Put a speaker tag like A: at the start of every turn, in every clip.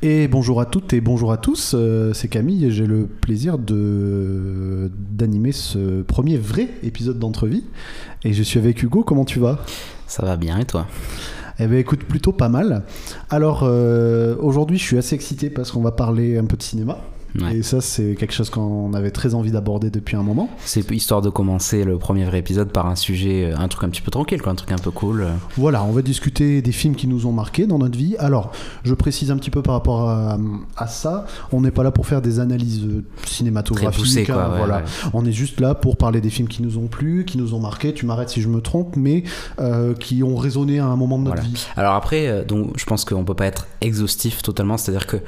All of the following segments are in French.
A: Et bonjour à toutes et bonjour à tous, euh, c'est Camille et j'ai le plaisir de d'animer ce premier vrai épisode d'Entrevie. Et je suis avec Hugo, comment tu vas
B: Ça va bien et toi
A: Eh bien écoute, plutôt pas mal. Alors euh, aujourd'hui je suis assez excité parce qu'on va parler un peu de cinéma.
B: Ouais.
A: Et ça c'est quelque chose qu'on avait très envie d'aborder depuis un moment.
B: C'est histoire de commencer le premier vrai épisode par un sujet, euh, un truc un petit peu tranquille, quoi, un truc un peu cool. euh.
A: Voilà, on va discuter des films qui nous ont marqués dans notre vie. Alors, je précise un petit peu par rapport à, à ça, on n'est pas là pour faire des analyses euh, cinématographiques.
B: Très poussées, quoi,
A: hein,
B: ouais,
A: voilà.
B: ouais.
A: On est juste là pour parler des films qui nous ont plu, qui nous ont marqués, tu m'arrêtes si je me trompe, mais euh, qui ont résonné à un moment de notre
B: Voilà.
A: vie.
B: Alors après, euh, donc, je pense qu'on peut pas être exhaustif totalement, c'est-à-dire que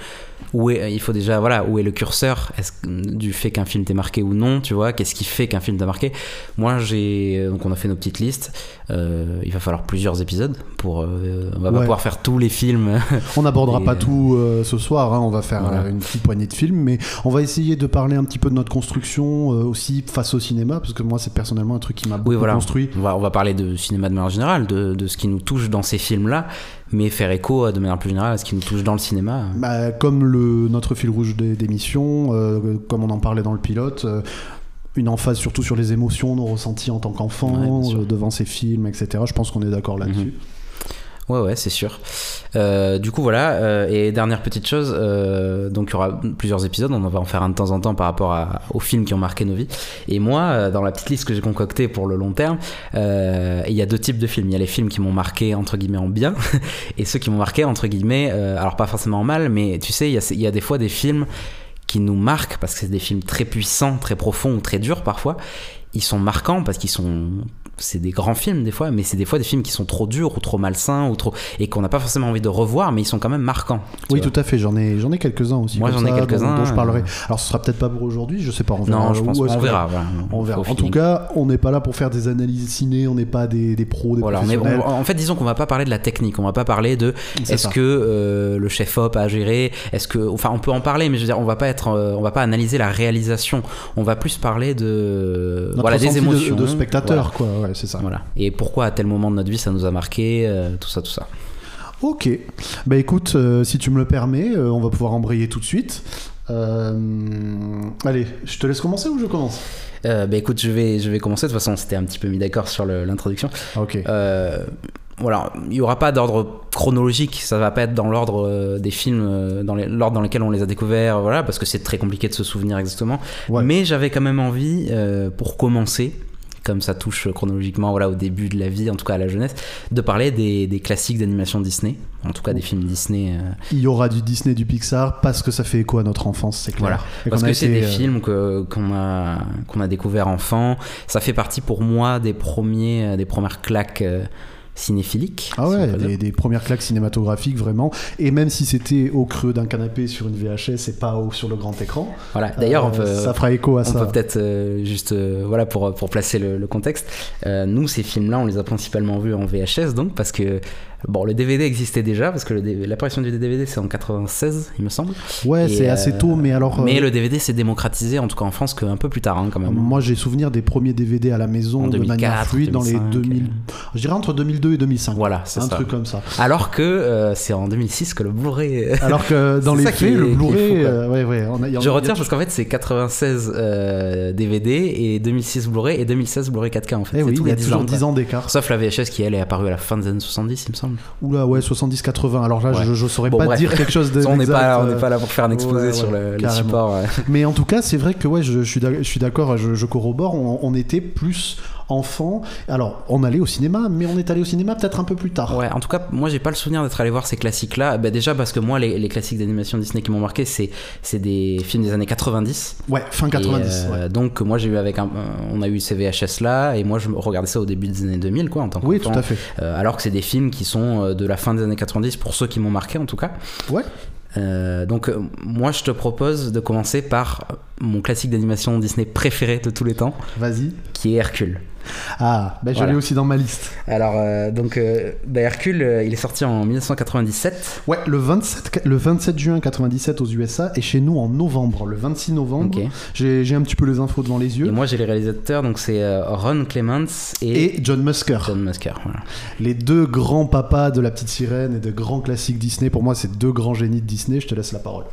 B: où est, euh, il faut déjà, voilà, où est le curseur est du fait qu'un film t'ait marqué ou non, tu vois, qu'est-ce qui fait qu'un film t'a marqué Moi, j'ai, euh, donc on a fait nos petites listes, euh, il va falloir plusieurs épisodes pour, euh, on va pas
A: Ouais.
B: pouvoir faire tous les films.
A: On n'abordera
B: Et,
A: pas
B: euh,
A: tout euh, ce soir, hein, on va faire
B: voilà.
A: euh, une petite poignée de films, mais on va essayer de parler un petit peu de notre construction euh, aussi face au cinéma, parce que moi c'est personnellement un truc qui m'a beaucoup
B: Oui, voilà.
A: construit.
B: On va, on va parler de cinéma de manière générale, de, de ce qui nous touche dans ces films-là, mais faire écho euh, de manière plus générale à ce qui nous touche dans le cinéma.
A: Bah, comme le, notre fil rouge des, des missions, euh, comme on en parlait dans le pilote, euh, une emphase surtout sur les émotions, nos ressentis en tant
B: Ouais,
A: qu'enfant,
B: bien sûr. Mhm.
A: euh, devant ces films, etc. Je pense qu'on est d'accord là-dessus.
B: Ouais, ouais, c'est sûr. Euh, du coup, voilà. euh, et dernière petite chose, euh, donc il y aura plusieurs épisodes, on va en faire un de temps en temps par rapport à- aux films qui ont marqué nos vies. Et moi, euh, dans la petite liste que j'ai concoctée pour le long terme, euh, il y a deux types de films. Il y a les films qui m'ont marqué, entre guillemets, en bien, et ceux qui m'ont marqué, entre guillemets, euh, alors pas forcément en mal, mais tu sais, il y a, il y a des fois des films qui nous marquent, parce que c'est des films très puissants, très profonds ou très durs parfois. Ils sont marquants parce qu'ils sont c'est des grands films des fois, mais c'est des fois des films qui sont trop durs ou trop malsains ou trop et qu'on n'a pas forcément envie de revoir, mais ils sont quand même marquants. tu
A: Oui,
B: vois.
A: tout à fait. J'en ai, j'en ai quelques-uns aussi.
B: Moi,
A: comme
B: j'en ai
A: ça, dont-
B: quelques-uns,
A: Dont je parlerai.
B: euh.
A: Alors, ce sera peut-être pas pour aujourd'hui. Je sais pas. On verra.
B: Non, je
A: où
B: pense.
A: est-ce
B: On
A: qu'on-
B: verra. voilà.
A: On verra.
B: Au
A: En
B: feeling.
A: tout cas, on n'est pas là pour faire des analyses ciné. On n'est pas des, des pros, des
B: Voilà, on est-
A: professionnels.
B: on- en fait, disons qu'on va pas parler de la technique, on va pas parler de
A: C'est
B: est-ce
A: ça.
B: que euh, le chef op a géré, est-ce que, enfin, on peut en parler, mais je veux dire, on va pas être, euh, on va pas analyser la réalisation, on va plus parler de,
A: Notre
B: voilà, des
A: ressenti de-
B: émotions,
A: de, spectateurs, quoi. Ouais, c'est ça.
B: voilà. Voilà. et pourquoi à tel moment de notre vie ça nous a marqué, euh, tout ça, tout ça.
A: Ok. Bah écoute, euh, si tu me le permets, euh, on va pouvoir embrayer tout de suite. Euh, Allez, je te laisse commencer ou je commence
B: Euh, bah écoute, je vais, je vais commencer. De toute façon, on s'était un petit peu mis d'accord sur le- l'introduction.
A: Ok.
B: Euh, voilà, il n'y aura pas d'ordre chronologique, ça va pas être dans l'ordre euh, des films, euh, dans les- l'ordre dans lequel on les a découverts, euh, voilà, parce que c'est très compliqué de se souvenir exactement.
A: Ouais.
B: Mais j'avais quand même envie, euh, pour commencer, comme ça touche chronologiquement voilà, au début de la vie, en tout cas à la jeunesse, de parler des, des classiques d'animation Disney, en tout cas des films Disney. euh,
A: Il y aura du Disney, du Pixar, parce que ça fait écho à notre enfance, c'est clair.
B: Voilà.
A: Et
B: Parce
A: qu'on a
B: que c'est
A: été,
B: des
A: euh,
B: films que- qu'on a, qu'on a découvert enfant. Ça fait partie pour moi des, premiers, des premières claques euh, cinéphiliques.
A: Ah
B: si on
A: ouais,
B: peut dire.
A: des, des premières claques cinématographiques vraiment. Et même si c'était au creux d'un canapé sur une VHS et pas au- sur le grand écran,
B: Voilà. D'ailleurs, on
A: euh,
B: peut.
A: ça fera écho à
B: on
A: ça.
B: peut peut-être euh, juste euh, voilà pour pour placer le, le contexte. euh, nous ces films-là, on les a principalement vus en VHS donc parce que bon le DVD existait déjà parce que le D- l'apparition du DVD c'est en 96 il me semble.
A: Ouais,
B: Et,
A: c'est assez
B: euh,
A: tôt, mais alors.
B: Mais
A: euh,
B: le DVD s'est démocratisé en tout cas en France qu'un peu plus tard hein, quand même.
A: Moi, j'ai souvenir des premiers DVD à la maison
B: En
A: de manière
B: 2004,
A: fluide dans les
B: 2005,
A: 2000. Je dirais entre 2002 et 2005.
B: Voilà, euh. c'est
A: un
B: ça.
A: truc comme ça.
B: Alors que euh, c'est en 2006 que le Blu-ray.
A: Alors que dans
B: C'est
A: les
B: ça qui
A: faits,
B: est-
A: le
B: qui est fou,
A: Blu-ray,
B: quoi.
A: euh, ouais, ouais, on a- il y en a-
B: Je
A: il
B: retire
A: y a-
B: parce qu'en fait c'est 96 euh, DVD et 2006 Blu-ray et 2016 Blu-ray 4K en fait.
A: Eh
B: C'est
A: oui, il
B: tous
A: y
B: les
A: a toujours 10
B: quoi.
A: ans d'écart.
B: Sauf la VHS qui elle est apparue à la fin des années 70 il me semble.
A: Oula, ouais, 70-80. Alors là,
B: Ouais.
A: je, je saurais
B: Bon,
A: pas
B: bref.
A: dire quelque chose de.
B: on n'est
A: d'exact,
B: pas, on
A: euh,
B: n'est pas là pour faire un exposé
A: ouais,
B: sur
A: ouais,
B: le, les
A: carrément.
B: supports. ouais.
A: Mais en tout cas, c'est vrai que ouais, je, je suis d'ac- je suis d'accord, je, je corrobore, on, on était plus enfants. Alors, on allait au cinéma, mais on est allé au cinéma peut-être un peu plus tard.
B: Ouais, en tout cas, moi j'ai pas le souvenir d'être allé voir ces classiques-là. Bah, déjà parce que moi, les, les classiques d'animation Disney qui m'ont marqué, c'est c'est des films des années 90.
A: Ouais, fin
B: Et,
A: 90.
B: euh,
A: ouais.
B: Donc moi j'ai eu avec un, euh, on a eu ces VHS là et moi je me- regardais ça au début des années 2000 quoi en tant
A: Oui, tout
B: qu'enfant.
A: à fait.
B: Euh, alors que c'est des films qui sont euh, de la fin des années 90 pour ceux qui m'ont marqué en tout cas.
A: Ouais.
B: Euh, donc euh, moi je te propose de commencer par mon classique d'animation Disney préféré de tous les temps
A: Vas-y.
B: qui est Hercule.
A: Ah, ben je
B: Voilà.
A: l'ai aussi dans ma liste.
B: Alors, euh, donc, euh, bah, Hercule, euh, il est sorti en 1997.
A: Ouais, le 27, ca- le 27 juin 97 aux USA et chez nous en novembre, le 26 novembre.
B: Ok.
A: J'ai j'ai un petit peu les infos devant les
B: Et
A: yeux.
B: moi, j'ai les réalisateurs, donc c'est euh, Ron Clements et,
A: Et John Musker,
B: John Musker. voilà.
A: les deux grands papas de la petite sirène et de grands classiques Disney. Pour moi, c'est deux grands génies de Disney. Je te laisse la parole.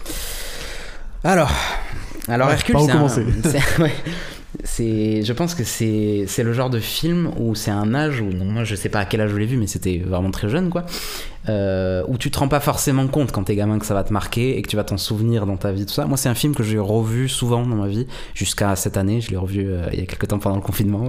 B: Alors, alors
A: Ouais,
B: Hercule,
A: par où
B: c'est un-
A: commencer
B: c'est- ouais. C'est- je pense que c'est c'est le genre de film où c'est un âge où, non, moi je sais pas à quel âge je l'ai vu, mais c'était vraiment très jeune quoi, euh, où tu te rends pas forcément compte quand t'es gamin que ça va te marquer et que tu vas t'en souvenir dans ta vie, tout ça. Moi c'est un film que j'ai revu souvent dans ma vie, jusqu'à cette année, je l'ai revu euh, il y a quelques temps pendant le confinement.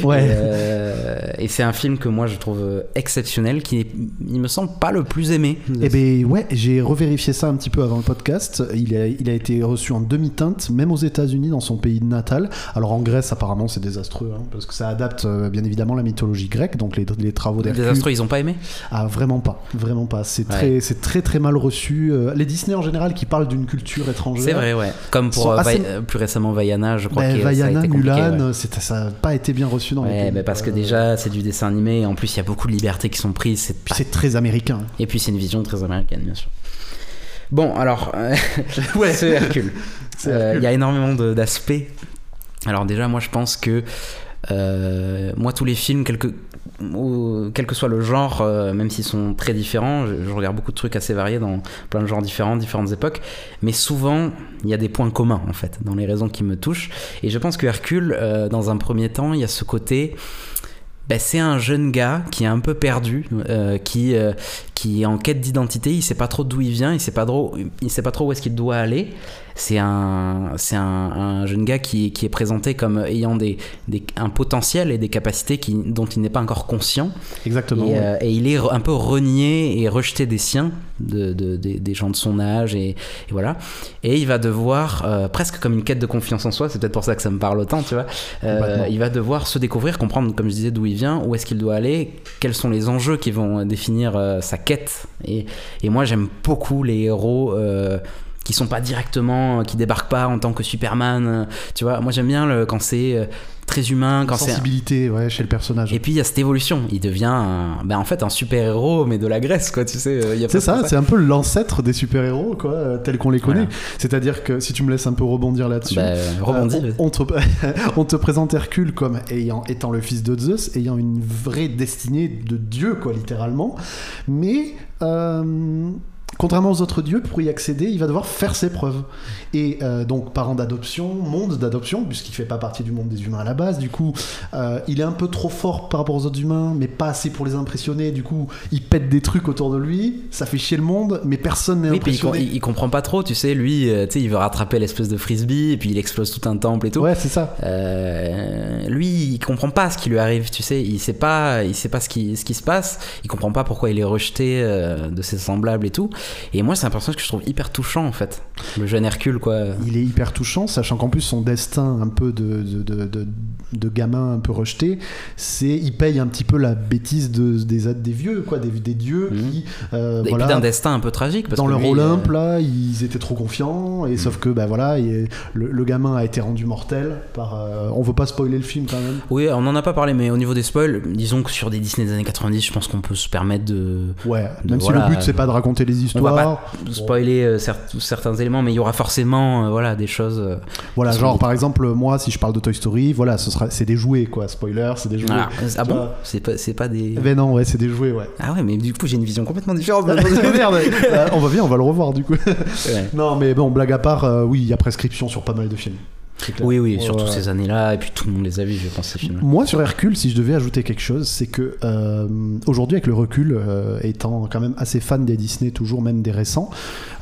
B: voilà. Et, euh, et c'est un film que moi je trouve exceptionnel, qui n'est, il me semble, pas le plus aimé.
A: Eh ben ouais, j'ai revérifié ça un petit peu avant le podcast. Il a, il a été reçu en demi-teinte, même aux États-Unis, dans son pays natal. Alors en Grèce, apparemment, c'est désastreux, hein, parce que ça adapte euh, bien évidemment la mythologie grecque, donc les, les travaux
B: Les
A: d'Hercule.
B: astres, ils ont pas aimé
A: Ah vraiment pas, vraiment pas. C'est
B: Ouais.
A: très, c'est très très mal reçu. Euh, Les Disney en général qui parlent d'une culture étrangère.
B: C'est vrai, ouais. Comme pour
A: sont
B: euh,
A: assez-
B: Vi- euh, plus récemment Vaiana, je crois
A: Ben,
B: que ça a
A: Vaiana,
B: été compliqué,
A: Mulan,
B: ouais.
A: c'était- ça n'a pas été bien reçu dans les
B: Ouais,
A: pays.
B: ben, parce que
A: Euh,
B: déjà c'est du dessin animé, et en plus il y a beaucoup de libertés qui sont prises, c'est
A: puis c'est très américain.
B: et puis c'est une vision très américaine bien sûr. Bon alors, euh, c'est Hercule.
A: C'est
B: Euh, Il
A: Hercule.
B: y a énormément de- d'aspects. Alors déjà moi je pense que euh, moi tous les films, quel que, ou- quel que soit le genre, euh, même s'ils sont très différents, je, je regarde beaucoup de trucs assez variés dans plein de genres différents, différentes époques, mais souvent il y a des points communs en fait dans les raisons qui me touchent. Et je pense que Hercule, euh, dans un premier temps, il y a ce côté. ben, c'est un jeune gars qui est un peu perdu, euh, qui, euh, qui est en quête d'identité, il sait pas trop d'où il vient, il sait pas trop, il sait pas trop où est-ce qu'il doit aller. C'est un, c'est un, un jeune gars qui, qui est présenté comme ayant des, des- un potentiel et des capacités qui, dont il n'est pas encore conscient. Et,
A: Exactement. ouais.
B: euh, et il est re- un peu renié et rejeté des siens, de, de- des- des gens de son âge, et, et voilà. Et il va devoir, euh, presque comme une quête de confiance en soi, c'est peut-être pour ça que ça me parle autant, tu vois. euh,
A: Complètement.
B: il va devoir se découvrir, comprendre, comme je disais, d'où il vient, où est-ce qu'il doit aller, quels sont les enjeux qui vont définir euh, sa quête. Et, et moi, j'aime beaucoup les héros. euh, qui sont pas directement, euh, qui débarquent pas en tant que Superman, euh, tu vois. Moi j'aime bien le, quand c'est euh, très humain, quand c'est
A: sensibilité, ouais, chez le personnage.
B: et puis il y a cette évolution, il devient un- ben, en fait un super-héros mais de la Grèce quoi, tu sais, euh, il y a
A: C'est ça,
B: pas-
A: c'est un peu l'ancêtre des super-héros, quoi, euh, tels qu'on les connaît.
B: Voilà.
A: C'est-à-dire que si tu me laisses un peu rebondir là-dessus.
B: Ben, rebondis.
A: euh, on, on te, on te présente Hercule comme ayant, étant le fils de Zeus, ayant une vraie destinée de dieu, quoi, littéralement. Mais. euh, Contrairement aux autres dieux, pour y accéder, il va devoir faire ses preuves. Et euh, donc, parent d'adoption, monde d'adoption, puisqu'il fait pas partie du monde des humains à la base, du coup, euh, il est un peu trop fort par rapport aux autres humains, mais pas assez pour les impressionner, du coup, il pète des trucs autour de lui, ça fait chier le monde, mais personne n'est
B: Oui, puis il, com-
A: impressionné.
B: il- il comprend pas trop, tu sais, lui, euh, tu sais, il veut rattraper l'espèce de frisbee et puis il explose tout un temple et tout.
A: Ouais, c'est ça.
B: Euh, lui, il comprend pas ce qui lui arrive, tu sais, il sait pas, il sait pas ce qui, ce qui se passe, il comprend pas pourquoi il est rejeté euh, de ses semblables et tout. Et moi, c'est un personnage que je trouve hyper touchant en fait, le jeune Hercule quoi.
A: Il est hyper touchant, sachant qu'en plus son destin un peu de, de, de, de- de gamin un peu rejeté, c'est il paye un petit peu la bêtise de, des, des vieux, quoi, des, des dieux
B: Mhm.
A: qui... euh,
B: Et
A: voilà,
B: puis d'un destin un peu tragique parce
A: dans
B: que
A: leur
B: lui,
A: Olympe,
B: euh,
A: là, ils étaient trop confiants, et sauf que, bah voilà, il- le, le gamin a été rendu mortel par. euh, on veut pas spoiler le film quand même.
B: Oui, on n'en a pas parlé, mais au niveau des spoils, disons que sur des Disney des années 90, je pense qu'on peut se permettre de
A: Ouais, même
B: Voilà. euh,
A: si le but c'est pas de raconter les
B: On va
A: histoires.
B: pas spoiler euh, cert- certains éléments, mais il y aura forcément euh, voilà, des choses. euh,
A: Voilà,
B: Ils sont
A: genre
B: vite.
A: par exemple, moi si je parle de Toy Story, voilà, ce sera, c'est des jouets quoi, spoiler, c'est des jouets.
B: voilà. Ah
A: Tu
B: bon
A: vois.
B: C'est pas, c'est pas des.
A: Mais non, ouais, c'est des jouets, ouais.
B: Ah ouais, mais du coup, j'ai une vision complètement différente. de-
A: Merde, euh, on va bien, on va le revoir du coup.
B: Ouais.
A: non, mais bon, blague à part, euh, oui, il y a prescription sur pas mal de films. C'est clair.
B: Oui, oui,
A: Ouais,
B: surtout
A: ouais.
B: ces années-là, et puis tout le monde les a vus, je pense, ces films
A: Moi, sur Hercule, si je devais ajouter quelque chose, c'est que euh, aujourd'hui, avec le recul, euh, étant quand même assez fan des Disney, toujours même des récents,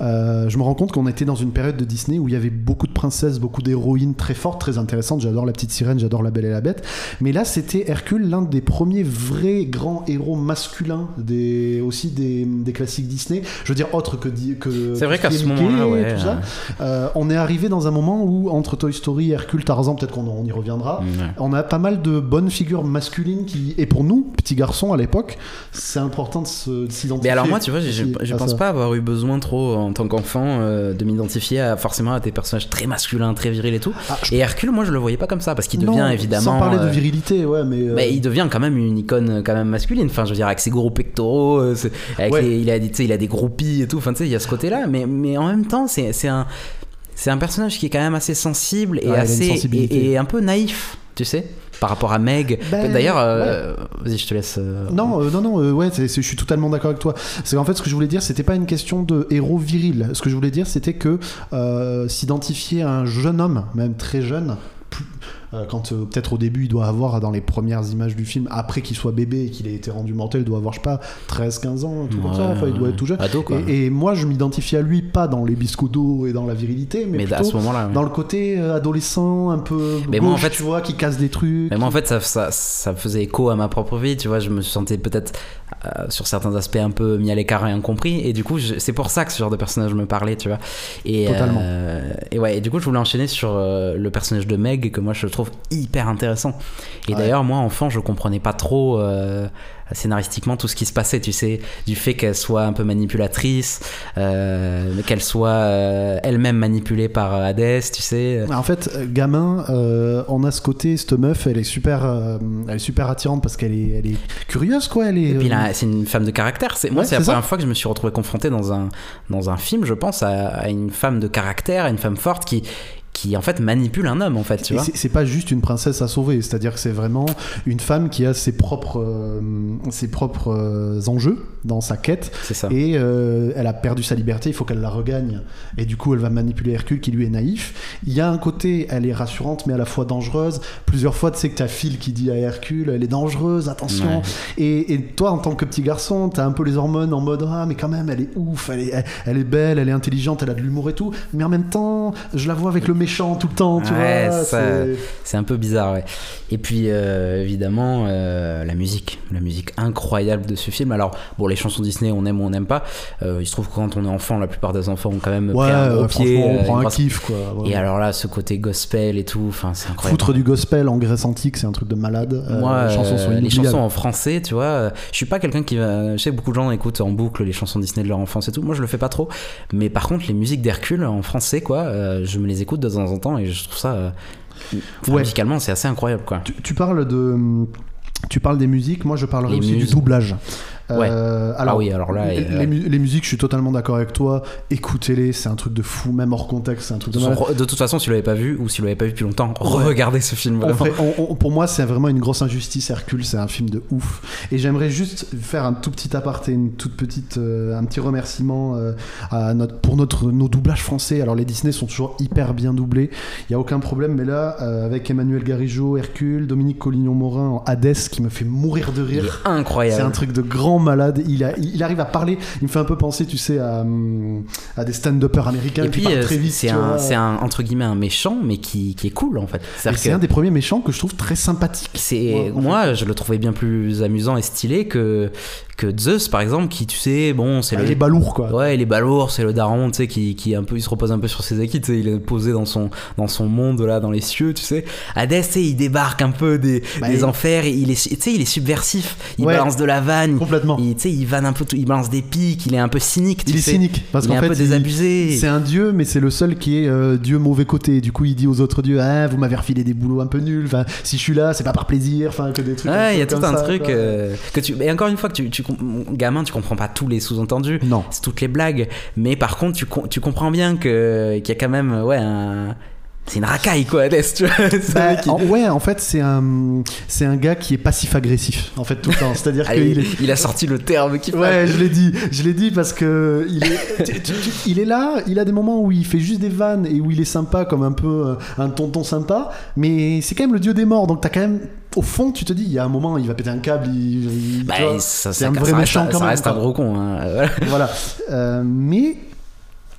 A: euh, je me rends compte qu'on était dans une période de Disney où il y avait beaucoup de princesses, beaucoup d'héroïnes très fortes, très intéressantes. J'adore la petite sirène, j'adore la belle et la bête. Mais là, c'était Hercule, l'un des premiers vrais grands héros masculins des, aussi des, des classiques Disney. Je veux dire, autre que. Di- que
B: C'est vrai
A: tout
B: qu'à
A: qui est
B: ce
A: Mickey
B: moment-là,
A: et
B: ouais,
A: tout ça.
B: euh,
A: Euh, on est arrivé dans un moment où, entre Toy Story, Hercule, Tarzan, peut-être qu'on en- on y reviendra. On a pas mal de bonnes figures masculines qui, et pour nous, petits garçons à l'époque, c'est important de se- de s'identifier.
B: Mais alors moi, tu vois, je, je-
A: aussi
B: je
A: à
B: pense
A: Ah, ça.
B: pas avoir eu besoin trop en tant qu'enfant euh, de m'identifier à, forcément à des personnages très masculins, très virils et tout.
A: Ah,
B: Et Hercule, moi, je le voyais pas comme ça parce qu'il devient
A: Non,
B: évidemment.
A: Sans parler
B: euh,
A: de virilité, ouais, mais. euh,
B: mais il devient quand même une icône euh, quand même masculine. Enfin, je veux dire, avec ses gros pectoraux, euh, c'est- avec
A: Ouais.
B: les- il, a, des- tu sais, il a des groupies et tout. Enfin, tu sais, il y a ce côté-là. Mais, mais en même temps, c'est c'est un, c'est un personnage qui est quand même assez sensible
A: Ouais,
B: et
A: il a une
B: assez
A: sensibilité.
B: et, et un peu naïf, tu sais, par rapport à Meg.
A: Ben,
B: D'ailleurs, euh, vas-y, je te laisse. euh,
A: Non, euh, non, non, euh, ouais, c'est- c'est- je suis totalement d'accord avec toi. C'est qu'en fait, ce que je voulais dire, c'était pas une question de héros viril. Ce que je voulais dire, c'était que euh, s'identifier à un jeune homme, même très jeune, plus- euh, quand euh, peut-être au début, il doit avoir dans les premières images du film, après qu'il soit bébé et qu'il ait été rendu mortel, il doit avoir, je sais pas, 13, 15 ans, tout comme ça,
B: Ouais,
A: enfin, il doit être tout jeune.
B: Ado, quoi.
A: Et, et moi, je m'identifie à lui, pas dans les biscodos et dans la virilité, mais,
B: mais à
A: plutôt
B: ce moment-là. ouais.
A: dans le côté euh, adolescent, un peu
B: Mais
A: gauche,
B: moi, en fait-
A: tu vois, qui casse des trucs.
B: Mais moi, en fait, ça, ça, ça me faisait écho à ma propre vie, tu vois. Je me sentais peut-être, euh, sur certains aspects, un peu mis à l'écart et incompris. Et du coup, je- c'est pour ça que ce genre de personnage me parlait, tu vois. Et,
A: Totalement.
B: euh, et ouais, et du coup, je voulais enchaîner sur euh, le personnage de Meg, que moi, je trouve hyper intéressant. Et
A: Ouais.
B: d'ailleurs, moi, enfant, je comprenais pas trop. euh, scénaristiquement tout ce qui se passait tu sais du fait qu'elle soit un peu manipulatrice euh, qu'elle soit euh, elle-même manipulée par euh, Hadès tu sais
A: En fait, euh, gamin, euh, on a ce côté, cette meuf, elle est super, euh, elle est super attirante parce qu'elle est, elle est curieuse, quoi. Elle est,
B: Et puis
A: euh,
B: là, c'est une femme de caractère. C'est, moi,
A: Ouais,
B: c'est la
A: c'est ça.
B: première fois que je me suis retrouvé confronté dans un, dans un film, je pense, à, à une femme de caractère, à une femme forte qui, qui en fait manipule un homme, en fait, tu
A: et
B: vois.
A: c'est- c'est pas juste une princesse à sauver, c'est-à-dire que c'est vraiment une femme qui a ses propres, euh, ses propres euh, enjeux dans sa quête
B: C'est ça.
A: et euh, elle a perdu sa liberté, il faut qu'elle la regagne. Et du coup, elle va manipuler Hercule qui lui est naïf. Il y a un côté, elle est rassurante mais à la fois dangereuse. Plusieurs fois, tu sais que t'as Phil qui dit à Hercule, elle est dangereuse, attention.
B: Ouais.
A: Et, et toi, en tant que petit garçon, t'as un peu les hormones en mode, ah mais quand même, elle est ouf, elle est, elle, elle est belle, elle est intelligente, elle a de l'humour et tout. Mais en même temps, je la vois avec le méchant tout le temps, tu
B: Ouais,
A: vois.
B: ça-
A: c'est-
B: C'est un peu bizarre, ouais. Et puis, euh, évidemment, euh, la musique. La musique incroyable de ce film. Alors, bon, les chansons Disney, on aime ou on n'aime pas. Euh, il se trouve que quand on est enfant, la plupart des enfants ont quand même
A: Ouais,
B: pris un gros
A: ouais,
B: pied,
A: franchement,
B: euh,
A: on
B: une
A: prend un
B: grosse-
A: kiff, quoi.
B: Et
A: vraiment.
B: alors là, ce côté gospel et tout, enfin, c'est incroyable.
A: Foutre du gospel en Grèce antique, c'est un truc de malade. Euh,
B: Moi,
A: les chansons sont
B: euh, les
A: inoubliables.
B: chansons en français, tu vois, euh, je suis pas quelqu'un qui va. Je sais que beaucoup de gens écoutent en boucle les chansons Disney de leur enfance et tout. Moi, je le fais pas trop. Mais par contre, les musiques d'Hercule en français, quoi, euh, je me les écoute de temps en temps et je trouve ça. euh, enfin,
A: Ouais.
B: Musicalement, c'est assez incroyable, quoi.
A: Tu, tu parles de. Tu parles des musiques, moi je parlerai
B: Les
A: aussi
B: muses.
A: du doublage.
B: Ouais.
A: Euh,
B: Ah oui, alors là,
A: Les,
B: euh,
A: les mu- les musiques, je suis totalement d'accord avec toi. Écoutez-les, c'est un truc de fou, même hors contexte, c'est un truc
B: De,
A: de
B: toute
A: malade.
B: façon, de toute façon, si vous l'avez pas vu ou si vous l'avez pas vu depuis longtemps, regardez ce film
A: On
B: vraiment.
A: ferait- on- on- pour moi, c'est vraiment une grosse injustice. Hercule, c'est un film de ouf. Et j'aimerais juste faire un tout petit aparté, une toute petite, euh, un petit remerciement euh, à notre, pour notre, nos doublages français. Alors, les Disney sont toujours hyper bien doublés. Il n'y a aucun problème. Mais là, euh, avec Emmanuel Garigeau, Hercule, Dominique Collignon-Morin en Hadès, qui me fait mourir de
B: Il est
A: rire. C'est un
B: incroyable.
A: truc de grand malade. Il, a- il arrive à parler. Il me fait un peu penser, tu sais, à, hum, à des stand-uppers américains
B: Et
A: qui
B: puis,
A: parlent
B: euh,
A: très vite.
B: c'est
A: tu
B: un,
A: vois.
B: c'est un, entre guillemets, un méchant, mais qui, qui est cool, en fait.
A: Et
B: C'est-à-dire
A: c'est
B: que-
A: un des premiers méchants que je trouve très sympathique.
B: C'est
A: Ouais, en
B: moi, je le trouvais bien plus amusant et stylé que que Zeus par exemple, qui tu sais, bon, c'est
A: Ah,
B: le
A: Il est balourd, quoi.
B: Ouais, il est balourd, c'est le daron, tu sais, qui, qui est un peu, il se repose un peu sur ses acquis, tu sais, il est posé dans son, dans son monde, là, dans les cieux, tu sais. Hadès, tu sais, il débarque un peu des,
A: Bah,
B: des
A: il-
B: enfers, il est, tu sais, il est subversif, il
A: Ouais.
B: balance de la vanne,
A: Complètement.
B: Mm. il, tu sais, il vanne un peu, tout- il balance des pics, il est un peu cynique, tu
A: Il est
B: sais.
A: cynique. Parce
B: il est
A: qu'en
B: un
A: fait,
B: peu
A: il-
B: désabusé.
A: c'est un dieu, mais c'est le seul qui est euh, dieu mauvais côté. Du coup, il dit aux autres dieux Ah, vous m'avez refilé des boulots un peu nuls. Enfin, si je suis là, c'est pas par plaisir. Enfin, que des trucs. un
B: Ouais, il y a
A: peu
B: tout
A: comme
B: un
A: ça,
B: truc
A: quoi.
B: euh, que tu. Et encore une fois, que tu, tu com- gamin, tu comprends pas tous les sous-entendus.
A: Non.
B: C'est toutes les blagues. Mais par contre, tu, com- tu comprends bien que qu'il y a quand même, ouais, un- c'est une racaille quoi, Hadès, tu vois. C'est
A: Bah,
B: le mec qui-
A: en- ouais, en fait, c'est un, c'est un gars qui est passif-agressif, en fait, tout le temps. C'est-à-dire
B: Allez,
A: qu'il est
B: il a sorti le terme qui
A: Ouais, je l'ai dit, je l'ai dit parce que il est, tu- tu- tu- il est là, il a des moments où il fait juste des vannes et où il est sympa comme un peu euh, un tonton sympa, mais c'est quand même le dieu des morts, donc t'as quand même, au fond, tu te dis, il y a un moment, il va péter un câble, il, il-
B: Bah,
A: tu vois,
B: ça,
A: c'est
B: ça-
A: un
B: ça
A: vrai
B: reste-
A: méchant quand
B: ça
A: même.
B: reste un
A: quoi.
B: gros con. hein, voilà.
A: Voilà, Euh, mais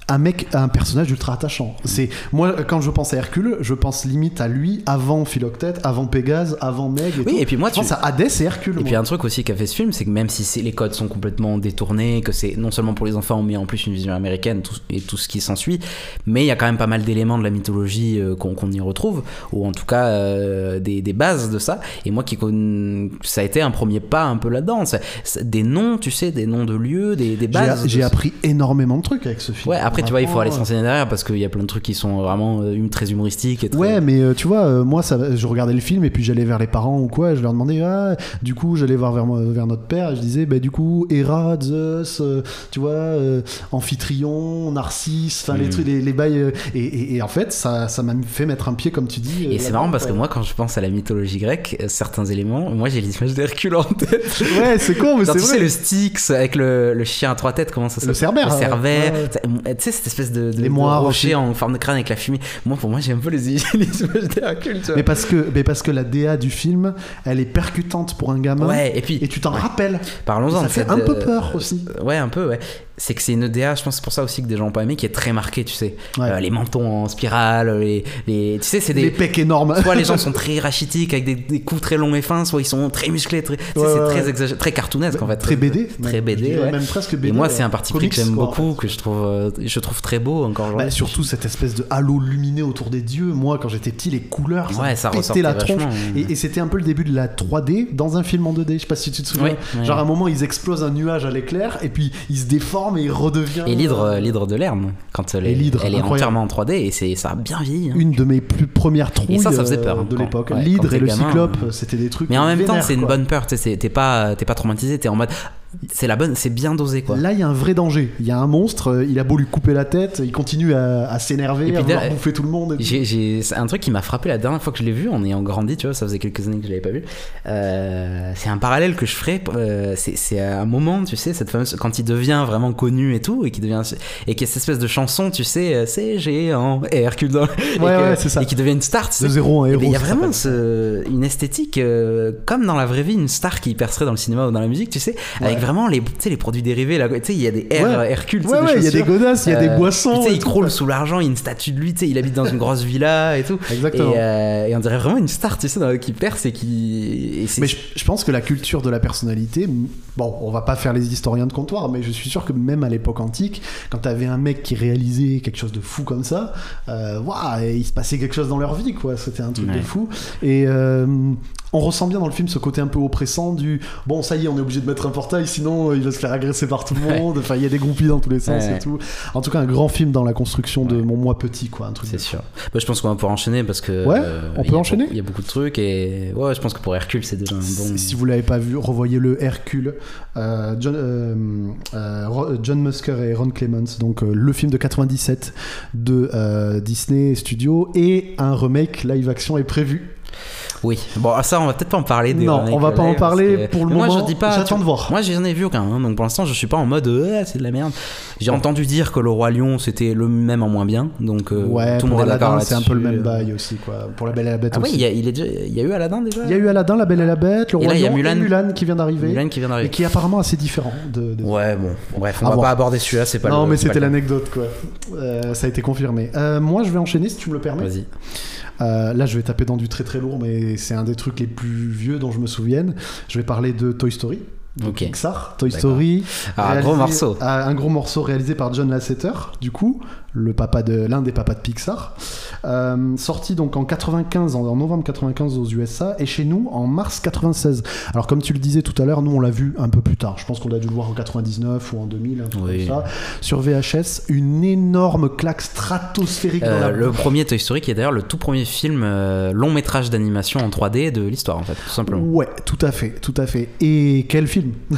A: un mec, un personnage ultra attachant. C'est moi quand je pense à Hercule, je pense limite à lui avant Philoctète, avant Pégase, avant Meg. Et
B: Oui,
A: tout.
B: et puis moi,
A: je
B: tu-
A: pense à Hadès et Hercule.
B: Et
A: moi.
B: puis un truc aussi qu'a fait ce film, c'est que même si c'est- les codes sont complètement détournés, que c'est non seulement pour les enfants, mais en plus une vision américaine tout- et tout ce qui s'ensuit, mais il y a quand même pas mal d'éléments de la mythologie euh, qu'on qu'on y retrouve, ou en tout cas euh, des, des bases de ça. Et moi, qui con- ça a été un premier pas un peu là-dedans. C'est- c'est Des noms, tu sais, des noms de lieux, des, des
A: J'ai-
B: bases. de
A: J'ai
B: ce-
A: appris énormément de trucs avec ce film.
B: Ouais, après, tu vois, il faut aller
A: Vraiment,
B: s'enseigner derrière parce qu'il y a plein de trucs qui sont vraiment euh, hum- très humoristiques. Et très...
A: Ouais, mais euh, tu vois, euh, moi, ça, je regardais le film et puis j'allais vers les parents ou quoi, et je leur demandais, ah, du coup, j'allais voir vers, moi- vers notre père et je disais, bah, du coup, Héra, Zeus, euh, tu vois, euh, Amphitryon, Narcisse, enfin, les
B: Mm.
A: trucs, les, les bails. euh, et, et- et en fait, ça ça m'a fait mettre un pied, comme tu dis. euh,
B: Et c'est
A: là-dedans,
B: marrant parce que
A: quoi.
B: moi, quand je pense à la mythologie grecque, euh, certains éléments, moi j'ai l'image d'Hercule en tête.
A: Ouais, c'est con, mais
B: Genre,
A: c'est
B: tu sais,
A: vrai.
B: le Styx avec le, le chien à trois têtes, comment ça s'appelle
A: Le Cerbère,
B: Le
A: ouais.
B: Cerbère.
A: Ouais, ouais.
B: Tu sais, cette espèce de, de,
A: Les
B: de
A: moires aussi.
B: rocher en forme de crâne avec la fumée. Moi, pour moi, j'ai un peu les hygiénismes d'Hercule, tu vois.
A: Mais parce, que, mais parce que la DA du film, elle est percutante pour un gamin.
B: Ouais, et puis,
A: Et tu t'en rappelles.
B: parlons-en.
A: ça
B: de
A: fait
B: cette,
A: un peu
B: euh,
A: peur aussi.
B: Ouais, un peu, ouais. C'est que c'est une DA, je pense, c'est pour ça aussi que des gens ont pas aimé, qui est très marquée, tu sais.
A: Ouais.
B: Euh, les mentons en spirale, les. les... Tu sais, c'est
A: Les
B: des.
A: pecs énormes.
B: Soit les gens sont très rachitiques avec des, des coups très longs et fins, soit ils sont très musclés, très, tu sais,
A: Ouais,
B: c'est
A: ouais,
B: très
A: ouais.
B: exagéré, très cartoonesque en
A: Bah,
B: fait. euh,
A: Très BD.
B: Très
A: même. Je
B: BD,
A: dirais
B: ouais.
A: Même presque BD.
B: Et moi,
A: ouais.
B: c'est un parti pris que
A: Comics,
B: j'aime
A: quoi, en
B: beaucoup,
A: fait.
B: que je trouve, euh, je trouve très beau encore.
A: Bah,
B: aujourd'hui.
A: surtout cette espèce de halo luminé autour des dieux. Moi, quand j'étais petit, les couleurs, ça,
B: Ouais,
A: me
B: ça
A: pétait
B: ressortait
A: la tronche.
B: vachement.
A: Et, et c'était un peu le début de la 3D dans un film en 2D. Je sais pas si tu te souviens.
B: Oui, ouais.
A: Genre, à un moment, ils explosent un nuage à l'éclair, et puis ils se déforment et ils redeviennent.
B: Et l'hydre, euh, l'hydre de Lerne, quand elle
A: Et
B: est,
A: l'hydre,
B: elle est
A: incroyable.
B: entièrement en 3D et c'est, ça a bien vieilli. hein.
A: euh, Une de mes plus premières trouilles
B: Et ça, ça faisait peur,
A: euh,
B: hein,
A: de
B: quand-
A: l'époque.
B: ouais, quand
A: L'hydre
B: t'es
A: et le
B: gamin,
A: cyclope,
B: euh.
A: c'était des trucs.
B: Mais en même temps,
A: vénères,
B: c'est une
A: quoi.
B: bonne peur. tu sais, c'est- T'es pas, t'es pas traumatisé, t'es en mode. C'est la bonne, c'est bien dosé quoi.
A: Là, il y a un vrai danger. Il y a un monstre, euh, il a beau lui couper la tête, il continue à, à
B: Et
A: s'énerver,
B: puis
A: à vouloir
B: d'ailleurs,
A: bouffer tout le monde. et tout.
B: J'ai, j'ai- c'est un truc qui m'a frappé la dernière fois que je l'ai vu en ayant grandi, tu vois, ça faisait quelques années que je l'avais pas vu. Euh, c'est un parallèle que je ferais. euh, c'est, c'est un moment, tu sais, cette fameuse quand il devient vraiment connu et tout, et qui devient et qui a cette espèce de chanson, tu sais, euh, c'est géant et Hercule dans- et,
A: Ouais, ouais, c'est ça.
B: et qui devient une star. Tu sais.
A: De zéro à un
B: Eh
A: héros.
B: ben, Il y a
A: ça
B: vraiment
A: s'appelle.
B: ce- une esthétique, euh, comme dans la vraie vie, une star qui percerait dans le cinéma ou dans la musique, tu sais, avec
A: Ouais.
B: vraiment les, tu sais, les produits dérivés. là, Tu sais, il y a des R,
A: Ouais.
B: Hercule, tu sais,
A: Ouais, ouais, il y a des
B: chaussures.
A: godasses, il y a
B: Euh,
A: des boissons.
B: Tu sais,
A: et
B: il
A: tout.
B: croule sous l'argent, il y a une statue de lui, tu sais, il habite dans une grosse villa et tout. Et,
A: Exactement.
B: euh, et on dirait vraiment une star, tu sais, dans- qui perce et qui. et c'est-
A: Mais je, je pense que la culture de la personnalité, m- bon, on va pas faire les historiens de comptoir, mais je suis sûr que même à l'époque antique, quand t'avais un mec qui réalisait quelque chose de fou comme ça, euh, waouh, et il se passait quelque chose dans leur vie, quoi. C'était un truc
B: Ouais.
A: de fou. Et euh, on ressent bien dans le film ce côté un peu oppressant du bon, ça y est, on est obligé de mettre un portail, sinon euh, il va se faire agresser par tout le monde. Enfin, il y a des groupies dans tous les sens
B: Ouais.
A: et tout. En tout cas, un grand film dans la construction de
B: Ouais.
A: mon moi petit, quoi, un truc.
B: C'est
A: de-
B: sûr. Bah, je pense qu'on va pouvoir enchaîner parce que. euh,
A: Ouais, on
B: il
A: peut
B: y a
A: enchaîner
B: beaucoup- Il y a beaucoup de trucs et. Ouais, je pense que pour Hercule, c'est déjà un bon.
A: Si vous l'avez pas vu, revoyez le Hercule. Euh, John, euh, euh, Ro- John Musker et Ron Clements, donc euh, le film de 97 de euh, Disney Studio et un remake live action est prévu.
B: Oui, bon, ah, ça, on va peut-être pas en parler. des
A: non,
B: remakes
A: on va pas en
B: live, parce
A: parler
B: que-
A: pour le
B: Mais
A: moment.
B: Moi, je dis pas. tu-
A: J'attends de voir.
B: Moi, j'en ai vu aucun, hein, donc pour l'instant, je suis pas en mode euh, c'est de la merde. J'ai entendu dire que le roi lion c'était le même en moins bien, donc euh,
A: ouais,
B: tout
A: pour
B: le monde est
A: Aladdin,
B: d'accord
A: c'est un peu le
B: là-dessus.
A: même
B: euh.
A: bail aussi, quoi. Pour La Belle et la Bête
B: Ah oui,
A: aussi.
B: il y, a- il est déjà- il y a eu Aladdin déjà.
A: Il y a eu Aladdin, La Belle et la Bête, Le
B: Et
A: Roi
B: là, il y a
A: Lion
B: Mulan.
A: et Mulan qui vient d'arriver
B: Mulan qui vient
A: et
B: d'arriver.
A: qui est apparemment assez différent de. de-
B: Ouais, bon, bref, on
A: À
B: va
A: voir.
B: pas aborder celui-là, c'est pas.
A: non,
B: le-
A: mais
B: c'est pas
A: c'était
B: le-
A: l'anecdote, quoi. Euh, ça a été confirmé. Euh, moi, je vais enchaîner si tu me le permets.
B: Vas-y.
A: Euh, là, je vais taper dans du très très lourd, mais c'est un des trucs les plus vieux dont je me souvienne. Je vais parler de Toy Story.
B: Ok.
A: Pixar, Toy
B: D'accord.
A: Story.
B: Ah,
A: réalisé-
B: gros morceau.
A: Ah, un gros morceau réalisé par John Lasseter, du coup, le papa de l'un des papas de Pixar. Euh, sorti donc en 95, en, en novembre 95 aux USA, et chez nous en mars 96. Alors, comme tu le disais tout à l'heure, nous on l'a vu un peu plus tard. Je pense qu'on a dû le voir en 99 ou en 2000, un truc
B: Oui.
A: comme ça. Sur VHS, une énorme claque stratosphérique dans la
B: Euh, le premier Toy Story qui est d'ailleurs le tout premier film euh, long métrage d'animation en 3D de l'histoire en fait, tout simplement.
A: Ouais, tout à fait, tout à fait. Et quel film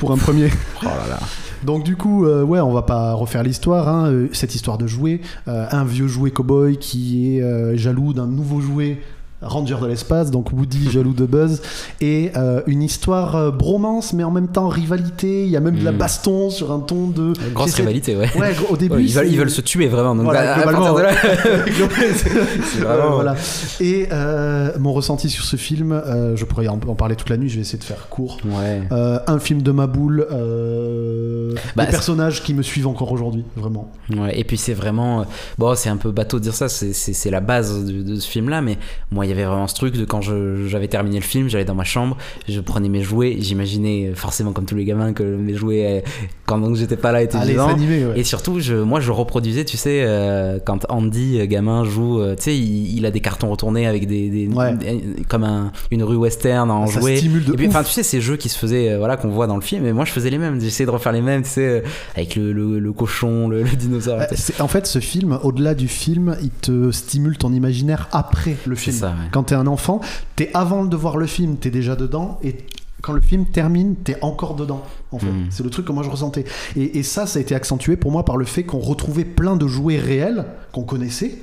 A: pour un premier.
B: Oh là là.
A: Donc du coup, euh, ouais, on va pas refaire l'histoire. hein, euh, cette histoire de jouet, euh, un vieux jouet cowboy qui est euh, jaloux d'un nouveau jouet Ranger de l'espace, donc Woody jaloux de Buzz, et euh, une histoire euh, bromance, mais en même temps rivalité. Il y a même de la
B: Mm.
A: baston sur un ton de.
B: Grosse
A: j'essaie-
B: rivalité, ouais.
A: Ouais, gros, au début,
B: Ouais, ils, veulent,
A: c'est-
B: ils veulent se tuer vraiment. Donc
A: Voilà,
B: à- à
A: globalement,
B: partir de là-
A: c'est
B: vraiment-
A: Euh, voilà. Et euh, mon ressenti sur ce film, euh, je pourrais en, en parler toute la nuit. Je vais essayer de faire court.
B: Ouais.
A: Euh, un film de ma boule, euh, des
B: Bah, c'est-
A: personnages qui me suivent encore aujourd'hui, vraiment.
B: Ouais, et puis c'est vraiment. euh, Bon, c'est un peu bateau de dire ça, c'est- c'est c'est la base de, de ce film-là, mais moi, il y avait vraiment ce truc de quand je- j'avais terminé le film, j'allais dans ma chambre, je prenais mes jouets, j'imaginais euh, forcément, comme tous les gamins, que mes jouets, euh, quand donc j'étais pas là, étaient
A: Allez,
B: vivants.
A: animé, Ah, ouais.
B: Et surtout, je, moi, je reproduisais, tu sais, euh, quand Andy, euh, gamin, joue, euh, tu sais, il, il a des cartons retournés avec des. des-
A: Ouais.
B: des- comme un- une rue western en
A: ça
B: jouet.
A: stimule de
B: Et puis,
A: ouf.
B: enfin, tu sais, ces jeux qui se faisaient, euh, voilà, qu'on voit dans le film, et moi je faisais les mêmes, j'essayais de refaire les mêmes, tu sais, euh, avec le, le- le cochon, le, le dinosaure.
A: Euh,
B: et tout.
A: c'est- En fait, ce film, au-delà du film, il te stimule ton imaginaire après le
B: C'est
A: film.
B: ça, ouais.
A: Quand t'es un enfant, t'es avant de voir le film, t'es déjà dedans, et quand le film termine, t'es encore dedans. En fait,
B: Mm.
A: c'est le truc que moi je ressentais. Et, et ça, ça a été accentué pour moi par le fait qu'on retrouvait plein de jouets réels qu'on connaissait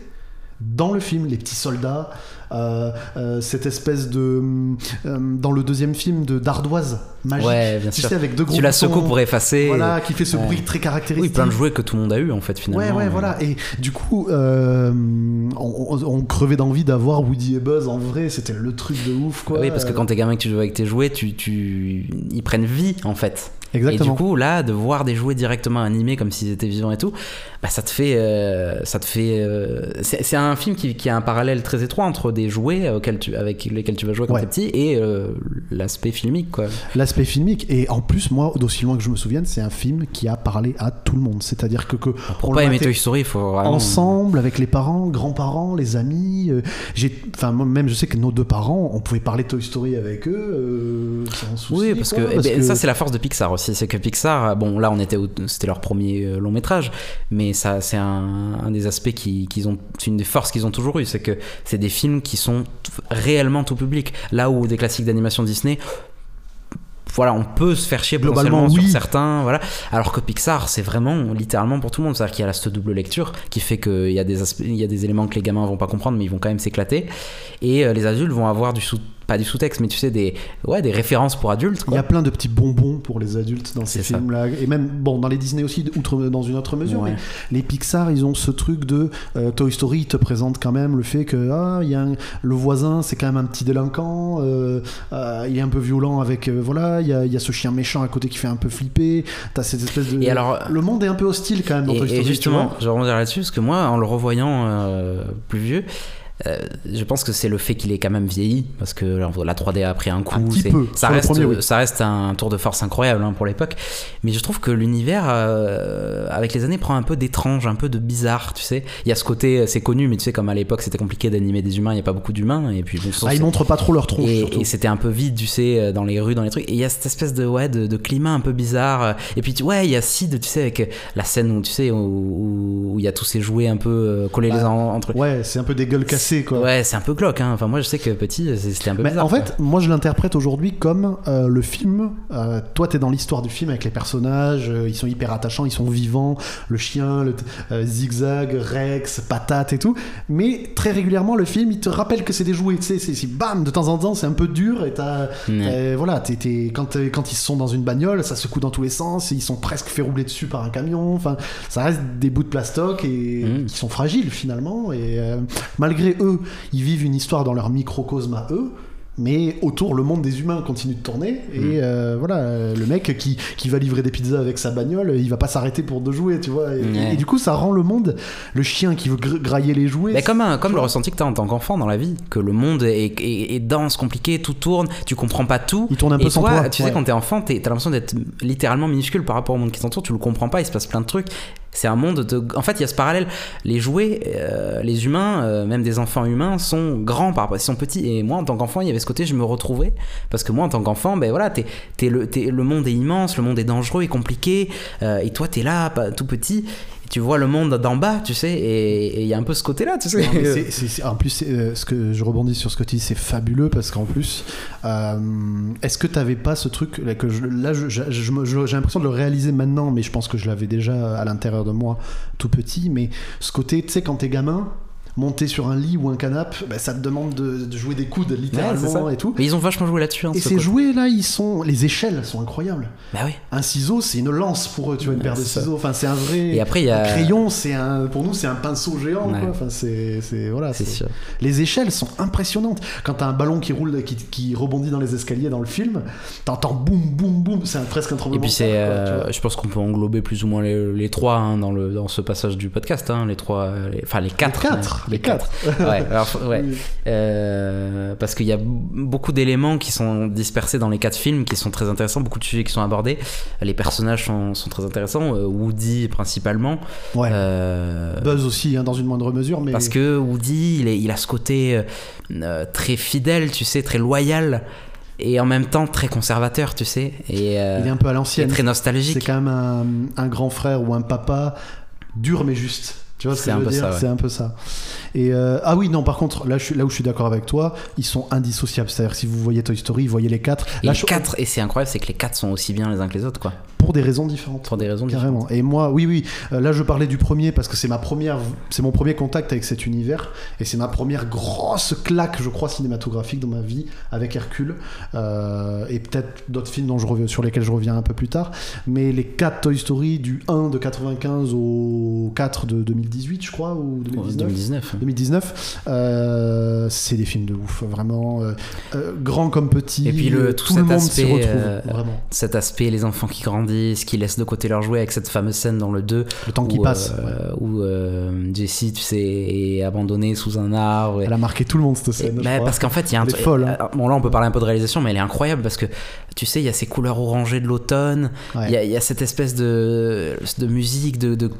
A: dans le film, les petits soldats, euh, euh, cette espèce de euh, dans le deuxième film de d'ardoise magique,
B: Ouais, bien
A: tu
B: sûr.
A: sais avec deux gros
B: Tu la
A: boutons,
B: secoues pour effacer.
A: voilà, qui fait ce
B: Ouais.
A: bruit très
B: et- Oui,
A: caractéristique.
B: plein de jouets que tout le monde a eu en fait, finalement. euh.
A: Ouais, ouais, voilà. Et du coup, euh, on, on- on crevait d'envie d'avoir Woody et Buzz en vrai. C'était le truc de ouf, quoi.
B: Ah oui, parce que quand t'es gamin et que tu joues avec tes jouets, tu, tu... ils prennent vie en fait.
A: Exactement.
B: Et du coup, là, de voir des jouets directement animés comme s'ils étaient vivants et tout, bah, ça te fait. euh, ça te fait. euh, c'est c'est un film qui, qui a un parallèle très étroit entre des jouets euh, auxquels tu, avec lesquels tu vas jouer quand
A: Ouais.
B: t'es petit et euh, l'aspect filmique, quoi.
A: L'aspect filmique, et en plus, moi, d'aussi loin que je me souvienne, c'est un film qui a parlé à tout le monde. C'est-à-dire que, que
B: Pour
A: on
B: pas
A: le
B: aimer
A: matait
B: Toy Story, il faut vraiment.
A: ensemble avec les parents, grands-parents, les amis. euh, j'ai, enfin, moi, même, je sais que nos deux parents, on pouvait parler Toy Story avec eux. euh, sans souci,
B: Oui, parce que,
A: quoi,
B: eh ben, ça c'est la force de Pixar aussi, c'est que Pixar, euh, bon là on était, au- c'était leur premier euh, long métrage, mais ça c'est un, un des aspects qui- qu'ils ont, c'est une des forces qu'ils ont toujours eu, c'est que c'est des films qui sont t- réellement tout public. Là où des classiques d'animation Disney, voilà, on peut se faire chier
A: Globalement,
B: potentiellement
A: oui.
B: sur certains, voilà. Alors que Pixar, c'est vraiment littéralement pour tout le monde, c'est-à-dire qu'il y a là, cette double lecture qui fait qu'il y a des aspects, il y a des éléments que les gamins vont pas comprendre, mais ils vont quand même s'éclater, et euh, les adultes vont avoir du sous pas du sous-texte, mais tu sais, des, ouais, des références pour adultes.
A: Il y
B: Quoi.
A: a plein de petits bonbons pour les adultes dans ces
B: C'est ça.
A: films-là. Et même, bon, dans les Disney aussi, outre, dans une autre mesure.
B: Ouais.
A: Mais les Pixar, ils ont ce truc de euh, Toy Story, ils te présentent quand même le fait que ah, il y a un- le voisin, c'est quand même un petit délinquant, euh, euh, il est un peu violent avec. euh, voilà, il y, a, il y a ce chien méchant à côté qui fait un peu flipper. T'as cette espèce de.
B: Et alors,
A: le monde est un peu hostile quand même dans
B: et,
A: Toy
B: et
A: Story. tu
B: justement,
A: vois.
B: je vais rebondir là-dessus, parce que moi, en le revoyant euh, plus vieux, euh, je pense que c'est le fait qu'il ait quand même vieilli, parce que la la 3D a pris un coup.
A: Un petit
B: c'est-
A: peu,
B: ça,
A: sur le
B: reste,
A: premier, oui.
B: ça reste un tour de force incroyable hein, pour l'époque. Mais je trouve que l'univers, euh, avec les années, prend un peu d'étrange, un peu de bizarre, tu sais. Il y a ce côté, euh, c'est connu, mais tu sais, comme à l'époque, c'était compliqué d'animer des humains, il n'y a pas beaucoup d'humains, et puis bon,
A: Ah,
B: c'est-
A: ils montrent pas trop leur tronche.
B: et,
A: surtout.
B: et c'était un peu vide, tu sais, euh, dans les rues, dans les trucs. Et il y a cette espèce de, ouais, de, de climat un peu bizarre. euh, Et puis, tu- ouais, il y a Sid, tu sais, avec euh, la scène où, tu sais, où- où où il y a tous ces jouets un peu euh, collés les
A: Bah,
B: uns en- entre
A: Ouais, c'est un peu des gueules cassées quoi.
B: Ouais, c'est un peu glauque, hein. Enfin, moi, je sais que petit, c'est- c'était un peu
A: Mais
B: bizarre.
A: en fait, moi je l'interprète aujourd'hui comme euh, le film. euh, toi, t'es dans l'histoire du film avec les personnages, euh, ils sont hyper attachants, ils sont vivants, le chien, le t- euh, zigzag, Rex, patate et tout. Mais très régulièrement, le film il te rappelle que c'est des jouets. Tu sais, c'est c'est- bam, de temps en temps, c'est un peu dur et t'as.
B: quoi. Mm.
A: euh, voilà, t'es- t'es- quand, euh, quand ils sont dans une bagnole, ça secoue dans tous les sens, ils sont presque fait rouler dessus par un camion. Enfin, ça reste des bouts de plastoc et
B: Mm.
A: qui sont fragiles finalement. Et euh, malgré eux, ils vivent une histoire dans leur microcosme à eux. Mais autour, le monde des humains continue de tourner. Et
B: Mm.
A: euh, voilà, euh, le mec qui, qui va livrer des pizzas avec sa bagnole, il va pas s'arrêter pour de jouer, tu vois. Et,
B: Ouais.
A: et du coup, ça rend le monde, le chien qui veut gr- grailler les jouets.
B: Mais Ben, comme, un- comme
A: tu
B: le
A: vois.
B: ressenti que t'as en tant qu'enfant dans la vie, que le monde est, est- est dense, compliqué, tout tourne, tu comprends pas tout.
A: Il tourne un peu
B: et
A: sans
B: toi,
A: toi,
B: tu
A: ouais.
B: sais, quand t'es enfant, t'es- t'as l'impression d'être littéralement minuscule par rapport au monde qui t'entoure, tu le comprends pas, il se passe plein de trucs. C'est un monde de. En fait, il y a ce parallèle. Les jouets, euh, les humains, euh, même des enfants humains, sont grands par rapport. Ils sont petits. Et moi, en tant qu'enfant, il y avait ce côté, je me retrouvais. Parce que moi, en tant qu'enfant, ben voilà, t'es- t'es le, t'es- le monde est immense, le monde est dangereux et compliqué. euh, et toi, t'es là, pas- tout petit. et tu vois le monde d'en bas, tu sais. Et et il y a un peu ce côté-là, tu sais.
A: Non, mais c'est- c'est- c'est- en plus, c'est, euh, ce que je rebondis sur ce que tu dis, c'est fabuleux parce qu'en plus, euh, est-ce que tu n'avais pas ce truc là, que je- là, je- je- je me- je- j'ai l'impression de le réaliser maintenant, mais je pense que je l'avais déjà à l'intérieur de moi tout petit. Mais ce côté, tu sais, quand t'es gamin, monter sur un lit ou un canapé, bah, ça te demande de, de jouer des coudes
B: Ouais, c'est
A: littéralement
B: ça.
A: et tout.
B: Mais ils ont vachement joué là-dessus. hein,
A: Et
B: ce
A: ces
B: côté.
A: jouets là, ils sont, les échelles sont incroyables.
B: Bah oui.
A: Un ciseau, c'est une lance pour eux, tu vois, une
B: Ouais,
A: paire de
B: c'est ça.
A: ciseaux. Enfin, c'est un vrai.
B: Et après, il y
A: Un
B: a.
A: crayon, c'est un, pour nous, c'est un pinceau géant.
B: Ouais.
A: quoi. Enfin, c'est, c'est- voilà.
B: C'est
A: c'est-
B: sûr.
A: Les échelles sont impressionnantes. Quand t'as un ballon qui roule, qui, qui rebondit dans les escaliers dans le film, t'entends boum, boum, boum. C'est un- presque un tremblement.
B: Et puis
A: de
B: c'est,
A: terre, quoi, tu
B: euh,
A: vois.
B: je pense qu'on peut englober plus ou moins les, les trois hein, dans le dans ce passage du podcast, hein, les trois, les- enfin les quatre,
A: Les
B: hein,
A: quatre, les quatre.
B: ouais, alors, faut- ouais.
A: Oui.
B: Euh, parce qu'il y a b- beaucoup d'éléments qui sont dispersés dans les quatre films, qui sont très intéressants, beaucoup de sujets qui sont abordés. Les personnages sont, sont très intéressants, euh, Woody principalement.
A: Ouais.
B: Euh,
A: Buzz aussi, hein, dans une moindre mesure, mais
B: parce que Woody, il, est- il a ce côté euh, euh, très fidèle, tu sais, très loyal, et en même temps très conservateur, tu sais, et, euh,
A: il est un peu à
B: et
A: l'ancienne.
B: très
A: C'est
B: nostalgique.
A: quand même un, un grand frère ou un papa dur mais juste. Tu vois ce que
B: C'est
A: je
B: un
A: veux
B: peu
A: dire
B: ça, ouais.
A: C'est un peu ça. Et euh, ah oui, non, par contre, là, je suis, là où je suis d'accord avec toi, ils sont indissociables. C'est-à-dire, que si vous voyez Toy Story, vous voyez les quatre.
B: Et
A: Là,
B: les
A: je-
B: quatre, et c'est incroyable, c'est que les quatre sont aussi bien les uns que les autres, quoi.
A: pour des raisons différentes.
B: Pour des raisons différentes.
A: Carrément. Et moi, oui, oui. euh, là, je parlais du premier parce que c'est ma première, c'est mon premier contact avec cet univers et c'est ma première grosse claque, je crois, cinématographique dans ma vie avec Hercule euh, et peut-être d'autres films dont je reviens, sur lesquels je reviens un peu plus tard. Mais les 4 Toy Story du 1 de 95 au 4 de 2018, je crois, ou 2019.
B: 2019.
A: 2019, euh, c'est des films de ouf, vraiment euh, euh, grand comme petit.
B: Et puis le-
A: euh,
B: tout
A: tout, le
B: cet
A: monde s'y
B: aspect,
A: retrouve,
B: euh,
A: vraiment.
B: Cet aspect, les enfants qui grandissent, qui laissent de côté leurs jouets avec cette fameuse scène dans le 2
A: Le temps qui
B: où,
A: passe. ouais.
B: euh, où euh, Jessie, tu sais, est abandonnée sous un arbre. et-
A: Elle a marqué tout le monde cette
B: et-
A: scène. je
B: mais
A: crois.
B: parce qu'en fait, il y a un
A: Elle est
B: truc.
A: folle, hein.
B: euh, Bon, là, on peut parler un peu de réalisation, mais elle est incroyable parce que tu sais, il y a ces couleurs orangées de l'automne, il
A: Ouais.
B: y, a- il y a cette espèce de, de musique, de, de-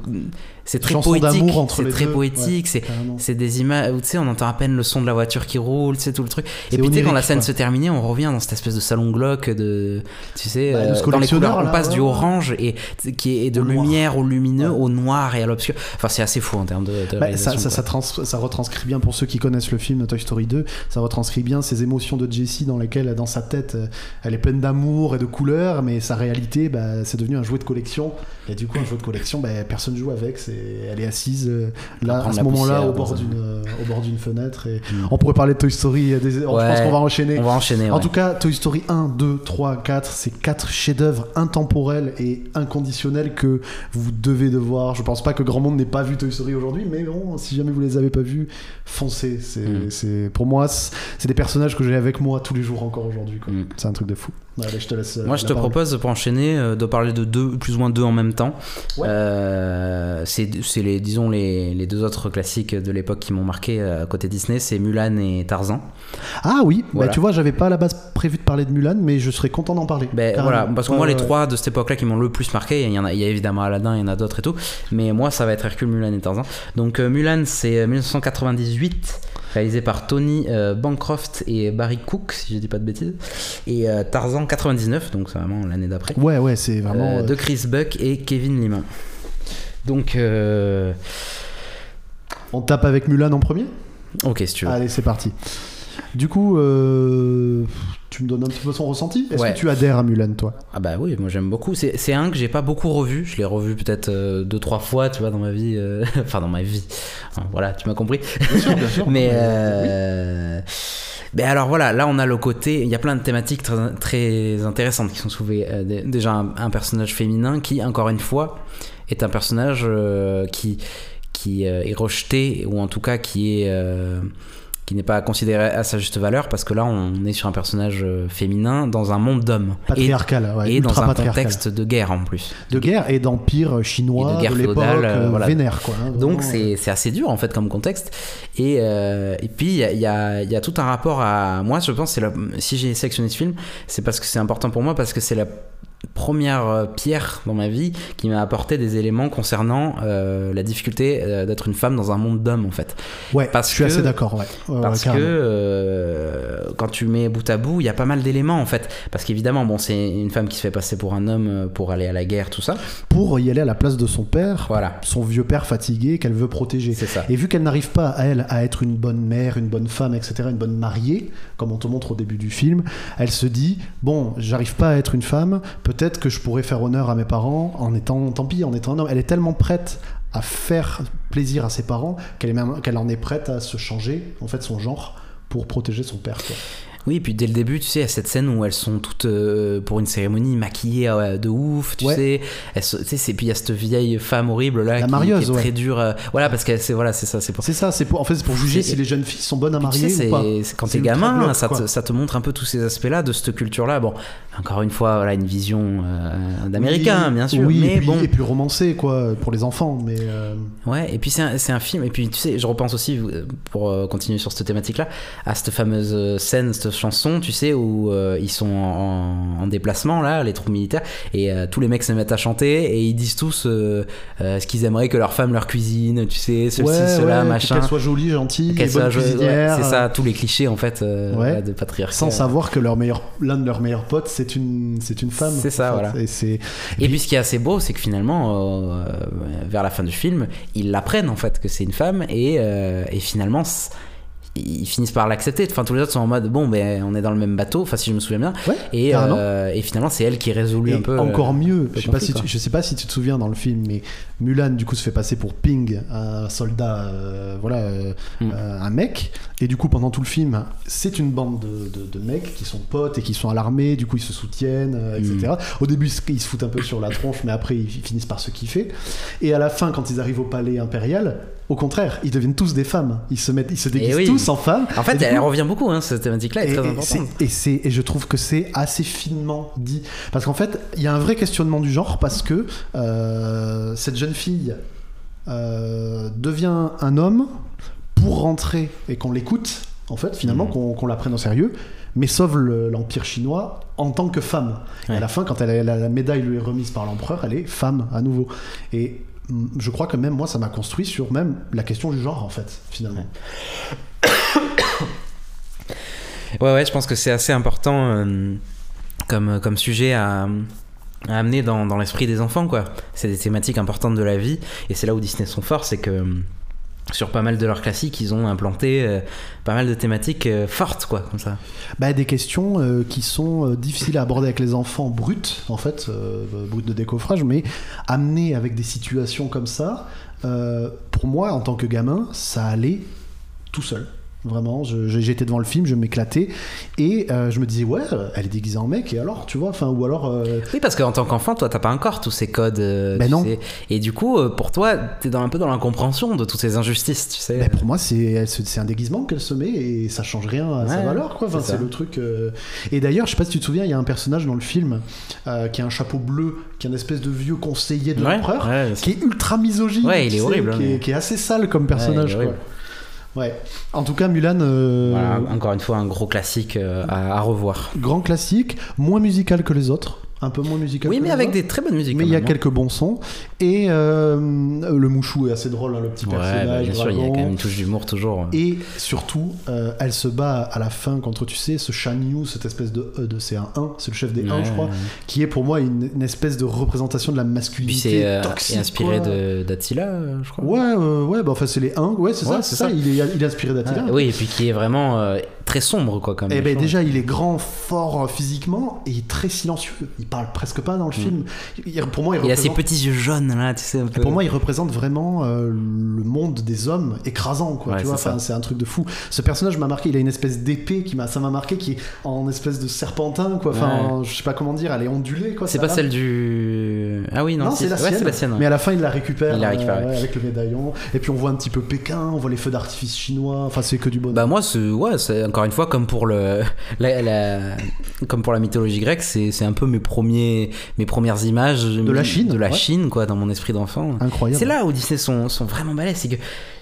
B: c'est très
A: Chanson
B: poétique.
A: d'amour entre
B: C'est
A: les
B: très
A: deux,
B: poétique, c'est
A: Carrément.
B: C'est des images où tu sais, on entend à peine le son de la voiture qui roule, tu sais, tout le truc.
A: C'est
B: Et puis tu sais, quand
A: onirique,
B: la scène
A: quoi.
B: se terminait, on revient dans cette espèce de salon glauque de. Tu sais,
A: Bah, de ce
B: euh, dans les couleurs,
A: collectionneur, là,
B: on passe
A: ouais,
B: du
A: ouais.
B: orange et, qui est, et de
A: Au noir.
B: lumière au lumineux,
A: Ouais.
B: au noir et à l'obscur. Enfin, c'est assez fou en termes de. de
A: Bah,
B: réalisation,
A: ça, ça, ça,
B: quoi.
A: trans- ça retranscrit bien pour ceux qui connaissent le film Toy Story 2, ça retranscrit bien ces émotions de Jessie dans lesquelles, dans sa tête, euh, elle est pleine d'amour et de couleurs, mais sa réalité, bah, c'est devenu un jouet de collection. Et du coup, un jouet de collection, bah, personne joue avec. c'est- Elle est assise euh, là,
B: prend
A: à
B: de
A: ce
B: la
A: moment-là,
B: poussière
A: au bord
B: dans un-
A: d'une, euh, au bord d'une fenêtre. Et
B: Mm.
A: on pourrait parler de Toy Story. euh, des- on- Je pense
B: Ouais.
A: qu'on va enchaîner.
B: On va enchaîner.
A: En
B: ouais.
A: tout cas, Toy Story 1, 2, 3, 4, c'est quatre chefs-d'œuvre intemporels et inconditionnels que vous devez de voir. Je pense pas que grand monde n'ait pas vu Toy Story aujourd'hui, mais bon, si jamais vous les avez pas vus, foncez. C'est,
B: Mm.
A: c'est- pour moi, c'est c'est des personnages que j'ai avec moi tous les jours encore aujourd'hui. quoi.
B: Mm.
A: C'est un truc de fou. Allez, je te laisse. euh,
B: Moi, je
A: la
B: te
A: parole.
B: propose pour enchaîner euh, de parler de deux, plus ou moins deux en même temps.
A: Ouais.
B: Euh, c'est c'est les, disons les, les deux autres classiques de l'époque qui m'ont marqué euh, côté Disney, c'est Mulan et Tarzan.
A: Ah oui, bah,
B: Voilà.
A: tu vois, j'avais pas à la base prévu de parler de Mulan, mais je serais content d'en parler.
B: Ben
A: Carrément.
B: voilà, parce que
A: Ouais,
B: moi les
A: ouais, ouais.
B: trois de cette époque-là qui m'ont le plus marqué, il y en a, il y a évidemment Aladdin, il y en a d'autres et tout, mais moi ça va être Hercule, Mulan et Tarzan. Donc euh, Mulan c'est euh, 1998, réalisé par Tony euh, Bancroft et Barry Cook, si je dis pas de bêtises, et euh, Tarzan 99, donc c'est vraiment l'année d'après,
A: Ouais, ouais, c'est vraiment.
B: euh,
A: euh,
B: de Chris Buck et Kevin Liman. Donc euh,
A: On tape avec Mulan en premier
B: ok si tu veux.
A: Allez, c'est parti. Du coup, euh, tu me donnes un petit peu son ressenti Est-ce
B: Ouais.
A: que tu adhères à Mulan, toi
B: Ah bah oui, moi j'aime beaucoup. C'est c'est un que j'ai pas beaucoup revu. Je l'ai revu peut-être euh, deux trois fois, tu vois, dans ma vie. euh, enfin dans ma vie. Hein, voilà, tu m'as compris. Mais euh, mais alors voilà, là on a le côté. Il y a plein de thématiques très, très intéressantes qui sont soulevées. Euh, dé- déjà un, un personnage féminin qui, encore une fois, est un personnage euh, qui qui euh, est rejeté ou en tout cas qui est euh, qui n'est pas considéré à sa juste valeur parce que là on est sur un personnage euh, féminin dans un monde d'hommes Et-
A: Patriarcal, ouais,
B: et dans
A: ultra
B: un
A: patriarcal.
B: contexte de guerre en plus.
A: De guerre et d'empire chinois,
B: Et de
A: de,
B: guerre
A: l'époque,
B: féodale, euh,
A: euh,
B: voilà.
A: vénère, quoi. hein, vraiment,
B: Donc c'est c'est assez dur en fait comme contexte. Et, euh, et puis il y a, il y a- il y a tout un rapport à... Moi je pense, c'est la- si j'ai sélectionné ce film, c'est parce que c'est important pour moi, parce que c'est la première euh, pierre dans ma vie qui m'a apporté des éléments concernant euh, la difficulté euh, d'être une femme dans un monde d'hommes en fait.
A: euh, Ouais,
B: parce
A: je suis
B: que-
A: assez d'accord, ouais. Ouais, ouais,
B: Parce que
A: carrément.
B: euh, quand tu mets bout à bout, il y a pas mal d'éléments en fait. Parce qu'évidemment, bon, c'est une femme qui se fait passer pour un homme euh, pour aller à la guerre, tout ça.
A: Pour y aller à la place de son père,
B: Voilà,
A: son vieux père fatigué qu'elle veut protéger.
B: c'est ça.
A: Et vu qu'elle n'arrive pas, à elle, à être une bonne mère, une bonne femme, etc., une bonne mariée, comme on te montre au début du film, elle se dit Bon, j'arrive pas à être une femme, peut-être que je pourrais faire honneur à mes parents en étant, tant pis, en étant un homme. Elle est tellement prête à faire plaisir à ses parents qu'elle est même- qu'elle en est prête à se changer, en fait, son genre, pour protéger son père. quoi.
B: Oui, et puis dès le début, tu sais, à cette scène où elles sont toutes euh, pour une cérémonie maquillées euh, de ouf, tu
A: Ouais.
B: sais, elles se- tu sais, c'est puis il y a cette vieille femme horrible là
A: La
B: qui,
A: marieuse,
B: qui est
A: ouais.
B: très dure, euh, voilà, parce que c'est voilà, c'est ça, c'est pour.
A: C'est ça, c'est pour, en fait, c'est pour juger
B: C'est-
A: si les jeunes filles sont bonnes à
B: Puis tu
A: marier
B: sais,
A: ou pas.
B: c'est- c'est- quand
A: C'est
B: t'es
A: ultra
B: gamin,
A: glauque,
B: ça, te,
A: quoi.
B: ça te montre un peu tous ces aspects-là de cette culture-là. Bon, encore une fois, voilà, une vision euh, d'américain,
A: Oui,
B: bien sûr,
A: oui,
B: mais
A: et puis,
B: bon.
A: et puis romancé, quoi, pour les enfants. Mais euh,
B: Ouais, et puis c'est un, c'est un film, et puis tu sais, je repense aussi, euh, pour euh, continuer sur cette thématique-là, à cette fameuse euh, scène, cette chanson, tu sais, où euh, ils sont en, en déplacement, là, les troupes militaires, et euh, tous les mecs se mettent à chanter, et ils disent tous euh, euh, ce qu'ils aimeraient que leur femme leur cuisine, tu sais, ceci,
A: ouais,
B: cela,
A: ouais,
B: machin.
A: Qu'elle soit jolie, gentille,
B: Qu'elle
A: et bonne
B: soit jolie, ouais,
A: cuisinière, euh.
B: c'est ça, tous les clichés, en fait, euh,
A: Ouais.
B: voilà, de patriarcat. euh,
A: sans savoir que leur meilleur, l'un de leurs meilleurs potes, c'est une, c'est une femme.
B: C'est ça,
A: en fait.
B: voilà.
A: Et c'est
B: Et puis ce qui est assez beau, c'est que finalement, euh, euh, vers la fin du film, ils l'apprennent en fait que c'est une femme et, euh, et finalement c- ils finissent par l'accepter. Enfin, tous les autres sont en mode bon, ben on est dans le même bateau. Enfin, si je me souviens bien.
A: ouais,
B: Et,
A: carrément.
B: euh, et finalement, c'est elle qui résout
A: Et
B: un peu. euh,
A: encore mieux. Je sais euh, pas
B: conflit,
A: si tu,
B: quoi.
A: je sais pas si tu te souviens dans le film, mais Mulan du coup se fait passer pour Ping, un soldat, euh, voilà, euh,
B: Mm.
A: euh, un mec. Et du coup pendant tout le film, c'est une bande de, de- de mecs qui sont potes et qui sont à l'armée. Du coup ils se soutiennent, euh, etc.
B: Hmm.
A: Au début ils se foutent un peu sur la tronche, mais après ils finissent par se kiffer. Et à la fin quand ils arrivent au palais impérial. Au contraire, ils deviennent tous des femmes. Ils se mettent, ils se déguisent
B: Eh oui.
A: tous en femmes.
B: En
A: Et
B: fait,
A: du
B: elle
A: coup,
B: revient beaucoup. Hein, cette thématique-là est
A: et,
B: très
A: et
B: importante.
A: c'est- et c'est- et je trouve que c'est assez finement dit. Parce qu'en fait, il y a un vrai questionnement du genre parce que euh, cette jeune fille euh, devient un homme pour rentrer et qu'on l'écoute, en fait, finalement,
B: Mhm.
A: qu'on qu'on la prenne au sérieux, mais sauve le- l'Empire chinois en tant que femme. Et
B: Ouais.
A: à la fin, quand elle, a- la, la médaille lui est remise par l'empereur, elle est femme à nouveau. Et mm, je crois que même moi, ça m'a construit sur même la question du genre, en fait, finalement.
B: Ouais, ouais, je pense que c'est assez important euh, comme, euh, comme sujet à, à amener dans, dans l'esprit des enfants, quoi. C'est des thématiques importantes de la vie, et c'est là où Disney sont forts, c'est que euh, sur pas mal de leurs classiques, ils ont implanté euh, pas mal de thématiques euh, fortes, quoi, comme ça.
A: Bah, des questions euh, qui sont euh, difficiles à aborder avec les enfants bruts, en fait, euh, bruts de décoffrage, mais amenées avec des situations comme ça, euh, pour moi, en tant que gamin, ça allait tout seul. Vraiment, je- je- j'étais devant le film, je m'éclatais et euh, je me disais ouais, euh, elle est déguisée en mec et alors, tu vois, enfin ou alors euh,
B: Oui, parce qu'en tant qu'enfant, toi, t'as pas encore tous ces codes. euh,
A: Ben
B: tu
A: non.
B: sais. Et du coup, euh, pour toi, t'es dans, un peu dans l'incompréhension de toutes ces injustices, tu sais.
A: bah, pour moi c'est elle se- c'est un déguisement qu'elle se met et ça change rien à sa
B: Ouais,
A: valeur quoi. Enfin,
B: c'est ça.
A: c'est le truc. euh, Et d'ailleurs, je sais pas si tu te souviens, il y a un personnage dans le film euh, qui a un chapeau bleu, qui est un espèce de vieux conseiller de
B: Ouais,
A: l'empereur.
B: ouais,
A: qui est ultra misogyne.
B: Ouais, il
A: tu
B: est horrible,
A: Qui,
B: hein,
A: est,
B: mais-
A: qui est assez sale comme personnage.
B: Ouais, il est
A: quoi. Ouais. En tout cas, Mulan, euh,
B: Voilà, encore une fois, un gros classique euh, à, à revoir.
A: grand classique, moins musical que les autres, un peu moins musical.
B: Oui,
A: que
B: mais
A: les
B: avec
A: autres,
B: des très bonnes musiques.
A: Mais
B: quand
A: il y a
B: même, hein.
A: quelques bons sons. Et euh, le mouchou est assez drôle, hein, le petit
B: Ouais,
A: personnage.
B: bah, bien sûr, il y a
A: dragon.
B: quand même une touche d'humour toujours.
A: Et surtout, euh, elle se bat à la fin contre, tu sais, ce Shan Yu, cette espèce de, euh, de c'est un 1, c'est le chef des 1,
B: Ouais,
A: je crois,
B: ouais.
A: qui est pour moi une, une espèce de représentation de la
B: Puis
A: masculinité
B: c'est euh,
A: toxique.
B: est inspiré
A: quoi.
B: de d'Attila, euh, je crois.
A: Ouais, euh, ouais, bah enfin c'est les 1, ouais, c'est ça,
B: Ouais,
A: c'est
B: c'est
A: ça.
B: ça.
A: Il, est, il est inspiré
B: Ah,
A: d'Attila.
B: oui, et puis qui est vraiment euh, très sombre, quoi, quand même.
A: Eh ben
B: je
A: déjà, il est grand, fort euh, physiquement et très silencieux. Il parle presque pas dans le film. Il- pour moi, il,
B: trouve. Mm. Il a ses
A: représente...
B: petits yeux jaunes, là, tu sais, un peu.
A: Pour moi, il représente vraiment euh, le monde des hommes écrasant, quoi.
B: Ouais,
A: tu vois,
B: c'est ça.
A: Enfin, c'est un truc de fou. Ce personnage m'a marqué. Il a une espèce d'épée qui m'a, ça m'a marqué, qui est en espèce de serpentin, quoi. Enfin,
B: Ouais.
A: en- je sais pas comment dire. Elle est ondulée, quoi.
B: C'est
A: sa
B: pas
A: lame.
B: celle du. Ah oui, non,
A: Non,
B: si,
A: c'est la,
B: ouais,
A: sienne.
B: c'est la sienne. ouais.
A: Mais à la fin, il la récupère,
B: Il la récupère, ouais.
A: ouais, avec le médaillon. Et puis on voit un petit peu Pékin, on voit les feux d'artifice chinois. Enfin, c'est que du bonheur.
B: Bah moi, c'est ouais, c'est encore une fois comme pour le, la, la- comme pour la mythologie grecque, c'est c'est un peu mes premiers, mes premières images de
A: la Chine,
B: de la
A: ouais.
B: Chine, quoi, dans mon esprit d'enfant.
A: Incroyable.
B: Bah, C'est là où Disney sont, sont vraiment balèzes, c'est que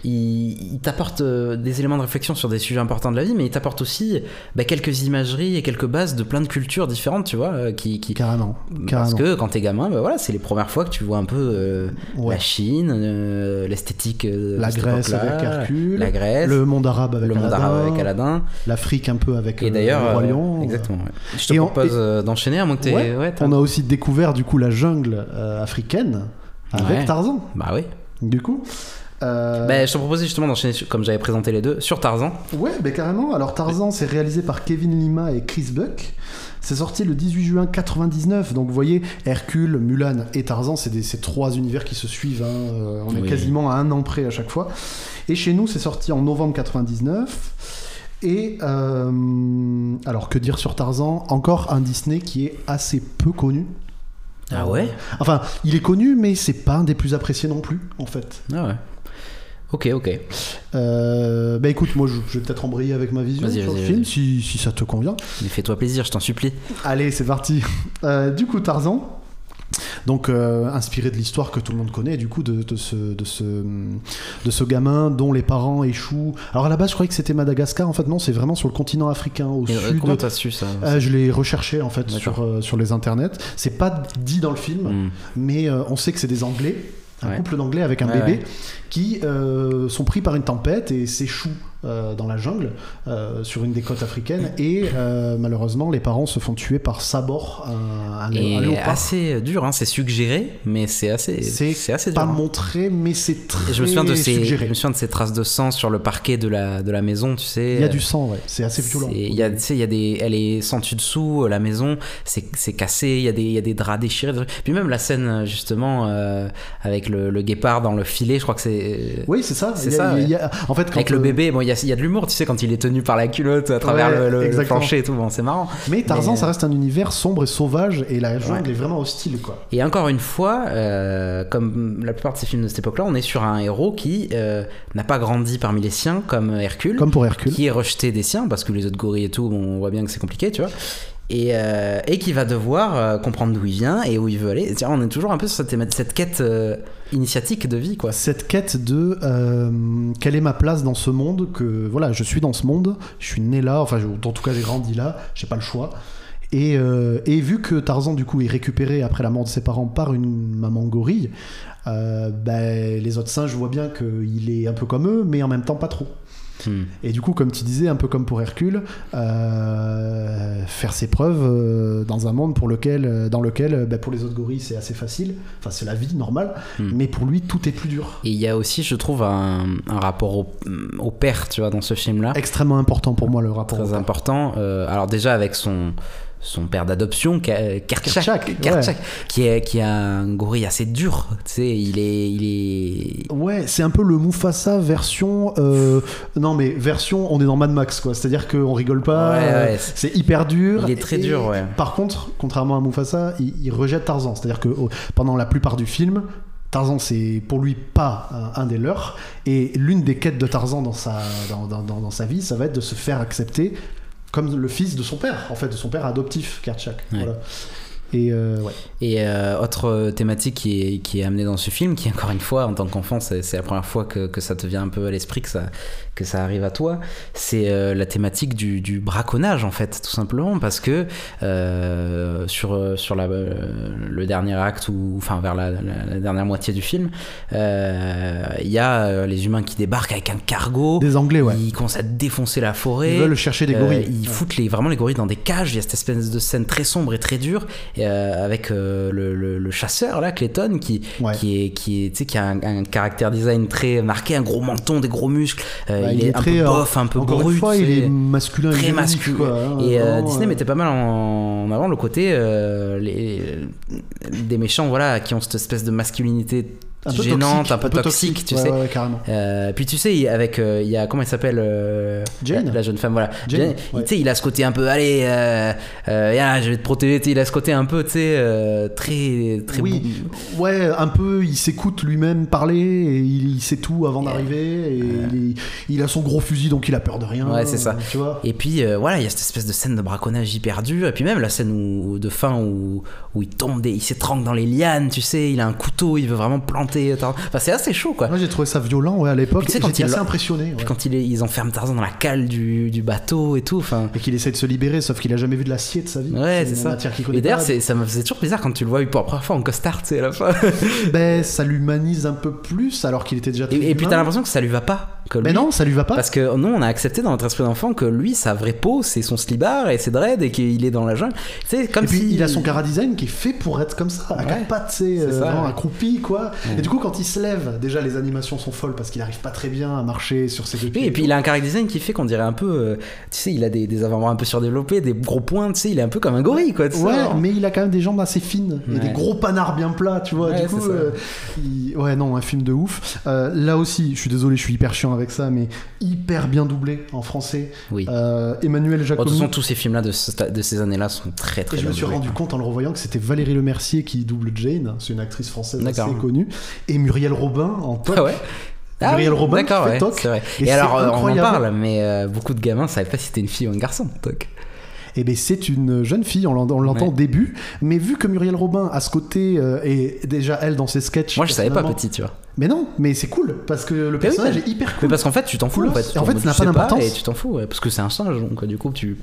B: ils, ils t'apportent euh, des éléments de réflexion sur des sujets importants de la vie, mais ils t'apportent aussi bah, quelques imageries et quelques bases de plein de cultures différentes, tu vois, euh, qui, qui-
A: Carrément.
B: parce
A: carrément.
B: que quand t'es gamin, bah, voilà, c'est les premières fois que tu vois un peu euh,
A: Ouais.
B: la Chine, euh, l'esthétique, euh, de
A: La
B: cette
A: Grèce
B: époque-là,
A: avec Hercule,
B: la Grèce,
A: le monde arabe avec
B: le monde
A: Aladdin,
B: arabe avec Aladdin,
A: l'Afrique un peu avec
B: et
A: euh,
B: d'ailleurs,
A: le roi
B: euh,
A: lion.
B: exactement. ouais. Je te
A: Et on-
B: propose euh, d'enchaîner, à moins que t'aies-
A: Ouais,
B: ouais, t'as-
A: On a aussi découvert du coup la jungle euh, africaine avec
B: Ouais.
A: Tarzan.
B: Bah oui.
A: Du coup, Euh,
B: Bah, je te proposais justement d'enchaîner, sur- comme j'avais présenté les deux, sur Tarzan.
A: Ouais, mais carrément. Alors Tarzan, c'est réalisé par Kevin Lima et Chris Buck. C'est sorti le 18 juin 99. Donc vous voyez, Hercule, Mulan et Tarzan, c'est des- ces trois univers qui se suivent. hein. Euh, On est
B: Oui.
A: quasiment à un an près à chaque fois. Et chez nous, c'est sorti en novembre 99. Et euh, alors que dire sur Tarzan Encore un Disney qui est assez peu connu.
B: Ah ouais
A: Enfin, il est connu, mais c'est pas un des plus appréciés non plus, en fait.
B: Ah ouais. Ok, ok.
A: Euh, bah écoute, moi je, je vais peut-être embrayer avec ma vision
B: Vas-y,
A: sur le
B: vas-y,
A: film,
B: vas-y.
A: si, si ça te convient.
B: Mais fais-toi plaisir, je t'en supplie.
A: Allez, c'est parti. Euh, du coup, Tarzan. Donc, euh, inspiré de l'histoire que tout le monde connaît, du coup, de, de ce, de, ce, de ce gamin dont les parents échouent. Alors, à la base, je croyais que c'était Madagascar. En fait, non, c'est vraiment sur le continent africain, au
B: Et, euh,
A: sud.
B: comment t'as su ça
A: Euh, je l'ai recherché, en fait,
B: D'accord.
A: sur, euh, sur les internets. C'est pas dit dans le film,
B: Hmm.
A: mais euh, on sait que c'est des Anglais, un
B: Ouais.
A: couple d'Anglais avec un
B: Ouais,
A: bébé,
B: ouais.
A: qui euh, sont pris par une tempête et s'échouent euh, dans la jungle, euh, sur une des côtes africaines. Et euh, malheureusement, les parents se font tuer par Sabor, un, un- un
B: Et
A: léopard.
B: assez dur, hein, c'est suggéré, mais c'est assez,
A: C'est
B: c'est assez dur.
A: Pas
B: hein.
A: montré, mais c'est très
B: Et je me souviens de ces,
A: suggéré.
B: je me souviens de ces traces de sang sur le parquet de la, de la maison, tu sais.
A: Il y a du sang, ouais. C'est assez violent.
B: C'est- Il y a, tu sais, il y a des, elle est sans dessus dessous, euh, la maison, c'est c'est cassé, il y, a des, il y a des draps déchirés. des trucs. Puis même la scène, euh, justement, euh, avec le, le guépard dans le filet, je crois que c'est. euh,
A: Oui, c'est ça.
B: C'est
A: Il y a-
B: ça,
A: il y a- En fait, quand
B: Avec le bébé, bon, il y a, il y a de l'humour, tu sais, quand il est tenu par la culotte à travers
A: Ouais,
B: le- le, le
A: exactement.
B: plancher et tout, bon, c'est marrant.
A: Mais Tarzan,
B: Mais- euh,
A: ça reste un univers sombre et sauvage, et la jungle
B: Ouais.
A: est vraiment hostile, quoi.
B: Et encore une fois, euh, comme la plupart de ces films de cette époque-là, on est sur un héros qui euh, n'a pas grandi parmi les siens, comme Hercule,
A: Comme pour Hercule.
B: qui est rejeté des siens, parce que les autres gorilles et tout, bon, on voit bien que c'est compliqué, tu vois. Et, euh, et qui va devoir euh, comprendre d'où il vient et où il veut aller. Tiens, on est toujours un peu sur cette, théma- cette quête euh, initiatique de vie, quoi.
A: cette quête de euh, quelle est ma place dans ce monde que voilà je suis dans ce monde je suis né là enfin je- en tout cas j'ai grandi là j'ai pas le choix et, euh, et vu que Tarzan du coup est récupéré après la mort de ses parents par une maman gorille euh, ben, les autres singes voient bien qu'il est un peu comme eux mais en même temps pas trop
B: Hmm.
A: et du coup comme tu disais un peu comme pour Hercule euh, faire ses preuves euh, dans un monde pour lequel euh, dans lequel euh, ben, pour les autres gorilles c'est assez facile enfin c'est la vie normale
B: Hmm.
A: mais pour lui tout est plus dur
B: Et il y a aussi, je trouve, un, un rapport au, au père, tu vois, dans ce film-là.
A: extrêmement important pour moi le rapport.
B: très important. Euh, alors déjà avec son son père d'adoption, Ka- Kerchak,
A: Kerchak, ouais.
B: Kerchak, qui est qui a un gorille assez dur. Tu sais, il est il est
A: Ouais, c'est un peu le Mufasa version. euh, Non, mais version, on est dans Mad Max, quoi. C'est-à-dire qu'on rigole pas.
B: Ouais,
A: euh,
B: ouais, c'est-
A: C'est hyper dur.
B: Il est très
A: et-
B: dur, ouais.
A: Par contre, contrairement à Mufasa, il, il rejette Tarzan. C'est-à-dire que oh, pendant la plupart du film, Tarzan, c'est pour lui pas un, un des leurs. Et l'une des quêtes de Tarzan dans sa, dans, dans- dans- dans sa vie, ça va être de se faire accepter comme le fils de son père, en fait, de son père adoptif, Kerchak.
B: Ouais.
A: Voilà. Et euh, ouais.
B: et euh, autre thématique qui est qui est amenée dans ce film, qui encore une fois en tant qu'enfant, c'est c'est la première fois que, que ça te vient un peu à l'esprit que ça que ça arrive à toi, c'est euh, la thématique du, du braconnage en fait, tout simplement parce que euh, sur euh, sur la euh, le dernier acte ou enfin vers la, la- la dernière moitié du film, euh, il y a euh, les humains qui débarquent avec un cargo,
A: Des Anglais, ouais.
B: ils commencent à défoncer la forêt.
A: Ils veulent chercher des
B: Euh,
A: gorilles.
B: ils foutent les, vraiment les gorilles dans des cages. Il y a cette espèce de scène très sombre et très dure euh, avec euh, le, le- le chasseur là, Clayton, qui,
A: Ouais.
B: qui est, qui est, tu sais, qui a un, un caractère design très marqué, un gros menton, des gros muscles. Euh,
A: Bah,
B: il, est, un
A: très,
B: peu
A: euh,
B: bof, un peu
A: encore
B: brut.
A: Une fois,
B: tu
A: il
B: sais
A: est masculin,
B: très
A: ironique,
B: masculin.
A: quoi, hein,
B: et euh,
A: vraiment,
B: Disney
A: euh,
B: mettait pas mal en en avant le côté euh, les, des méchants voilà, qui ont cette espèce de masculinité
A: euh, un peu
B: gênante,
A: toxique,
B: un peu toxique, tu
A: ouais,
B: sais.
A: ouais, ouais, carrément.
B: Euh, puis tu sais, il- avec euh, il y a comment elle s'appelle euh,
A: Jane
B: la, la jeune femme, voilà.
A: Jane,
B: Jane, il-
A: ouais.
B: Tu sais, il a ce côté un peu, allez, euh, euh, viens, je vais te protéger. Tu sais, Il a ce côté un peu, tu sais, euh, très, très.
A: Oui, ouais, un peu, il s'écoute lui-même parler, et il, il sait tout avant d'arriver, et il, est- il a son gros fusil, donc il a peur de rien.
B: Ouais, c'est ça.
A: Tu vois
B: Et puis euh, voilà, il y a cette espèce de scène de braconnage hyper dure, et puis même la scène où, de fin où, où il tombe, des, il s'étrangle dans les lianes, tu sais, il a un couteau, il veut vraiment planter. Tarzan. Enfin, c'est assez chaud quoi.
A: Moi, j'ai trouvé ça violent ouais, à l'époque,
B: Puis tu sais,
A: et
B: quand
A: j'étais
B: il
A: assez
B: l'a-
A: impressionné. ouais.
B: Puis quand il est- ils enferment Tarzan dans la cale du, du bateau et tout, enfin.
A: Et qu'il essaie de se libérer, sauf qu'il a jamais vu de l'acier de sa vie.
B: Ouais, c'est
A: une
B: ça.
A: matière qu'il connaît
B: Et d'ailleurs,
A: pas.
B: c'est- ça me faisait toujours bizarre quand tu le vois lui, pour la première fois en costard, tu sais, à la fin.
A: Ben, ça l'humanise un peu plus, alors qu'il était déjà très
B: Et, et puis
A: humain.
B: t'as l'impression que ça lui va pas. que lui.
A: Mais non, ça lui va pas.
B: Parce que nous, on a accepté dans notre esprit d'enfant que lui, sa vraie peau, c'est son slibard et ses dreads et qu'il est dans la jungle. Tu sais, comme
A: et puis
B: si-
A: il a son cara design qui est fait pour être comme ça, à
B: Ouais.
A: quatre pattes, c'est
B: C'est ça, ouais.
A: accroupi quoi.
B: Ouais.
A: Et du coup quand il se lève, déjà les animations sont folles parce qu'il arrive pas très bien à marcher sur ses deux pieds.
B: Oui, et puis il a un caractère design qui fait qu'on dirait un peu. euh, tu sais, il a des, des avant-bras un peu surdéveloppés, des gros points, tu sais, il est un peu comme un gorille, quoi. tu sais.
A: Ouais,
B: Alors,
A: mais il a quand même des jambes assez fines et
B: Ouais.
A: des gros panards bien plats, tu vois.
B: Ouais,
A: du coup,
B: c'est ça.
A: euh, il- ouais, non, un film de ouf. Euh, là aussi, je suis désolé, je suis hyper chiant avec ça, mais hyper bien doublé en français.
B: Oui.
A: Euh, Emmanuel
B: Bon, de
A: Jacob.
B: toute façon, tous ces films-là de, ce- de ces années-là sont très très
A: Et je
B: bien
A: me suis
B: doublés.
A: rendu compte en le revoyant que c'était Valérie Lemercier qui double Jane, c'est une actrice française assez
B: D'accord.
A: connue, et Muriel Robin en top.
B: Ah ouais
A: Muriel Robin qui
B: d'accord,
A: fait
B: ouais,
A: Toc.
B: c'est vrai.
A: Et
B: Et,
A: c'est
B: alors, euh, on en
A: incroyable.
B: parle, mais euh, beaucoup de gamins savaient pas si c'était une fille ou un garçon, Toc.
A: Et bien Eh ben, c'est une jeune fille, on l'ent- on l'entend
B: Ouais.
A: au début, mais vu que Muriel Robin a ce côté, euh, et déjà elle dans ses sketchs.
B: Moi, je savais pas
A: personnellement-
B: petit, tu vois.
A: Mais non, mais c'est cool, parce que le personnage
B: mais-
A: est hyper
B: Mais
A: cool.
B: parce qu'en fait, tu t'en fous.
A: Cool.
B: En fait,
A: Et en fait,
B: Tu
A: ça n'a
B: sais
A: pas d'importance.
B: Et tu t'en fous, ouais, parce que c'est un singe, donc du coup, tu.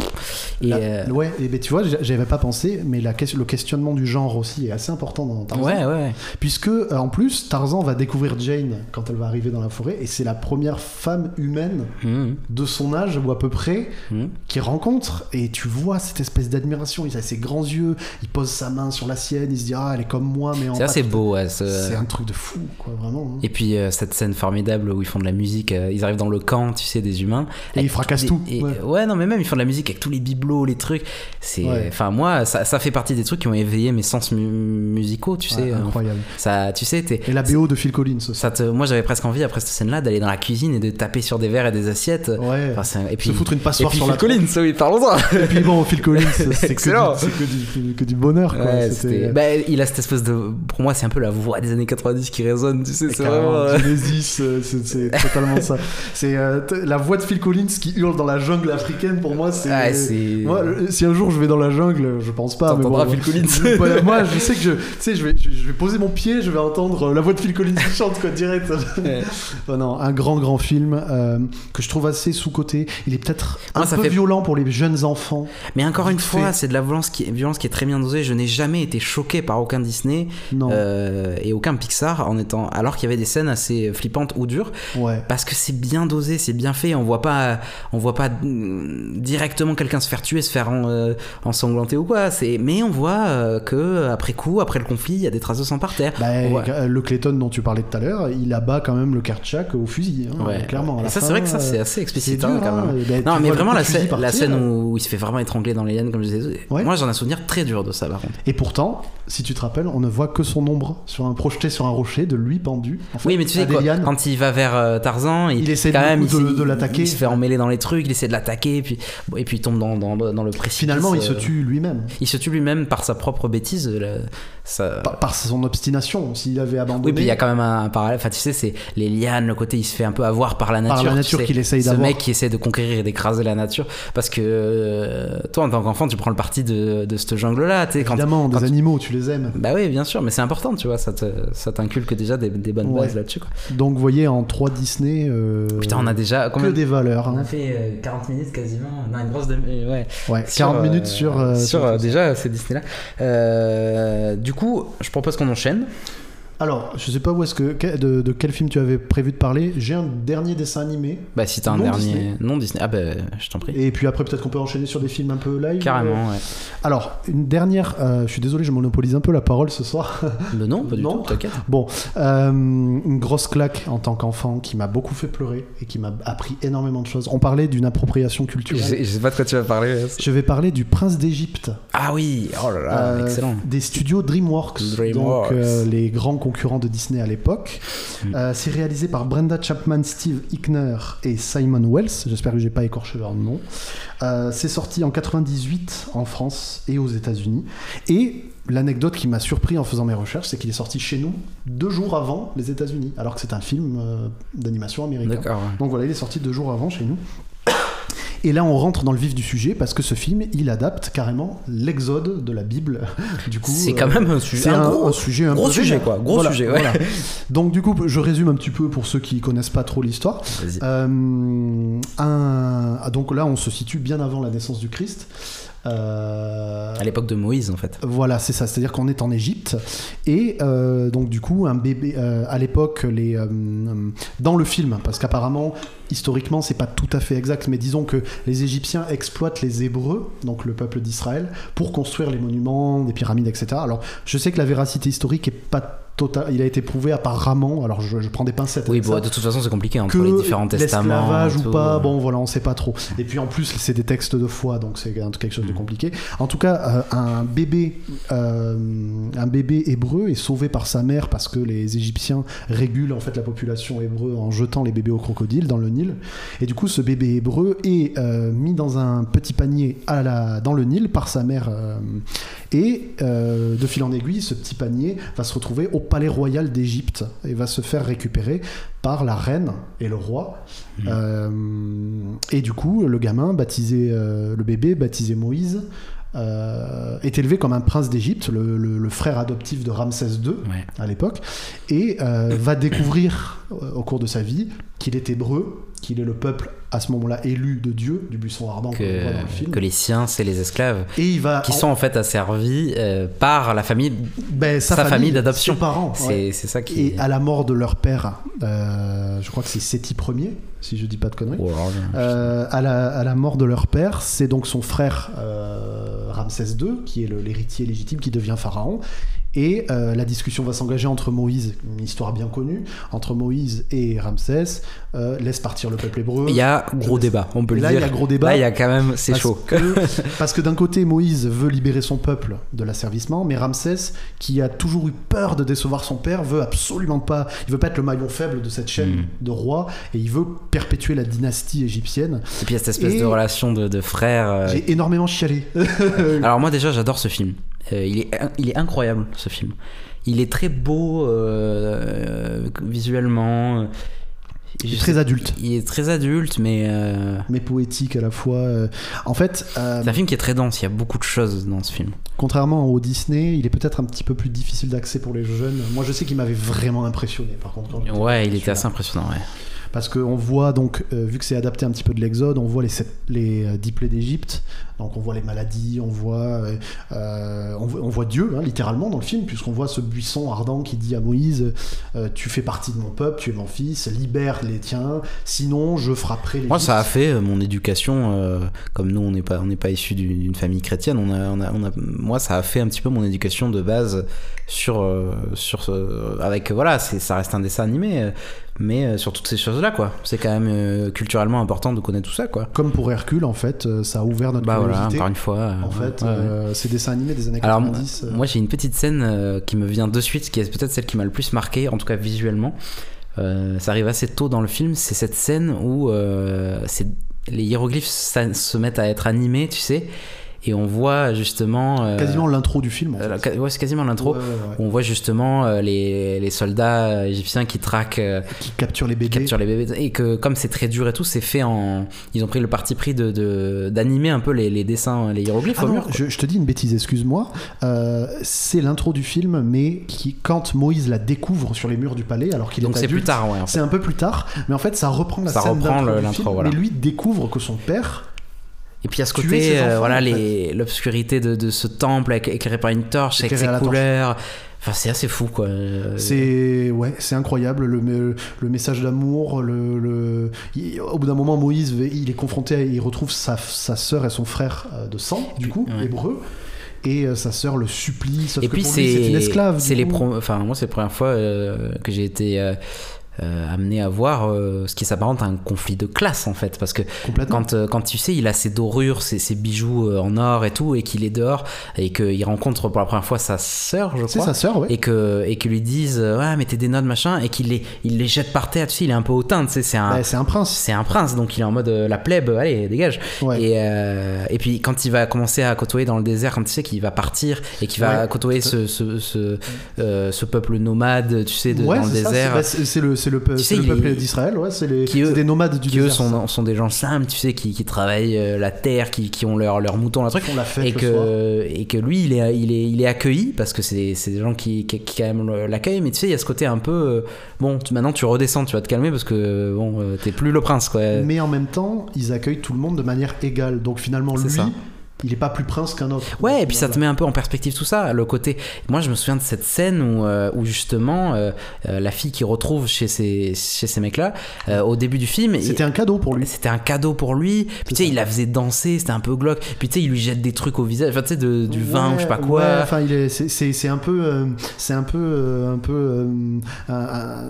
B: Et,
A: La-
B: euh,
A: Ouais, et ben tu vois, j'a- j'avais pas pensé, mais la question- le questionnement du genre aussi est assez important dans Tarzan.
B: Ouais, ouais.
A: Puisque, euh, en plus, Tarzan va découvrir Jane quand elle va arriver dans la forêt, et c'est la première femme humaine
B: Mhm,
A: de son âge, ou à peu près,
B: mhm.
A: qui rencontre et tu vois cette espèce d'admiration. Il a ses grands yeux, il pose sa main sur la sienne, il se dit ah elle est comme moi mais en
B: C'est
A: pas
B: assez
A: tout-
B: beau, ouais. ce-
A: C'est un truc de fou quoi vraiment. hein.
B: Euh, Et puis euh, cette scène formidable où ils font de la musique, euh, ils arrivent dans le camp, tu sais, des humains.
A: Et
B: Avec
A: ils fracassent
B: des-
A: tout,
B: et-
A: ouais.
B: ouais. non, mais même ils font de la musique avec tous les bibelots, les trucs. C'est,
A: Ouais.
B: enfin moi, ça, ça fait partie des trucs qui ont éveillé mes sens mu- musicaux, tu
A: Ouais,
B: sais. euh,
A: incroyable.
B: ça, tu sais, t'es-
A: Et la BO de Phil Collins aussi.
B: ça te, moi j'avais presque envie après cette scène-là d'aller dans la cuisine et de taper sur des verres et des assiettes.
A: Ouais.
B: Enfin, c'est- et puis
A: Se foutre une
B: et
A: passoire
B: puis
A: sur la
B: Phil Collins, oui, parlons-en.
A: Et puis bon, Phil Collins, c'est que,
B: Excellent.
A: du- c'est que, du- que du- que du bonheur quoi.
B: Ouais,
A: C'était-
B: c'était- bah, il a cette espèce de, pour moi, c'est un peu la voix des années 90 qui résonne, tu sais, c'est
A: Carrément,
B: vraiment. euh,
A: Genesis, euh, c'est c'est totalement ça. C'est euh, t- la voix de Phil Collins qui hurle dans la jungle africaine. Pour moi, c'est.
B: euh, ouais, Ah, c'est-
A: Moi, le- si un jour je vais dans la jungle, je pense pas. Mais
B: T'entendras
A: bon,
B: Phil Collins.
A: je- voilà, moi, je sais que je, tu sais, je vais, je, je vais poser mon pied, je vais entendre euh, la voix de Phil Collins qui chante quoi direct.
B: Ouais.
A: Oh non, un grand grand film euh, que je trouve assez sous côté. Il est peut-être un
B: Moi, ça
A: peu
B: fait-
A: violent pour les jeunes enfants.
B: Mais encore
A: Vite
B: une fois,
A: fait.
B: c'est de la violence qui, violence qui est très bien dosée. Je n'ai jamais été choqué par aucun Disney
A: Non,
B: euh, et aucun Pixar en étant, alors qu'il y avait des scènes assez flippantes ou dures,
A: ouais.
B: parce que c'est bien dosé, c'est bien fait. On voit pas, on voit pas mm, directement quelqu'un se faire tuer, se faire en- euh, ensanglanter ou quoi. C'est, mais on voit euh, que après coup, après le conflit, il y a des traces de sang par terre.
A: Bah,
B: On voit-
A: euh, Le Clayton dont tu parlais tout à l'heure, il abat quand même le Karchak au fusil, hein,
B: Ouais.
A: clairement. à la
B: Et ça, c'est
A: fin,
B: vrai que ça,
A: euh,
B: c'est assez explicite
A: dur,
B: hein, quand
A: hein.
B: même.
A: Et ben, tu
B: Non,
A: vois
B: mais
A: le
B: vraiment
A: coup
B: la
A: de fusil
B: scène, la
A: partir. euh.
B: scène où, où il se fait vraiment étrangler dans les lianes, comme je disais.
A: Ouais.
B: Moi, j'en ai un souvenir très dur de ça, par contre.
A: Et pourtant, si tu te rappelles, on ne voit que son ombre sur un projeté sur un rocher de lui pendu. en fait,
B: Oui, mais tu
A: à
B: sais
A: des
B: quoi,
A: lianes.
B: quand il va vers euh, Tarzan, il,
A: Il essaie
B: quand
A: du
B: même
A: coup
B: il
A: de-
B: s'est-
A: de l'attaquer.
B: Il se fait emmêler dans les trucs, il essaie de l'attaquer, et puis bon, et puis il tombe dans, dans, dans le précipice.
A: Finalement, il se
B: euh,
A: tue lui-même
B: Il se tue lui-même par sa propre bêtise. euh, le- ça-
A: par, par son obstination. S'il avait abandonné,
B: Oui, puis il y a quand même un, un parallèle. Enfin, tu sais, c'est les lianes, le côté il se fait un peu avoir par la nature.
A: la
B: tu
A: nature
B: sais.
A: qu'il essaye
B: Ce
A: d'avoir.
B: mec qui essaie de conquérir et d'écraser la nature, parce que euh, toi, en tant qu'enfant, tu prends le parti de, de cette jungle-là, tu sais, quand
A: évidemment des
B: quand-
A: animaux, tu les aimes.
B: Bah oui, bien sûr, mais c'est important, tu vois, ça te- ça t'inculque déjà des, des bonnes
A: Ouais.
B: bases là-dessus. quoi.
A: Donc, vous voyez, en 3 Disney, euh,
B: Putain, on a déjà
A: que
B: combien
A: des valeurs.
B: On
A: hein.
B: a fait euh, 40 minutes quasiment. Non, une grosse demi- euh, ouais.
A: Ouais,
B: Sur,
A: 40
B: euh,
A: minutes sur. euh,
B: sur,
A: sur-
B: euh, déjà ces Disney-là. Euh, du coup, je propose qu'on enchaîne.
A: Alors, je sais pas où est-ce que que- de, de quel film tu avais prévu de parler. J'ai un dernier dessin animé.
B: Bah, si t'as un
A: Non
B: dernier.
A: Disney.
B: Non, Disney. Ah, bah, je t'en prie.
A: Et euh, puis après, peut-être qu'on peut enchaîner sur des films un peu live.
B: Carrément, ouais.
A: Alors, une dernière. euh, je suis désolé, je monopolise un peu la parole ce soir.
B: Mais non, pas du
A: Non.
B: tout, t'inquiète.
A: Bon, euh, une grosse claque en tant qu'enfant qui m'a beaucoup fait pleurer et qui m'a appris énormément de choses. On parlait d'une appropriation culturelle.
B: pas de quoi tu vas parler.
A: Je vais parler du Prince d'Égypte,
B: Ah oui, oh là là,
A: euh,
B: excellent.
A: des studios DreamWorks, donc
B: DreamWorks.
A: euh, les grands concurrents de Disney à l'époque.
B: Mm.
A: Euh, c'est réalisé par Brenda Chapman, Steve Hickner et Simon Wells. J'espère que j'ai pas écorché leur nom. Euh, c'est sorti en 98 en France et aux États-Unis. Et l'anecdote qui m'a surpris en faisant mes recherches, c'est qu'il est sorti chez nous deux jours avant les États-Unis, alors que c'est un film euh, d'animation américain.
B: D'accord. ouais.
A: Donc voilà, il est sorti deux jours avant chez nous. Et là, on rentre dans le vif du sujet parce que ce film, il adapte carrément l'exode de la Bible. Du coup,
B: C'est
A: euh,
B: quand même un sujet.
A: c'est un,
B: gros,
A: un sujet un
B: gros
A: peu
B: sujet,
A: vénère.
B: quoi. Gros
A: Voilà,
B: sujet, ouais.
A: voilà. Donc du coup, je résume un petit peu pour ceux qui connaissent pas trop l'histoire.
B: Vas-y.
A: Euh, un- ah, donc là, on se situe bien avant la naissance du Christ. Euh,
B: À l'époque de Moïse, en fait.
A: voilà, c'est ça. C'est-à-dire qu'on est en Égypte et euh, donc du coup un bébé euh, à l'époque les euh, dans le film parce qu'apparemment historiquement c'est pas tout à fait exact mais disons que les Égyptiens exploitent les Hébreux donc le peuple d'Israël pour construire les monuments, des pyramides, etc. Alors je sais que la véracité historique est pas totale, il a été prouvé apparemment. Alors je, je prends des pincettes.
B: Oui,
A: avec
B: bon,
A: ça
B: de toute façon, c'est compliqué entre
A: que
B: les différents testaments.
A: l'esclavage
B: tout. euh.
A: ou pas, bon voilà, on sait pas trop. Et puis en plus, c'est des textes de foi, donc c'est un- quelque
B: Mm.
A: chose de compliqué. En tout cas, euh, un bébé, euh, un bébé hébreu est sauvé par sa mère parce que les Égyptiens régulent en fait la population hébreu en jetant les bébés aux crocodiles dans le Nil. Et du coup, ce bébé hébreu est euh, mis dans un petit panier à la, dans le Nil par sa mère. euh, et euh, de fil en aiguille, ce petit panier va se retrouver au palais royal d'Égypte et va se faire récupérer par la reine et le roi.
B: Mmh.
A: Euh, et du coup, le gamin, baptisé, euh, le bébé, baptisé Moïse, euh, est élevé comme un prince d'Égypte, le, le- le frère adoptif de Ramsès II
B: Ouais.
A: à l'époque, et euh, va découvrir euh, au cours de sa vie qu'il est hébreu, qu'il est le peuple à ce moment-là élu de Dieu, du buisson ardent que, l'on voit dans le
B: Que,
A: film. Ah,
B: que les siens, c'est les esclaves.
A: Et il va
B: Qui sont en fait asservis euh, par la famille.
A: ben,
B: sa famille d'adoption.
A: ses parents.
B: C'est
A: ouais.
B: c'est ça qui.
A: Et à la mort de leur père, euh, je crois que c'est Séti Ier, si je dis pas de conneries.
B: Oh, alors, je-
A: Euh, à, la, à la mort de leur père, c'est donc son frère euh, Ramsès II, qui est le- l'héritier légitime, qui devient pharaon. Et euh, la discussion va s'engager entre Moïse, une histoire bien connue, entre Moïse et Ramsès. euh, laisse partir le peuple hébreu.
B: Il y a gros
A: je-
B: débat, on peut le
A: Là,
B: dire.
A: il y a gros débat.
B: Là, il y a quand même, c'est
A: Parce
B: chaud.
A: que- parce que d'un côté, Moïse veut libérer son peuple de l'asservissement, mais Ramsès, qui a toujours eu peur de décevoir son père, veut absolument pas. Il veut pas être le maillon faible de cette chaîne
B: Mm.
A: de rois, et il veut perpétuer la dynastie égyptienne.
B: Et puis il y a cette espèce
A: Et-
B: de relation de, de frères. euh,
A: J'ai énormément chialé.
B: Alors moi déjà j'adore ce film. Euh, il, est, in- il est incroyable ce film. Il est très beau euh, euh, visuellement.
A: Il
B: Je
A: est
B: sais-
A: très adulte, Ah
B: il est très adulte mais euh,
A: mais poétique à la fois. euh. En fait, euh,
B: c'est un film qui est très dense. Il y a beaucoup de choses dans ce film.
A: contrairement au Disney, il est peut-être un petit peu plus difficile d'accès pour les jeunes. Moi, je sais qu'il m'avait vraiment impressionné, par contre. quand j'étais
B: Ouais, il
A: petit,
B: était assez
A: celui-là.
B: impressionnant. Ouais.
A: Parce qu'on voit donc, euh, vu que c'est adapté un petit peu de l'Exode, on voit les, sept- les euh, dix plaies d'Égypte, donc on voit les maladies, on voit, euh, euh, on, voit- on voit Dieu, hein, littéralement, dans le film, puisqu'on voit ce buisson ardent qui dit à Moïse euh, Tu fais partie de mon peuple, tu es mon fils, libère les tiens, sinon je frapperai les
B: Moi ça a fait euh, mon éducation. euh, comme nous on n'est pas on n'est pas issu d'une d'une famille chrétienne. On a, on a- on a- moi ça a fait un petit peu mon éducation de base sur euh, sur ce- avec voilà c'est ça reste un dessin animé. euh, Mais euh, sur toutes ces choses-là, quoi. C'est quand même euh, culturellement important de connaître tout ça, quoi.
A: Comme pour Hercule, en fait, euh, ça a ouvert notre
B: Bah voilà,
A: curiosité.
B: encore une fois. euh,
A: en fait,
B: ouais, ouais.
A: euh, ces dessins animés des années
B: Alors,
A: 90. euh,
B: moi j'ai une petite scène euh, qui me vient de suite, qui est peut-être celle qui m'a le plus marqué, en tout cas visuellement. Euh, ça arrive assez tôt dans le film, c'est cette scène où euh, c'est- les hiéroglyphes sa- se mettent à être animés, tu sais, et on voit justement. euh,
A: quasiment l'intro du film. En
B: euh,
A: fait.
B: ca- ouais, c'est quasiment l'intro.
A: Ouais, ouais, ouais.
B: On voit justement euh, les, les soldats égyptiens qui traquent euh,
A: Qui capture les bébés.
B: capture les bébés et que comme c'est très dur et tout c'est fait en ils ont pris le parti pris de- de d'animer un peu les, les dessins les hiéroglyphes
A: Ah
B: au
A: non,
B: mur quoi.
A: je, je te dis une bêtise, excuse-moi. Euh, c'est l'intro du film, mais qui, quand Moïse la découvre sur les murs du palais, alors qu'il est
B: donc c'est
A: adulte,
B: plus tard ouais en fait.
A: C'est un peu plus tard, mais en fait, ça reprend la
B: Ça
A: scène
B: reprend
A: d'intro
B: le-
A: du
B: l'intro,
A: film,
B: voilà.
A: Mais lui découvre que son père,
B: et puis à ce
A: tuer ses
B: côté euh,
A: enfants, en
B: voilà
A: fait.
B: les l'obscurité de, de ce temple avec- éclairé par une torche avec
A: Éclairé à
B: ses
A: la torche.
B: couleurs enfin c'est assez fou quoi Euh,
A: c'est ouais, c'est incroyable le, me- le message d'amour. Le, le- il- au bout d'un moment, Moïse, il est confronté, à- il retrouve sa sa sœur et son frère euh, de sang, du coup,
B: ouais.
A: hébreu, et euh, sa sœur le supplie. Sauf
B: et
A: que
B: puis
A: pour lui, c'est une esclave.
B: c'est
A: du
B: c'est les
A: coup.
B: pro- enfin moi c'est la première fois euh, que j'ai été euh, euh, amené à voir euh, ce qui s'apparente à un conflit de classe en fait parce que
A: complètement.
B: Quand, euh, quand tu sais, il a ses dorures, ses, ses bijoux euh, en or et tout, et qu'il est dehors, et qu'il rencontre pour la première fois sa sœur, je
A: C'est sa
B: crois.
A: sœur, ouais.
B: Et que et que lui disent euh, ouais mais t'es des notes machin et qu'il les il les jette par terre tu sais il est un peu hautain tu sais c'est un
A: Bah, c'est un prince.
B: c'est un prince donc il est en mode euh, la plèbe euh, allez dégage
A: Ouais.
B: et, euh, et puis quand il va commencer à côtoyer dans le désert quand tu sais qu'il va partir et qu'il va
A: Ouais.
B: côtoyer ce ce, ce, euh, ce peuple nomade tu sais de-
A: Ouais,
B: dans le
A: c'est ça,
B: désert
A: c'est- bah, c'est- c'est le, c'est le, peu-
B: Tu
A: c'est
B: sais,
A: le
B: il
A: peuple
B: est-
A: d'Israël, ouais, c'est les-
B: qui, eux-
A: c'est des nomades du
B: qui eux
A: désert.
B: sont, sont des gens simples tu sais qui, qui travaillent euh, la terre qui, qui ont leur leur mouton la
A: Ils
B: truc
A: font la fête
B: et
A: le soir.
B: que, et que lui, il est, il, est, il est accueilli parce que c'est c'est des gens qui, qui, qui quand même le- l'accueillent, mais tu sais, il y a ce côté un peu. euh, Bon, tu- maintenant tu redescends, tu vas te calmer parce que bon, euh, t'es plus le prince quoi.
A: Mais en même temps, ils accueillent tout le monde de manière égale. Donc finalement,
B: C'est
A: lui,
B: ça.
A: il est pas plus prince qu'un autre.
B: Ouais, et puis ça te met un peu en perspective tout ça. Le côté. Moi, je me souviens de cette scène où, euh, où justement, euh, euh, la fille qui retrouve chez ces, chez ces mecs-là, euh, au début du film. il-
A: C'était un cadeau pour lui.
B: C'était un cadeau pour lui. Puis tu sais,
A: ça.
B: il la faisait danser, c'était un peu glauque. Puis tu sais, il lui jette des trucs au visage, enfin, tu sais, de- du vin
A: Ouais,
B: ou je sais pas quoi.
A: ouais, Enfin, il est, c'est- c'est c'est un peu, euh, c'est un peu, euh, un peu, euh, un- un-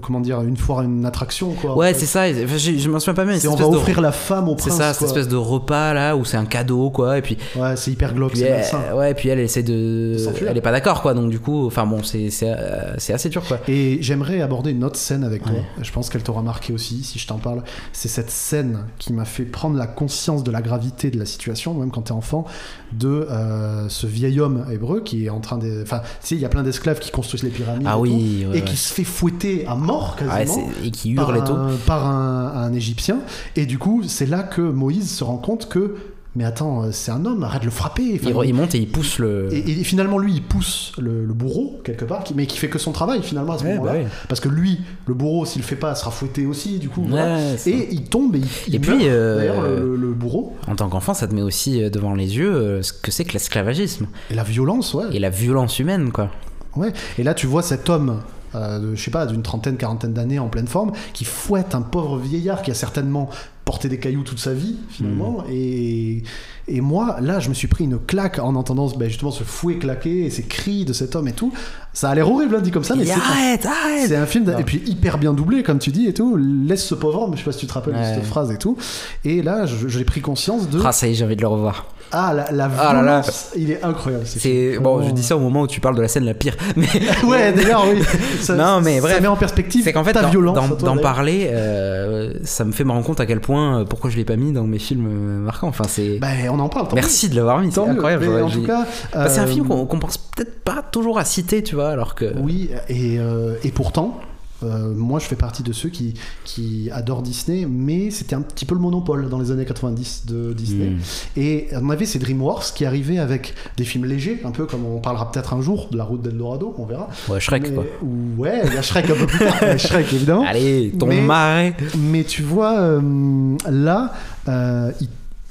A: comment dire, une foire, une attraction quoi. En
B: Ouais,
A: fait.
B: c'est ça. et- enfin, j'ai- je m'en souviens pas bien.
A: C'est
B: cette
A: on va
B: espèce de-
A: offrir la femme au
B: C'est
A: prince.
B: ça, cette
A: quoi.
B: espèce de repas là où c'est un cadeau quoi. Et puis,
A: Ouais, c'est hyper glauque,
B: puis
A: c'est
B: elle,
A: malsain.
B: ouais, puis elle essaie de.
A: De s'enfuir.
B: Elle est pas d'accord quoi. Donc du coup, enfin bon, c'est c'est euh, c'est assez dur quoi.
A: Et j'aimerais aborder une autre scène avec toi.
B: Ouais.
A: Je pense qu'elle t'aura marqué aussi, si je t'en parle. C'est cette scène qui m'a fait prendre la conscience de la gravité de la situation, même quand t'es enfant, de euh, ce vieil homme hébreu qui est en train de. Enfin, tu sais, il y a plein d'esclaves qui construisent les pyramides.
B: Ah
A: et
B: oui,
A: tout,
B: ouais,
A: et qui
B: ouais.
A: se fait fouetter à mort
B: Ah, ouais,
A: quasiment. Bah,
B: c'est- et qui
A: par
B: hurle et tout.
A: un, par un- un Égyptien. Et du coup, c'est là que Moïse se rend compte que, mais attends, euh, c'est un homme, arrête de le frapper. Enfin,
B: Il, re- il monte et il pousse le.
A: et, et finalement, lui, il pousse le, le bourreau, quelque part, qui- mais qui fait que son travail, finalement, à ce
B: Ouais,
A: moment-là.
B: bah oui.
A: Parce que lui, le bourreau, s'il le fait pas, sera fouetté aussi, du coup. voilà.
B: Ouais, c'est-
A: Et il tombe et il, il
B: Et
A: meurt,
B: puis, euh,
A: d'ailleurs, le, le bourreau.
B: En tant qu'enfant, ça te met aussi euh, devant les yeux euh, ce que c'est que l'esclavagisme
A: Et la violence, ouais.
B: et la violence humaine, quoi.
A: Ouais. Et là, tu vois cet homme, euh, de, je sais pas, d'une trentaine, quarantaine d'années en pleine forme, qui fouette un pauvre vieillard qui a certainement porté des cailloux toute sa vie, finalement.
B: Mm.
A: Et, et moi, là, je me suis pris une claque en entendant ben, justement ce fouet claquer et ces cris de cet homme et tout. Ça a l'air horrible, hein, dit comme ça, mais
B: Et
A: c'est un-
B: arrête, arrête.
A: c'est un film,
B: Non.
A: et puis hyper bien doublé, comme tu dis, et tout. Laisse ce pauvre homme, je sais pas si tu te rappelles de
B: Ouais.
A: cette phrase et tout. Et là, je, je l'ai pris conscience de.
B: Ah, ça y est, j'ai envie de le revoir.
A: Ah, la, la
B: Ah là là.
A: violence, il est incroyable. ce
B: C'est
A: film.
B: bon,
A: Vraiment.
B: je dis ça au moment où tu parles de la scène la pire, mais
A: Ouais, d'ailleurs, oui. Ça,
B: Non, mais
A: ça
B: bref.
A: met en perspective
B: c'est qu'en fait
A: ta
B: d'en-
A: violence. à
B: d'en
A: toi,
B: d'en
A: d'ailleurs.
B: parler, euh, ça me fait me rendre compte à quel point euh, pourquoi je l'ai pas mis dans mes films euh, marquants. Enfin, c'est
A: Ben, on en parle. tant
B: merci de l'avoir mis,
A: mieux.
B: c'est
A: Tant mieux.
B: incroyable.
A: Mais
B: j'aurais-
A: en
B: j'ai-
A: tout cas,
B: Bah, c'est un
A: euh,
B: film qu'on qu'on pense peut-être pas toujours à citer, tu vois, alors que
A: Oui, et, euh, et pourtant, euh, moi je fais partie de ceux qui, qui adorent Disney, mais c'était un petit peu le monopole dans les années 90 de Disney.
B: Mm.
A: Et on avait ces DreamWorks qui arrivaient avec des films légers, un peu comme on parlera peut-être un jour de la route d'Eldorado, on verra.
B: ouais, Shrek
A: Mais-
B: quoi.
A: ou- Ouais, il y a Shrek un peu plus tard, mais Shrek évidemment.
B: Allez, ton
A: Mais-
B: marais.
A: Mais tu vois, euh, là, euh, il,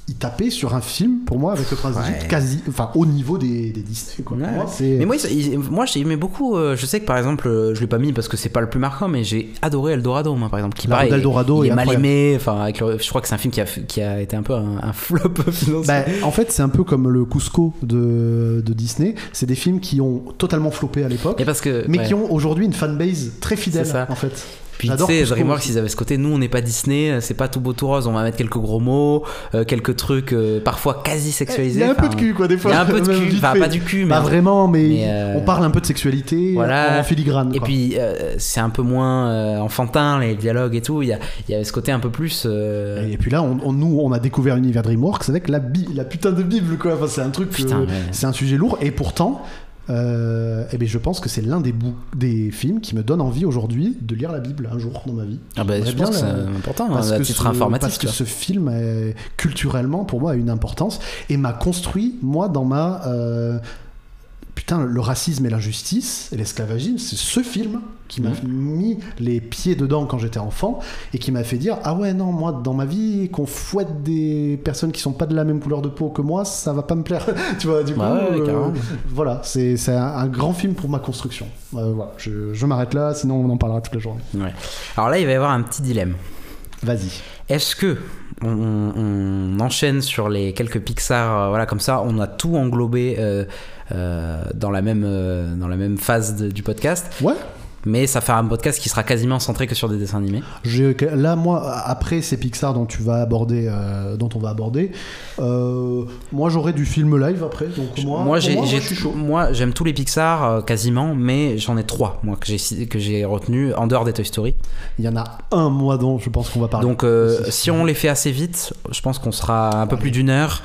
A: il tapait sur un film, pour moi, avec le prince d'Égypte,
B: Ouais.
A: quasi, enfin au niveau des, des Disney. Quoi. Pour
B: Ouais.
A: moi, c'est-
B: Mais moi, ils- ils- moi j'ai aimé beaucoup. euh, je sais que par exemple, euh, je l'ai pas mis parce que c'est pas le plus marquant, mais j'ai adoré Eldorado, moi par exemple. Qui
A: La
B: pareil,
A: route d'Eldorado
B: il est
A: est
B: mal
A: incroyable.
B: aimé. Enfin, avec le- je crois que c'est un film qui a, qui a été un peu un, un flop financier.
A: Bah, en fait, c'est un peu comme le Cusco de, de Disney. C'est des films qui ont totalement floppé à l'époque,
B: Et parce que.
A: Bah, mais
B: Eh ben, ouais.
A: qui ont aujourd'hui une fanbase très fidèle,
B: C'est ça.
A: en fait.
B: Puis tu
A: J'adore
B: sais,
A: Cusco
B: DreamWorks,
A: aussi.
B: ils avaient ce côté, nous on n'est pas Disney, euh, c'est pas tout beau tout rose, on va mettre quelques gros mots, euh, quelques trucs euh, parfois quasi
A: Il
B: sexualisés.
A: y a un peu
B: enfin,
A: de cul, quoi, des
B: Il
A: fois.
B: y a un peu de
A: même
B: cul,
A: vite
B: enfin
A: fait. Bah,
B: pas du cul, mais.
A: Pas vraiment, mais,
B: Mais, euh,
A: on parle un peu de sexualité
B: voilà.
A: en filigrane.
B: Et
A: quoi.
B: puis euh, c'est un peu moins euh, enfantin les dialogues et tout, il y, a- il y avait ce côté un peu plus. euh,
A: Et puis là, on, on- nous, on a découvert l'univers DreamWorks avec la, bi- la putain de Bible, quoi. Enfin, c'est un truc. que-
B: Putain, ouais.
A: C'est un sujet lourd. Et pourtant, euh, eh ben, je pense que c'est l'un des, bou- des films qui me donne envie aujourd'hui de lire la Bible un jour dans ma vie.
B: Ah bah, je
A: J'aimerais
B: pense que
A: bien
B: c'est
A: la-
B: important, hein,
A: parce
B: à
A: que
B: titre
A: ce-
B: informatif.
A: Parce
B: tu
A: que
B: vois.
A: ce film, euh, culturellement, pour moi, a une importance et m'a construit, moi, dans ma. euh, Putain, le racisme et l'injustice et l'esclavagisme, c'est ce film qui
B: Mhm.
A: m'a mis les pieds dedans quand j'étais enfant et qui m'a fait dire Ah ouais, non, moi, dans ma vie, qu'on fouette des personnes qui sont pas de la même couleur de peau que moi, ça va pas me plaire. tu vois, du coup,
B: Bah ouais,
A: euh,
B: carrément.
A: voilà, c'est c'est un, un grand film pour ma construction. Euh, voilà, je, je m'arrête là, sinon on en parlera toute la journée.
B: Ouais. Alors là, il va y avoir un petit dilemme.
A: Vas-y.
B: Est-ce que on, on- on enchaîne sur les quelques Pixar, euh, voilà comme ça, on a tout englobé euh, euh, dans la même euh, dans la même phase de- du podcast,
A: Ouais
B: mais ça fera un podcast qui sera quasiment centré que sur des dessins animés.
A: J'ai- Là, moi, après ces Pixar dont tu vas aborder, euh, dont on va aborder, euh, moi j'aurai du film live après. Donc moi, pour
B: j'ai-
A: moi,
B: j'ai-
A: je suis chaud.
B: moi, j'aime tous les Pixar euh, quasiment, mais j'en ai trois moi que j'ai que j'ai retenu en dehors des Toy Story.
A: Il y en a un mois dont je pense qu'on va parler.
B: Donc euh,
A: Aussi.
B: si on les fait assez vite, je pense qu'on sera
A: Ah,
B: un peu plus d'une heure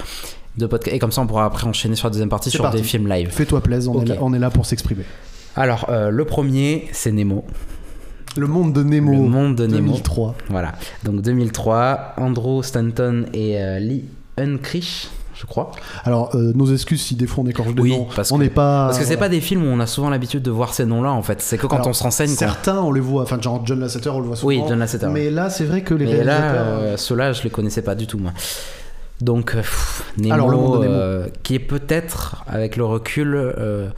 B: de podcast et comme ça on pourra après enchaîner sur la deuxième partie
A: C'est
B: sur
A: parti.
B: des films live.
A: Fais-toi plaisir, on,
B: Ok.
A: est là, on est là pour s'exprimer.
B: Alors euh, le premier c'est Nemo,
A: Le monde de Nemo.
B: le monde de Nemo.
A: 2003.
B: Voilà. Donc 2003, Andrew Stanton et euh, Lee Unkrich, je crois.
A: Alors, euh, nos excuses si des fois on écorche des
B: Oui,
A: noms.
B: parce
A: on
B: que-
A: n'est pas.
B: Parce que c'est
A: Ah, voilà.
B: pas des films où on a souvent l'habitude de voir ces noms-là en fait. C'est que quand
A: Alors,
B: on se renseigne. qu'on-
A: Certains, on les voit. Enfin, genre John Lasseter, on le voit souvent.
B: Oui, John Lasseter.
A: Mais là, c'est vrai que les
B: Mais là,
A: réalisateurs.
B: euh, ceux-là, je les connaissais pas du tout moi. Donc, pff, Nemo,
A: Alors, le monde de Nemo.
B: euh, qui est peut-être, avec le recul, euh,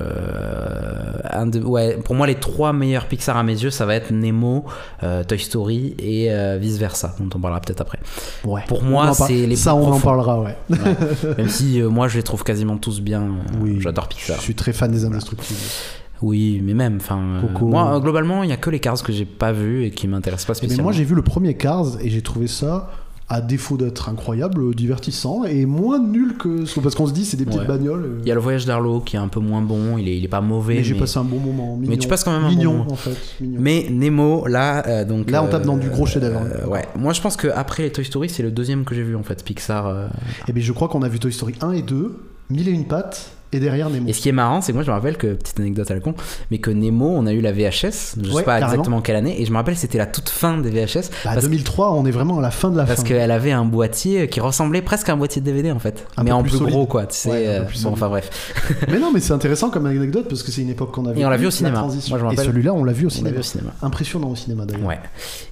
B: euh, un de- ouais, pour moi, les trois meilleurs Pixar à mes yeux, ça va être Nemo, euh, Toy Story et vice versa, dont on parlera peut-être après.
A: Ouais.
B: euh, Pour moi,
A: On en parle-
B: c'est les
A: ça, on
B: plus
A: en
B: profonds.
A: parlera, ouais.
B: Même si euh, moi, je les trouve quasiment tous bien. euh,
A: Oui.
B: J'adore
A: Je
B: Pixar.
A: suis très fan des indestructibles.
B: Oui, mais même, enfin, euh,
A: Coco.
B: moi, euh, globalement, il y a que les Cars que j'ai pas vu et qui m'intéressent pas
A: Et mais
B: spécialement.
A: moi, j'ai vu le premier Cars et j'ai trouvé ça à défaut d'être incroyable, divertissant et moins nul que parce qu'on se dit c'est des petites
B: Ouais.
A: bagnoles. euh,
B: il y a le voyage d'Arlo qui est un peu moins bon, il est, il est pas mauvais.
A: mais j'ai
B: mais-
A: passé un bon moment. Mignon.
B: tu passes quand même un bon
A: mignon,
B: moment.
A: en fait. Mignon.
B: Mais Nemo, là, euh, donc.
A: Là, on tape dans du gros chef-d'œuvre.
B: euh, ouais. Moi, je pense que après les Toy Story, c'est le deuxième que j'ai vu en fait, Pixar. euh.
A: Et bien, Eh ben, je crois qu'on a vu Toy Story 1 et 2, Mille et une pattes et derrière Nemo.
B: Et ce qui est marrant, c'est que moi, je me rappelle que petite anecdote à la con, mais que Nemo, on a eu la VHS. Je
A: Ouais,
B: sais pas
A: carrément.
B: exactement quelle année, et je me rappelle, c'était la toute fin des VHS
A: Bah,
B: parce-
A: 2003, on est vraiment à la fin de la
B: parce
A: fin.
B: qu'elle avait un boîtier qui ressemblait presque à un boîtier de DVD en fait,
A: Un
B: mais
A: peu
B: en
A: plus
B: plus,
A: solide.
B: gros quoi. Tu sais,
A: Ouais, un peu
B: euh,
A: plus
B: bon,
A: solide.
B: enfin bref.
A: Mais non, mais c'est intéressant comme anecdote parce que c'est une époque qu'on a
B: Et on l'a vu au cinéma.
A: transition.
B: Moi, je me
A: et
B: rappelle-
A: celui-là, on l'a vu au
B: On l'a vu
A: cinéma.
B: au cinéma.
A: Impressionnant au cinéma d'ailleurs.
B: Ouais.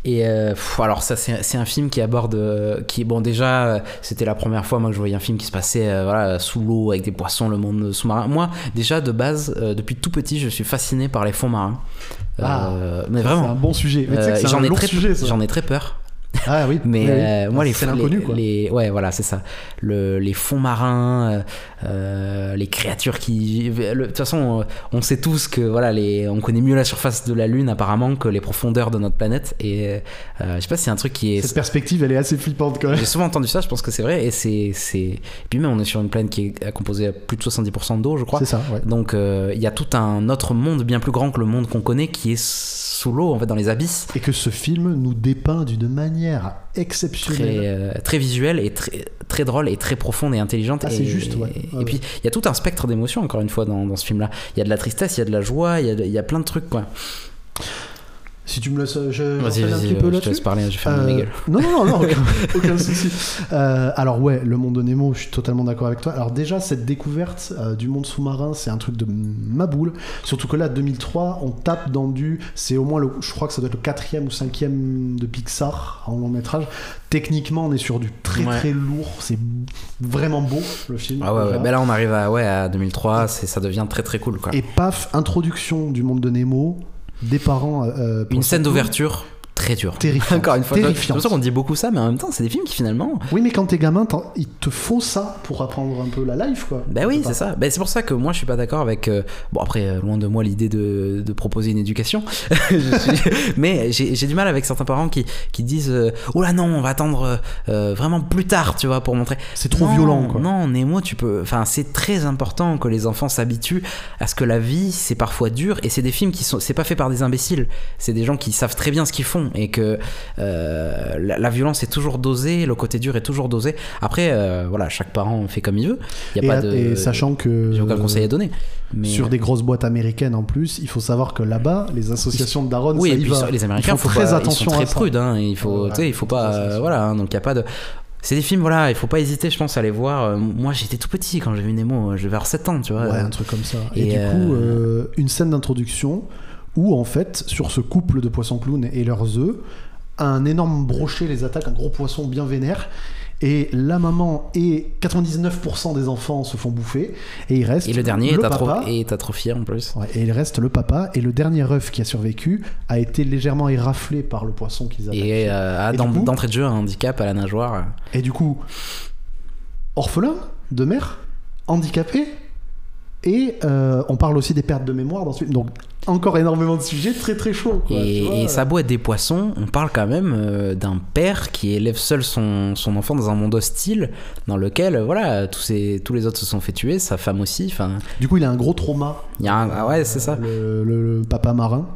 B: Et euh, pff, alors ça c'est c'est un film qui aborde euh, qui bon déjà euh, c'était la première fois moi que je voyais un film qui se passait euh, voilà sous l'eau avec des poissons le monde sous-marin. Moi déjà de base euh, depuis tout petit je suis fasciné par les fonds marins.
A: Ah.
B: Euh, mais
A: C'est
B: vraiment.
A: un bon sujet. Mais tu sais
B: Euh,
A: que c'est
B: j'en
A: un
B: ai
A: lourd
B: très
A: sujet ça.
B: j'en ai très peur.
A: Ah oui.
B: Mais
A: oui, oui.
B: euh, moi, les,
A: c'est
B: fonds-
A: l'inconnu
B: les-
A: quoi.
B: les- ouais, voilà, c'est ça. Le- les fonds marins, euh, euh, les créatures qui vivent. le- De toute façon, euh, on sait tous que voilà, les, on connaît mieux la surface de la Lune apparemment que les profondeurs de notre planète. Et euh, je sais pas, c'est un truc qui est.
A: Cette perspective, elle est assez flippante quand même.
B: J'ai souvent entendu ça. Je pense que c'est vrai. Et c'est, c'est. Et puis même, on est sur une planète qui est composée à plus de 70% d'eau, je crois.
A: C'est ça, ouais.
B: Donc euh, il y a tout un autre monde bien plus grand que le monde qu'on connaît qui est sous l'eau, en fait, dans les abysses.
A: Et que ce film nous dépeint d'une manière
B: très,
A: exceptionnelle.
B: euh, très visuelle et très, très drôle et très profonde et intelligente.
A: Ah,
B: et,
A: c'est juste, ouais.
B: et-
A: Ouais,
B: et puis, il y a tout un spectre d'émotions, encore une fois, dans, dans ce film-là. Il y a de la tristesse, il y a de la joie, il y a, de- il y a plein de trucs, quoi.
A: Si tu me laisses, euh, je
B: Vas-y,
A: j'enchaîne un
B: vas-y,
A: petit peu
B: euh, je te
A: là-dessus.
B: laisse parler, je vais faire ma
A: Euh,
B: gueule.
A: non, non, non, non, aucun, aucun souci. Euh, alors ouais, le monde de Nemo, je suis totalement d'accord avec toi. Alors déjà, cette découverte euh, du monde sous-marin, c'est un truc de ma boule. Surtout que là, 2003, on tape dans du... C'est au moins, le, je crois que ça doit être le quatrième ou cinquième de Pixar en long métrage. Techniquement, on est sur du très
B: Ouais.
A: très lourd. C'est vraiment beau, le film.
B: Ah ouais, ouais.
A: Voilà.
B: Ben là, on arrive à, ouais, à 2003, c'est, ça devient très très cool, quoi.
A: Et paf, introduction du monde de Nemo, des parents... euh, pour
B: Une
A: le
B: scène
A: surtout.
B: d'ouverture très dure.
A: Terrifiante.
B: Encore une fois,
A: Terrifiante.
B: C'est pour ça qu'on dit beaucoup ça, mais en même temps, c'est des films qui finalement.
A: Oui, mais quand t'es gamin, t'en- il te faut ça pour apprendre un peu la life, quoi.
B: Ben oui, c'est ça. Ben c'est pour ça que moi je suis pas d'accord avec. euh, Bon après, euh, loin de moi l'idée de, de proposer une éducation. Je suis- Mais j'ai j'ai du mal avec certains parents qui, qui disent euh, Oh là non, on va attendre euh, euh, vraiment plus tard, tu vois, pour montrer.
A: C'est trop
B: Non,
A: violent, quoi.
B: Non, Nemo, tu peux. Enfin, c'est très important que les enfants s'habituent à ce que la vie, c'est parfois dur. Et c'est des films qui sont. C'est pas fait par des imbéciles. C'est des gens qui savent très bien ce qu'ils font. Et que euh, la, la violence est toujours dosée, le côté dur est toujours dosé. Après, euh, voilà, chaque parent fait comme il veut. Il
A: Et,
B: y a pas
A: à-
B: de.
A: et sachant que
B: J'ai aucun conseil à donner. Mais
A: sur des grosses boîtes américaines en plus, il faut savoir que là-bas, les associations de Daron,
B: oui,
A: ça
B: et
A: y
B: puis
A: va.
B: sur- les
A: Ils
B: Américains
A: font
B: faut
A: très
B: pas-
A: attention
B: ils sont
A: à
B: très
A: ça.
B: prudes. hein, il faut,
A: Voilà.
B: tu sais, il faut
A: Ça,
B: pas,
A: ça, ça.
B: euh, voilà, hein, donc il y a pas de. C'est des films, voilà, il faut pas hésiter, je pense, à les voir. Euh, Moi, j'étais tout petit quand j'ai vu Nemo, euh, j'avais vers 7 ans, tu vois.
A: Ouais,
B: Euh,
A: un truc comme ça. Et,
B: Et
A: du
B: euh,
A: coup, euh, une scène d'introduction où, en fait, sur ce couple de poissons clowns et leurs œufs, un énorme brochet les attaque, un gros poisson bien vénère. Et la maman et 99% des enfants se font bouffer. Et il reste
B: Et le dernier est, atro-
A: papa.
B: est atrophié en plus.
A: Ouais, et il reste le papa. Et le dernier œuf qui a survécu a été légèrement éraflé par le poisson qu'ils attaquent.
B: Et euh, a
A: Et du
B: d'en-
A: coup-
B: d'entrée de jeu un handicap à la nageoire.
A: Et du coup, orphelin de mère, handicapé, et euh, on parle aussi des pertes de mémoire dans ce film. Donc, encore énormément de sujets très très chauds. quoi, tu vois. euh.
B: et, et ça a beau être des poissons, on parle quand même euh, d'un père qui élève seul son, son enfant dans un monde hostile, dans lequel euh, voilà tous, ces- tous les autres se sont fait tuer, sa femme aussi. Enfin,
A: Du coup, il a un gros trauma,
B: il y a un- ah ouais, c'est ça.
A: le, le- le papa marin.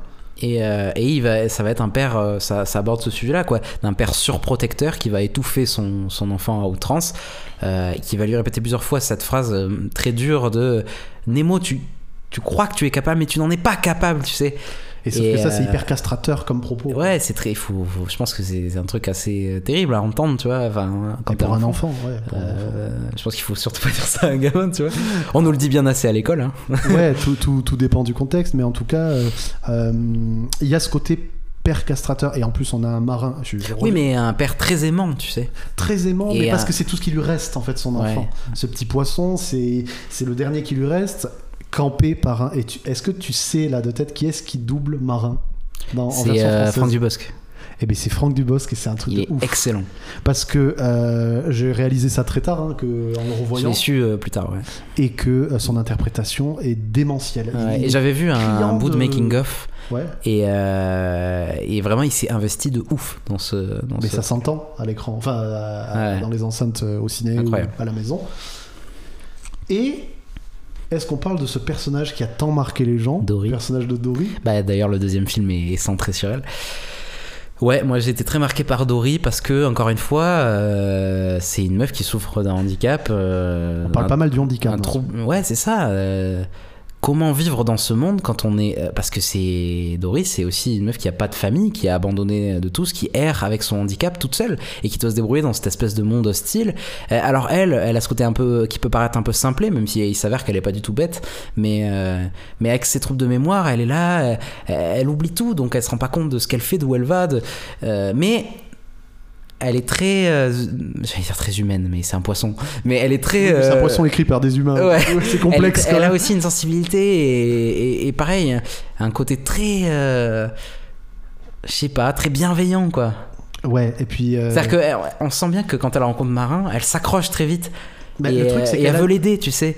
B: Et, euh, et il va, ça va être un père, euh, ça, ça aborde ce sujet-là, quoi, d'un père surprotecteur qui va étouffer son, son enfant à outrance, euh, qui va lui répéter plusieurs fois cette phrase euh, très dure de Nemo, tu, tu crois que tu es capable, mais tu n'en es pas capable, tu sais.
A: Et sauf
B: Et,
A: que ça, c'est
B: euh,
A: hyper castrateur comme propos.
B: Ouais, c'est très, faut, faut- je pense que c'est c'est un truc assez euh, terrible à entendre, tu vois. Enfin, hein,
A: Et
B: quand t'es
A: pour un enfant, ouais. pour un enfant.
B: Euh, je pense qu'il faut surtout pas dire ça à un gamin, tu vois. On nous le dit bien assez à l'école, hein.
A: ouais, tout, tout, tout dépend du contexte, mais en tout cas, euh, euh, il y a ce côté père castrateur et en plus on a un marin je- je
B: Oui, mais un père très aimant, tu sais.
A: très aimant
B: Et
A: mais parce
B: un-
A: que c'est tout ce qui lui reste en fait son enfant
B: Ouais.
A: ce petit poisson c'est c'est le dernier qui lui reste campé par un et tu- est-ce que tu sais là de tête qui est-ce qui double marin dans, en
B: C'est
A: version
B: euh,
A: française
B: Franck Dubosc.
A: Eh ben c'est Franck Dubosc et c'est un truc
B: Il
A: de
B: est
A: ouf
B: excellent.
A: parce que euh, j'ai réalisé ça très tard hein, que en le
B: Je
A: revoyant
B: l'ai su euh, plus tard, ouais.
A: et que euh, son interprétation est démentielle
B: Ouais,
A: Il-
B: et j'avais vu un,
A: client
B: bout de,
A: de-
B: making of
A: ouais
B: et, euh, et vraiment il s'est investi de ouf dans ce dans
A: mais
B: ce-
A: ça s'entend à l'écran, enfin à- à-
B: Ouais.
A: dans les enceintes euh, au ciné ou
B: Incroyable.
A: à la maison. Et est-ce qu'on parle de ce personnage qui a tant marqué les gens,
B: Dory.
A: le personnage de Dory
B: Bah, d'ailleurs le deuxième film est, est centré sur elle. Ouais, moi j'ai été très marqué par Dory parce que encore une fois euh, c'est une meuf qui souffre d'un handicap. euh,
A: On parle
B: d'un-
A: pas mal du handicap.
B: un
A: hein.
B: trouble- Ouais, c'est ça. euh, Comment vivre dans ce monde quand on est. euh, Parce que c'est. Doris, c'est aussi une meuf qui a pas de famille, qui est abandonnée de tous, qui erre avec son handicap toute seule et qui doit se débrouiller dans cette espèce de monde hostile. Euh, Alors elle, elle a ce côté un peu. euh, qui peut paraître un peu simplé, même si il s'avère qu'elle est pas du tout bête. Mais, euh, mais avec ses troubles de mémoire, elle est là, euh, elle oublie tout, donc elle se rend pas compte de ce qu'elle fait, d'où elle va. de- euh, mais. Elle est très. euh, J'allais dire très humaine, mais c'est un poisson. Mais elle est
A: Oui,
B: très.
A: mais C'est un
B: euh,
A: poisson écrit par des humains.
B: Ouais.
A: C'est complexe.
B: elle,
A: quand
B: elle a
A: même.
B: aussi une sensibilité et, et- et pareil, un côté très. euh, je sais pas, très bienveillant quoi.
A: Euh, Ouais. Et puis. euh,
B: C'est-à-dire qu'on sent bien que quand elle rencontre Marin, elle s'accroche très vite.
A: bah,
B: et euh,
A: le truc, c'est
B: et
A: qu'elle
B: elle
A: a-
B: veut l'aider, tu sais.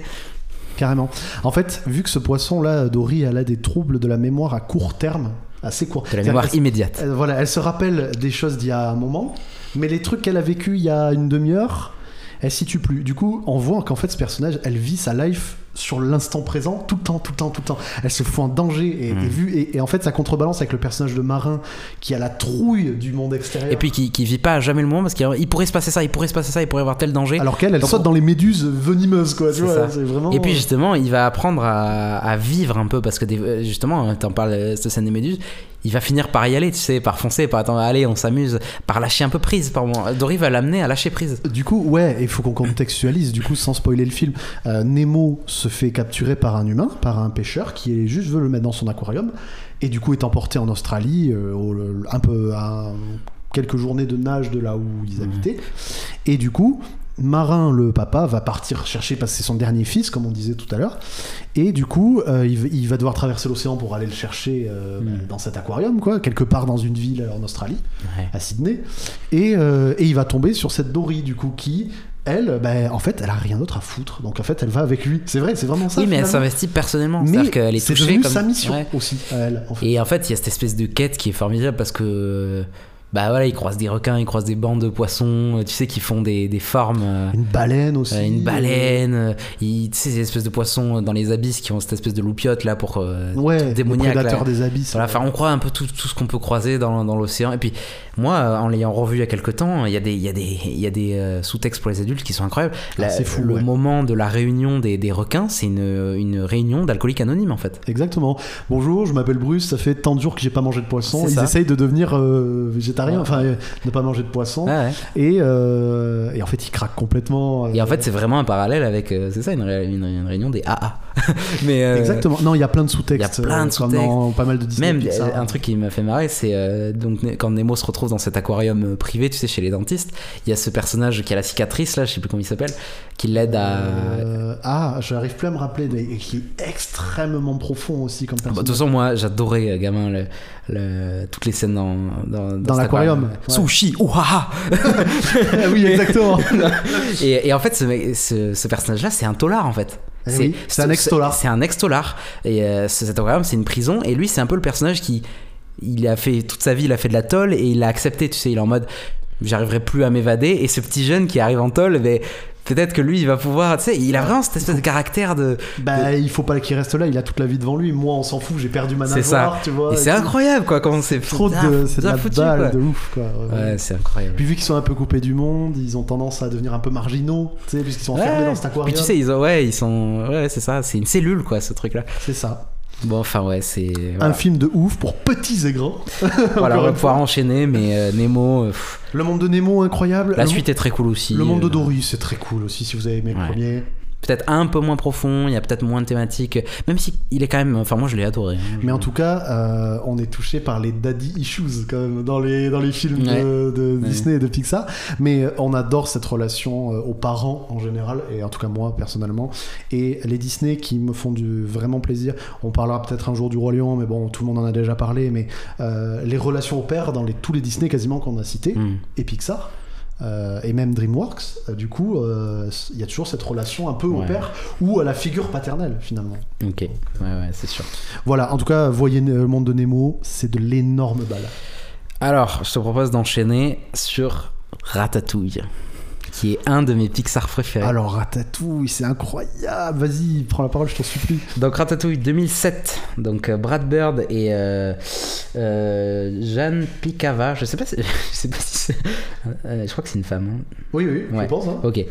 A: Carrément. En fait, vu que ce poisson-là, Dory, elle a des troubles de la mémoire à court terme, assez court.
B: De la
A: C'est-à-dire
B: mémoire
A: qu'elle-
B: immédiate.
A: Euh, Voilà, elle se rappelle des choses d'il y a un moment, mais les trucs qu'elle a vécu il y a une demi-heure, elle s'y situe plus. Du coup, on voit qu'en fait, ce personnage, elle vit sa life sur l'instant présent, tout le temps, tout le temps, tout le temps. Elle se fout en danger et,
B: Mm.
A: et vu- et- et en fait, ça contrebalance avec le personnage de marin qui a la trouille du monde extérieur.
B: Et puis qui, qui vit pas à jamais le moment parce qu'il il pourrait se passer ça, il pourrait se passer ça, il pourrait y avoir tel danger.
A: alors qu'elle, elle
B: Donc,
A: saute dans les méduses venimeuses, quoi. Tu
B: C'est
A: vois,
B: ça.
A: c'est vraiment.
B: Et puis justement, il va apprendre à, à vivre un peu parce que des- euh, justement, hein, t'en parles euh, cette scène des méduses, il va finir par y aller, tu sais, par foncer, par attendre, allez, on s'amuse, par lâcher un peu prise. Par moment. Dory va l'amener à lâcher prise.
A: Du coup, ouais, il faut qu'on contextualise, du coup, sans spoiler le film. Euh, Nemo se fait capturer par un humain, par un pêcheur qui est juste veut le mettre dans son aquarium, et du coup est emporté en Australie, euh, au- le- un peu à quelques journées de nage de là où ils habitaient. Et du coup, Marin, le papa, va partir chercher, parce que c'est son dernier fils, comme on disait tout à l'heure, et du coup, euh, il, va- il va devoir traverser l'océan pour aller le chercher euh,
B: Mm.
A: bah, dans cet aquarium, quoi, quelque part dans une ville euh, en Australie à Sydney. Et, euh, et il va tomber sur cette Dory, du coup, qui, elle, ben, en fait, elle a rien d'autre à foutre. Donc, en fait, elle va avec lui. C'est vrai, c'est vraiment ça.
B: oui, mais elle
A: finalement.
B: s'investit personnellement.
A: Mais
B: C'est-à-dire qu'elle est
A: c'est
B: touchée
A: devenu
B: comme
A: sa mission
B: Ouais.
A: aussi, à elle. En fait.
B: Et en fait, il y a cette espèce de quête qui est formidable parce que. Bah voilà, ils croisent des requins, ils croisent des bandes de poissons, euh, tu sais, qui font des, des formes. euh,
A: Une baleine aussi.
B: euh, une baleine, euh, ils- tu sais, ces espèces de poissons dans les abysses qui ont cette espèce de loupiote là pour. euh,
A: Ouais, le
B: démoniaque,
A: prédateur
B: là.
A: des abysses.
B: Voilà, enfin, on croit un peu tout, tout ce qu'on peut croiser dans, dans l'océan. Et puis, moi, euh, en l'ayant revu il y a quelques temps, il y a des, il y a des, il y a des euh, sous-textes pour les adultes qui sont incroyables.
A: Ah,
B: La-
A: c'est fou,
B: le
A: ouais.
B: moment de la réunion des, des requins, c'est une, une réunion d'alcooliques anonymes, en fait.
A: Exactement. Bonjour, je m'appelle Bruce, ça fait tant de jours que j'ai pas mangé de poisson.
B: C'est
A: Ils
B: ça.
A: essayent de devenir euh, végétarien,
B: Ouais.
A: enfin, euh, ne pas manger de poisson.
B: Ouais, ouais.
A: Et, euh, et en fait, ils craquent complètement. euh,
B: Et en fait, c'est vraiment un parallèle avec, euh, c'est ça, une, ré- une- une réunion des AA. Mais euh,
A: Exactement. Non, il y a plein de sous-textes.
B: il y a plein de
A: euh, comme
B: sous-textes.
A: dans pas mal de Disney.
B: Même
A: Pixar.
B: euh, un truc qui m'a fait marrer, c'est euh, donc Ne- quand Nemo se retrouve dans cet aquarium euh, privé, tu sais, chez les dentistes, il y a ce personnage qui a la cicatrice là, je sais plus comment il s'appelle, qui l'aide à.
A: Euh, ah, je n'arrive plus à me rappeler, mais et qui est extrêmement profond aussi comme
B: Ah bah, de
A: personnage.
B: toute façon, moi, j'adorais, euh, gamin, le- le- toutes les scènes dans, dans, dans
A: Dans
B: cet
A: l'aquarium, ouais.
B: Sushi, Oh, ah! ouhaha
A: Ah oui, exactement.
B: et, et en fait, ce, mec- ce, ce personnage-là, c'est un tolard en fait.
A: Eh oui, c'est un ex-tolard.
B: C'est un ex-tolard. Et euh, ce- cet aquarium, c'est une prison. Et lui, c'est un peu le personnage qui. Il a fait toute sa vie, il a fait de la tôle et il a accepté. Tu sais, il est en mode j'arriverai plus à m'évader. Et ce petit jeune qui arrive en tôle, ben, peut-être que lui, il va pouvoir. Tu sais, il a vraiment cette espèce de caractère de.
A: bah, il faut pas qu'il reste là, il a toute la vie devant lui. Moi, on s'en fout, j'ai perdu ma
B: C'est
A: nageoire,
B: ça.
A: tu vois.
B: et c'est incroyable, quoi, comment c'est
A: Trop
B: putain,
A: de, c'est de
B: bien
A: la
B: foutu,
A: balle
B: quoi.
A: de ouf, quoi. vraiment.
B: Ouais, c'est incroyable.
A: Puis vu qu'ils sont un peu coupés du monde, ils ont tendance à devenir un peu marginaux, tu sais, puisqu'ils sont enfermés
B: Ouais.
A: dans cet
B: Puis
A: aquarium.
B: tu sais, ils ont- ouais, ils sont. Ouais, c'est ça, c'est une cellule, quoi, ce truc-là.
A: c'est ça.
B: Bon, enfin, ouais, c'est.
A: Un
B: voilà.
A: film de ouf pour petits et grands.
B: Voilà, on
A: Encore
B: va
A: une
B: pouvoir enchaîner, mais euh, Nemo. euh, pff,
A: Le monde de Nemo, incroyable.
B: la
A: Bah, Le-
B: suite est très cool aussi.
A: Le monde de
B: euh,
A: Dory, c'est très cool aussi si vous avez aimé le
B: Ouais.
A: premier.
B: peut-être un peu moins profond, il y a peut-être moins de thématiques, même si il est quand même. Enfin, moi, je l'ai adoré. hein.
A: Mais en tout cas, euh, on est touché par les daddy issues quand même dans les, dans les films de-
B: Ouais.
A: de,
B: Ouais.
A: Disney et de Pixar. Mais euh, on adore cette relation euh, aux parents en général, et en tout cas moi personnellement. Et les Disney qui me font du vraiment plaisir. On parlera peut-être un jour du Roi Lion, mais bon, tout le monde en a déjà parlé. Mais euh, les relations au père dans les, tous les Disney quasiment qu'on a cités,
B: Hmm.
A: et Pixar. euh, et même DreamWorks, euh, du coup, euh, il y a toujours cette relation un peu au
B: Ouais.
A: père ou à la figure paternelle finalement.
B: Ok, ouais, ouais, c'est sûr.
A: Voilà, en tout cas, voyez Ne- le monde de Nemo, c'est de l'énorme balle.
B: Alors, je te propose d'enchaîner sur Ratatouille, qui est un de mes Pixar préférés.
A: Alors, Ratatouille, c'est incroyable. Vas-y, prends la parole, je t'en supplie.
B: Donc Ratatouille 2007, donc euh, Brad Bird et euh, euh, Jeanne Picava, je sais pas, si- je sais pas si c'est, euh, je crois que c'est une femme. hein.
A: Oui, oui,
B: Ouais.
A: je pense. hein.
B: Ok,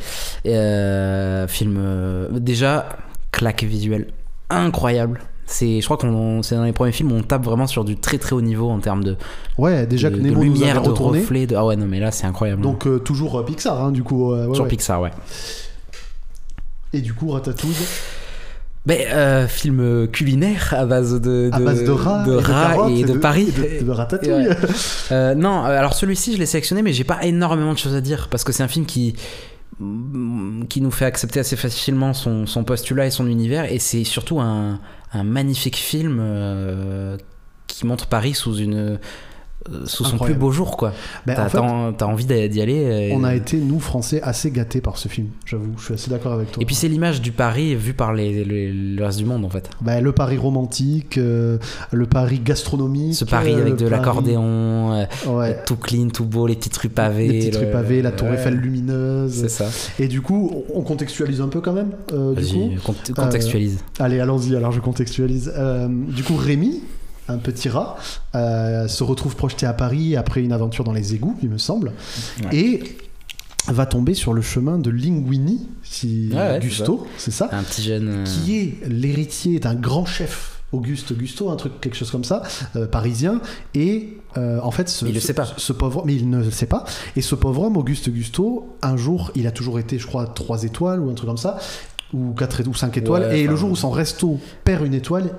B: Euh, film euh, déjà claque visuelle incroyable. C'est, je crois qu'on c'est dans les premiers films où on tape vraiment sur du très très haut niveau en termes de,
A: Ouais, déjà
B: de-
A: que
B: de
A: Nemo nous avait
B: lumière, de
A: retourné.
B: reflets, de ah ouais non mais là c'est incroyable.
A: Donc, euh, toujours euh, Pixar, hein, du coup. euh, ouais,
B: sur
A: ouais.
B: Pixar ouais.
A: Et du coup, Ratatouille.
B: Mais euh, film euh, culinaire à base de,
A: à base de rats, et,
B: rats
A: carottes,
B: et de Paris.
A: et de, de Ratatouille.
B: Et ouais. Euh, non, euh, alors celui-ci, je l'ai sélectionné, mais j'ai pas énormément de choses à dire parce que c'est un film qui mm, qui nous fait accepter assez facilement son, son postulat et son univers, et c'est surtout un, un magnifique film euh, qui montre Paris sous une euh, sous son
A: Incroyable.
B: plus beau jour, quoi.
A: Ben,
B: T'as
A: en fait,
B: t'as- t'as envie d'a- d'y aller. euh,
A: on a été, nous, Français, assez gâtés par ce film, j'avoue. Je suis assez d'accord avec toi.
B: Et puis c'est l'image du Paris vue par les, les- le reste du monde, en fait.
A: Ben, le Paris romantique, euh, le Paris gastronomique.
B: Ce Paris
A: euh,
B: avec
A: le
B: de
A: Paris-
B: l'accordéon, euh,
A: Ouais.
B: tout clean, tout beau, les petites rues pavées.
A: les petites
B: le-
A: rues pavées, la tour
B: Ouais,
A: Eiffel lumineuse.
B: C'est ça.
A: Et du coup, on on contextualise un peu quand même. euh, du coup.
B: Vas-y, cont- contextualise.
A: Allez, allons-y, alors je contextualise. Euh, du coup, Rémi, un petit rat, euh, se retrouve projeté à Paris après une aventure dans les égouts, il me semble.
B: Ouais.
A: Et va tomber sur le chemin de Linguini, si
B: Ouais, ouais,
A: Gusto, c'est ça,
B: Un petit jeune. euh,
A: qui est l'héritier d'un grand chef. Auguste Gusto, un truc, quelque chose comme ça, euh, parisien, et euh, en fait, ce,
B: Il le
A: ce-
B: sait pas.
A: ce pauvre, mais il ne le sait pas, et ce pauvre homme, Auguste Gusto, un jour, il a toujours été, je crois, trois étoiles ou un truc comme ça, ou quatre étoiles- ou cinq étoiles,
B: Ouais,
A: et le
B: enfin,
A: jour où son resto perd une étoile,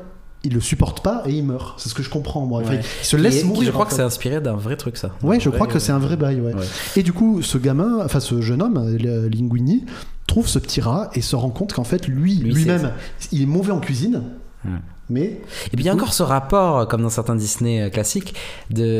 A: il le supporte pas et il meurt. C'est ce que je comprends, moi. Enfin,
B: Ouais.
A: Il se laisse
B: qui est-
A: mourir.
B: Je
A: en
B: crois que
A: fait.
B: c'est inspiré d'un vrai truc, ça.
A: Ouais,
B: Un
A: je
B: vrai,
A: crois que
B: euh,
A: c'est un vrai bail, ouais.
B: Ouais.
A: Et du coup, ce gamin, enfin ce jeune homme, le- Linguini, trouve ce petit rat et se rend compte qu'en fait, lui,
B: Lui,
A: lui-même, il est mauvais en cuisine,
B: Ouais.
A: mais
B: Et puis il y a encore ce rapport, comme dans certains Disney euh, classiques,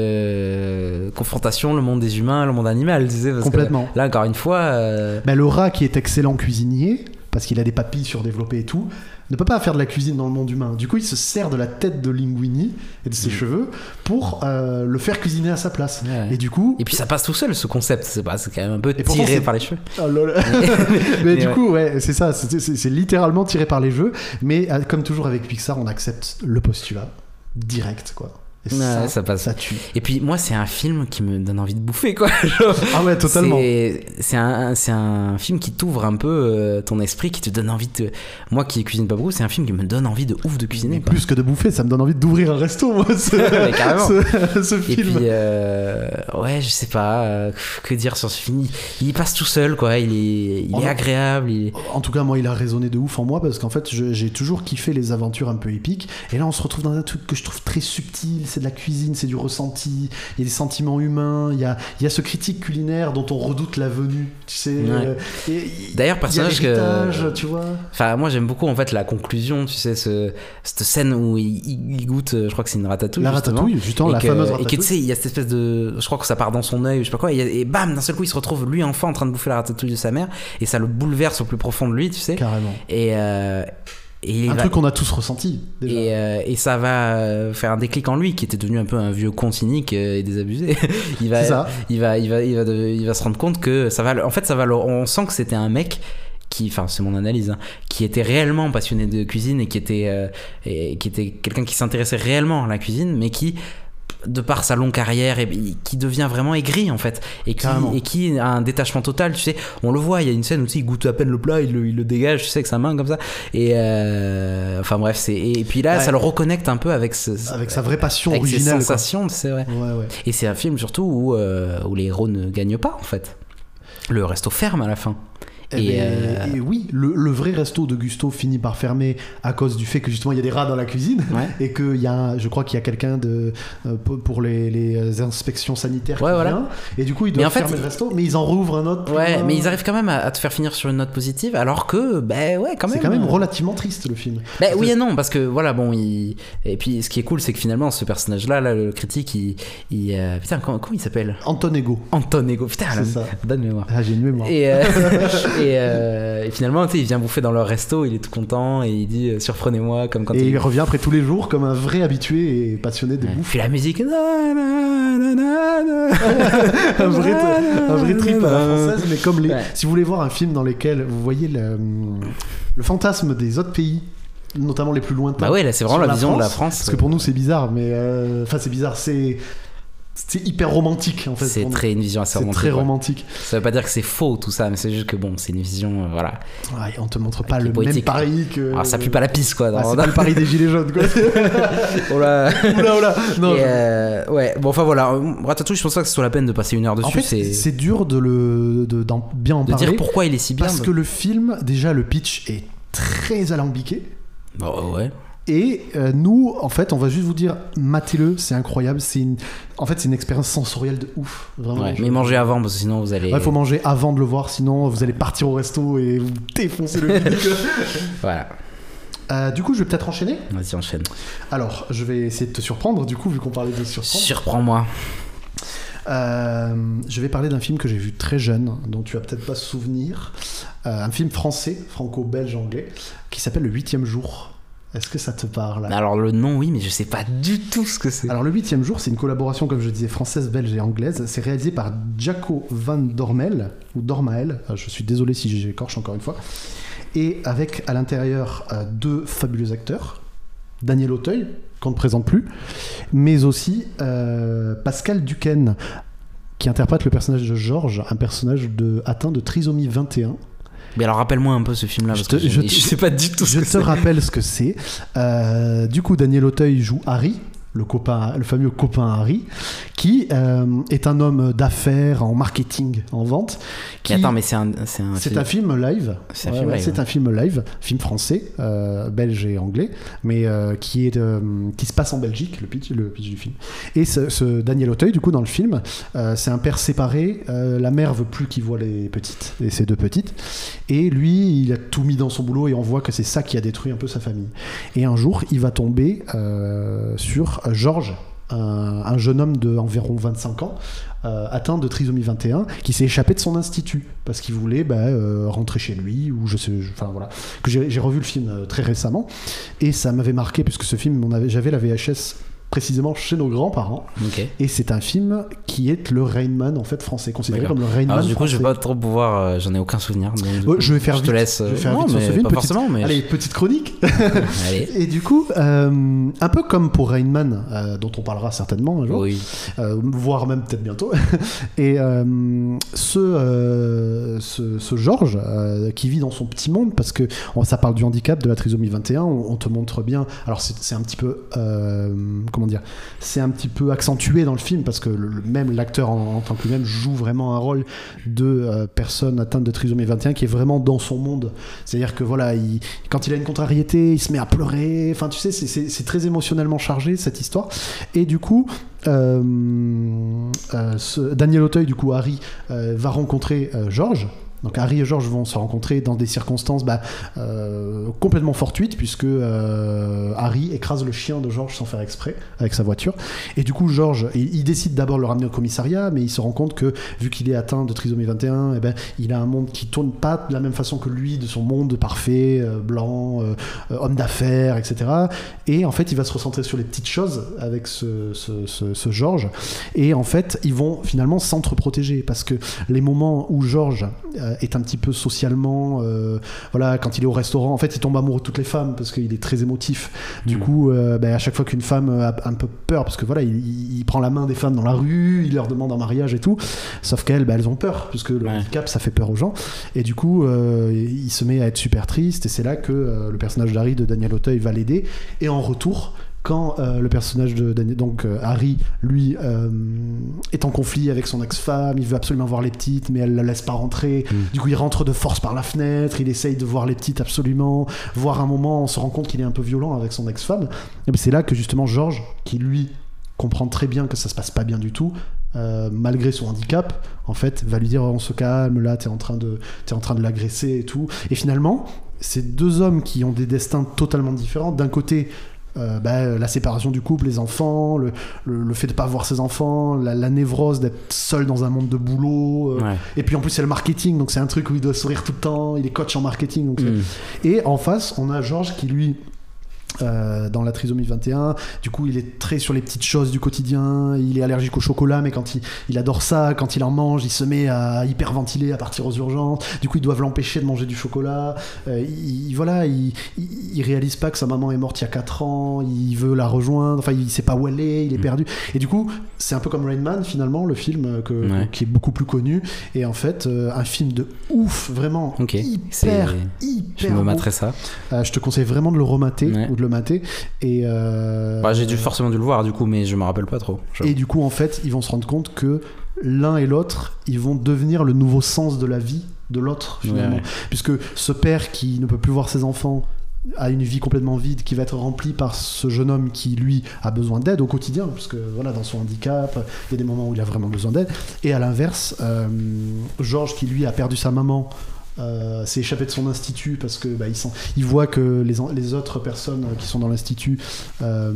B: de confrontation, le monde des humains, le monde animal, tu sais. parce que
A: Complètement.
B: là, encore une fois, euh,
A: bah, le rat qui est excellent cuisinier, parce qu'il a des papilles surdéveloppées et tout, ne peut pas faire de la cuisine dans le monde humain. Du coup, il se sert de la tête de Linguini et de ses cheveux pour euh, le faire cuisiner à sa place.
B: Ouais.
A: Et du coup,
B: et puis ça passe tout seul, ce concept. C'est pas- c'est quand même un peu
A: Et pourtant,
B: tiré
A: c'est-
B: par les cheveux.
A: Oh, lol. mais,
B: mais
A: du
B: ouais.
A: coup, ouais, c'est ça, c'est c'est- c'est littéralement tiré par les jeux. Mais euh, comme toujours avec Pixar, on accepte le postulat direct, quoi. Et
B: Ouais,
A: ça,
B: ça passe.
A: ça tue.
B: Et puis moi, c'est un film qui me donne envie de bouffer, quoi. Genre,
A: Ah ouais, totalement.
B: C'est- C'est un, c'est un film qui t'ouvre un peu euh, ton esprit, qui te donne envie de. Moi qui cuisine pas beaucoup, c'est un film qui me donne envie de ouf de cuisiner.
A: Mais
B: quoi.
A: Plus que de bouffer, ça me donne envie d'ouvrir un resto, moi, ce,
B: Mais carrément.
A: ce- ce
B: Et
A: film.
B: puis, euh, ouais, je sais pas, euh, que dire sur ce film. Il, il passe tout seul, quoi. Il est, il
A: Oh
B: est
A: non.
B: agréable. Il est...
A: En tout cas, moi, il a résonné de ouf en moi parce qu'en fait, je- j'ai toujours kiffé les aventures un peu épiques. Et là, on se retrouve dans un truc que je trouve très subtil. C'est de la cuisine, c'est du ressenti. Il y a des sentiments humains. Il y a, il y a ce critique culinaire dont on redoute la venue. Tu sais.
B: Ouais.
A: euh, et-
B: D'ailleurs,
A: il y a
B: personnage que-
A: l'héritage, tu vois.
B: Enfin, moi j'aime beaucoup en fait la conclusion, tu sais, ce, cette scène où il, il- il goûte, euh, je crois que c'est une ratatouille.
A: La
B: justement.
A: ratatouille, justement,
B: Et
A: la
B: que-
A: fameuse
B: Et que tu
A: ratatouille.
B: sais, il y a cette espèce de. Je crois que ça part dans son œil, ou je sais pas quoi, et, et bam, d'un seul coup, il se retrouve lui enfant en train de bouffer la ratatouille de sa mère, et ça le bouleverse au plus profond de lui, tu sais.
A: Carrément.
B: Et, euh, et il
A: Un
B: va-
A: truc qu'on a tous ressenti. Déjà.
B: Et, euh, et ça va euh, faire un déclic en lui qui était devenu un peu un vieux con cynique euh, et désabusé. il va,
A: C'est ça.
B: il va, il va, il va, de- il va se rendre compte que ça va. le- En fait, ça va. le- On sent que c'était un mec qui, enfin, c'est mon analyse, hein, qui était réellement passionné de cuisine et qui était, euh, et qui était quelqu'un qui s'intéressait réellement à la cuisine, mais qui de par sa longue carrière et qui devient vraiment aigri en fait et qui,
A: Carrément.
B: et qui a un détachement total tu sais on le voit il y a une scène où tu sais, il goûte à peine le plat il le, il le dégage tu sais avec sa main comme ça et euh, enfin bref c'est et, et puis là
A: Ouais.
B: ça le reconnecte un peu avec ce
A: Avec sa vraie passion
B: avec ses
A: originale. quoi.
B: sensations c'est vrai
A: Ouais, ouais.
B: et c'est un film surtout où, euh, où les héros ne gagnent pas en fait le resto ferme à la fin
A: Eh
B: Et,
A: ben,
B: euh,
A: et oui, le, le vrai resto de Gusto finit par fermer à cause du fait que justement il y a des rats dans la cuisine
B: Ouais.
A: et que il y a, un- je crois qu'il y a quelqu'un de euh, pour- pour les, les euh, inspections sanitaires
B: Ouais,
A: qui
B: voilà.
A: vient et du coup ils
B: Mais en
A: doivent
B: fait,
A: fermer le
B: ils-
A: resto, mais ils en rouvrent un autre. plus
B: Ouais,
A: loin.
B: mais ils arrivent quand même à, à te faire finir sur une note positive, alors que, ben ouais, quand même.
A: C'est quand même
B: euh,
A: relativement triste le film.
B: Bah oui et non, parce que voilà, bon, il... et puis ce qui est cool, c'est que finalement, ce personnage-là, là, le critique, il. il, euh, Putain, comment, comment il s'appelle
A: Anton Ego,
B: Anton Ego, putain,
A: c'est
B: la
A: ça.
B: bonne mémoire.
A: Ah, j'ai une mémoire.
B: Et, euh, et, euh, et finalement, tu sais, il vient bouffer dans leur resto, il est tout content et il dit euh, surprenez-moi, comme quand
A: Et
B: il.
A: il revient après tous les jours comme un vrai habitué et passionné de
B: Ouais,
A: bouffe.
B: fait la musique. Na, na, na, na, na.
A: un, vrai, un vrai trip hein. à la française, mais comme les.
B: hein. Ouais.
A: Si vous voulez voir un film dans lequel vous voyez le, le fantasme des autres pays, notamment les plus lointains.
B: Bah ouais, là, c'est vraiment
A: sur
B: la, vision de la France.
A: Parce que pour nous, c'est bizarre, mais. euh, Enfin, c'est bizarre, c'est. C'est hyper romantique en fait.
B: c'est
A: pour nous.
B: très une vision assez
A: C'est
B: romantique.
A: très
B: ouais.
A: romantique.
B: Ça veut pas dire que c'est faux tout ça, mais c'est juste que bon, c'est une vision, euh, voilà.
A: Ouais, et on te montre pas
B: Qui
A: le
B: est
A: même
B: poétique.
A: Paris que.
B: Alors ça pue pas la pisse quoi.
A: Ah,
B: dans-
A: Euh, c'est pas le Paris des Gilets jaunes quoi.
B: Oh là.
A: oula, oula. Non,
B: Et,
A: je-
B: euh, ouais, bon, enfin voilà, euh, Ratatouille, je pense pas que ce soit la peine de passer une heure dessus.
A: en fait,
B: c'est
A: c'est dur de le de, d'en- bien en
B: de
A: parler.
B: dire pourquoi il est si bien. bah.
A: Parce que le film, déjà, le pitch est très alambiqué.
B: Bon, Bah, ouais.
A: Et euh, nous, en fait, on va juste vous dire, matez-le, c'est incroyable. C'est une... En fait, c'est une expérience sensorielle de ouf. Vraiment.
B: Ouais,
A: Ah Je-
B: Mais mangez avant, parce que sinon vous allez.
A: Ouais, Bah, faut manger avant de le voir, sinon vous allez partir au resto et vous défoncer le public.
B: Voilà,
A: Euh, du coup, je vais peut-être enchaîner.
B: vas-y, enchaîne.
A: Alors, je vais essayer de te surprendre, du coup, vu qu'on parlait de surprendre.
B: Surprends-moi.
A: Euh, je vais parler d'un film que j'ai vu très jeune, dont tu vas peut-être pas se souvenir. Euh, un film français, franco-belge-anglais, qui s'appelle Le Huitième Jour. Est-ce que ça te parle
B: Alors le nom, oui, mais je sais pas du tout ce que c'est.
A: Alors, le huitième jour, c'est une collaboration, comme je disais, française, belge et anglaise. C'est réalisé par Jaco Van Dormel, ou Dormael. Euh, Je suis désolé si j'écorche encore une fois. Et avec à l'intérieur euh, deux fabuleux acteurs. Daniel Auteuil, qu'on ne présente plus, mais aussi euh, Pascal Duquesne, qui interprète le personnage de Georges, un personnage de, atteint de trisomie 21.
B: Mais alors rappelle-moi un peu ce film-là,
A: Je
B: parce que
A: te-
B: je,
A: je te-
B: je sais pas du tout ce
A: Je
B: que
A: te
B: c'est.
A: rappelle ce que c'est. Euh, du coup, Daniel Auteuil joue Harry, le, copain, le fameux copain Harry, qui euh, est un homme d'affaires en marketing, en vente. qui-
B: Mais attends, mais c'est un, c'est un
A: c'est
B: film-
A: un film live.
B: C'est un
A: Ouais,
B: film
A: ouais,
B: live, hein.
A: c'est
B: ouais.
A: un film live, film français, euh, belge et anglais, mais euh, qui est euh, qui se passe en Belgique, le pitch, le pitch du film. Et ce, ce Daniel Auteuil, du coup, dans le film, euh, c'est un père séparé. euh, la mère veut plus qu'il voit les petites et ses deux petites, et lui, il a tout mis dans son boulot et on voit que c'est ça qui a détruit un peu sa famille. Et un jour, il va tomber euh, sur Georges. Un, un jeune homme de environ 25 ans euh, atteint de trisomie 21 qui s'est échappé de son institut parce qu'il voulait bah, euh, rentrer chez lui ou je sais je- enfin voilà que j'ai j'ai revu le film euh, très récemment et ça m'avait marqué puisque ce film on avait- j'avais la VHS précisément chez nos grands-parents
B: Ok.
A: et c'est un film qui est le Rain Man en fait français considéré
B: D'accord.
A: comme le Rain
B: Alors
A: Man
B: du coup, je vais
A: français.
B: pas trop pouvoir. euh, J'en ai aucun souvenir. donc, du
A: Ouais,
B: coup,
A: je vais faire
B: Je te
A: vite.
B: laisse.
A: Je vais
B: euh,
A: faire
B: non,
A: vite sur ce
B: mais
A: film,
B: pas
A: petite-
B: forcément, mais.
A: Allez, petite chronique.
B: Allez.
A: Et du coup, euh, un peu comme pour Rain Man, euh, dont on parlera certainement un jour,
B: Oui.
A: euh, voire même peut-être bientôt. Et euh, ce, euh, ce, ce Georges euh, qui vit dans son petit monde, parce que on- ça parle du handicap, de la trisomie 21, on, on te montre bien. Alors c'est c'est un petit peu, euh, comment dire, c'est un petit peu accentué dans le film parce que le, le- même l'acteur en, en tant que lui-même joue vraiment un rôle de euh, personne atteinte de trisomie 21 qui est vraiment dans son monde. C'est-à-dire que voilà, il- quand il a une contrariété, il se met à pleurer. Enfin, tu sais, c'est- c'est c'est très émotionnellement chargé cette histoire. Et du coup, euh, euh, ce- Daniel Auteuil, du coup, Harry, euh, va rencontrer euh, Georges. Donc Harry et Georges vont se rencontrer dans des circonstances bah, euh, complètement fortuites puisque euh, Harry écrase le chien de Georges sans faire exprès avec sa voiture. Et du coup Georges, il, il décide d'abord de le ramener au commissariat, mais il se rend compte que vu qu'il est atteint de trisomie 21, eh ben, il a un monde qui tourne pas de la même façon que lui, de son monde parfait, euh, blanc, euh, euh, homme d'affaires, etc. Et en fait, il va se recentrer sur les petites choses avec ce, ce, ce- ce Georges. Et en fait, ils vont finalement s'entreprotéger parce que les moments où Georges euh, est un petit peu socialement, euh, voilà, quand il est au restaurant, en fait, il tombe amoureux de toutes les femmes parce qu'il est très émotif. Du
B: Mhm.
A: coup, euh, ben, à chaque fois qu'une femme a un peu peur, parce que voilà, il, il- il prend la main des femmes dans la rue, il leur demande en mariage et tout. Sauf qu'elles, ben, elles ont peur parce que le
B: Ouais.
A: handicap, ça fait peur aux gens. Et du coup, euh, il se met à être super triste. Et c'est là que euh, le personnage d'Harry de Daniel Auteuil va l'aider. Et en retour, quand euh, le personnage de Dan- donc euh, Harry, lui, euh, est en conflit avec son ex-femme, il veut absolument voir les petites, mais elle la laisse pas rentrer.
B: Mm.
A: Du coup, il rentre de force par la fenêtre, il essaye de voir les petites absolument, voir un moment, on se rend compte qu'il est un peu violent avec son ex-femme. Et bien, c'est là que justement Georges, qui lui comprend très bien que ça se passe pas bien du tout, euh, malgré son handicap, en fait, va lui dire oh, on se calme, là t'es en train de t'es en train de l'agresser et tout. Et finalement, ces deux hommes qui ont des destins totalement différents. D'un côté, euh, bah, la séparation du couple, les enfants, le, le- le fait de pas voir ses enfants, la, la névrose d'être seul dans un monde de boulot. euh,
B: Ouais.
A: Et puis en plus c'est le marketing, donc c'est un truc où il doit sourire tout le temps. Il est coach en marketing, donc c'est-
B: Mm.
A: et en face, on a Georges qui, lui, euh, dans la trisomie 21, du coup, il est très sur les petites choses du quotidien. Il est allergique au chocolat, mais quand il, il adore ça, quand il en mange, il se met à hyperventiler, à partir aux urgences. Du coup, ils doivent l'empêcher de manger du chocolat. Euh, il, il- voilà, il, il, il réalise pas que sa maman est morte il y a 4 ans. Il veut la rejoindre. Enfin, il sait pas où elle est. Il est
B: Mm.
A: perdu. Et du coup, c'est un peu comme Rain Man, finalement, le film euh, que,
B: Ouais.
A: qui est beaucoup plus connu. Et en fait, euh, un film de ouf, vraiment
B: Ok, c'est-
A: hyper,
B: Je
A: hyper.
B: me
A: beau.
B: materai ça.
A: Euh, je te conseille vraiment de le remater
B: Ouais.
A: ou de le mater. Et, euh,
B: Bah, j'ai dû forcément dû le voir du coup, mais je me rappelle pas trop. Je-
A: et du coup, en fait, ils vont se rendre compte que l'un et l'autre, ils vont devenir le nouveau sens de la vie de l'autre, finalement.
B: Ouais, ouais.
A: Puisque ce père qui ne peut plus voir ses enfants a une vie complètement vide qui va être remplie par ce jeune homme qui lui a besoin d'aide au quotidien parce que voilà dans son handicap il y a des moments où il a vraiment besoin d'aide et à l'inverse euh, Georges qui lui a perdu sa maman euh, s'est échappé de son institut parce que bah, il, sent- il voit que les, en- les autres personnes qui sont dans l'institut euh,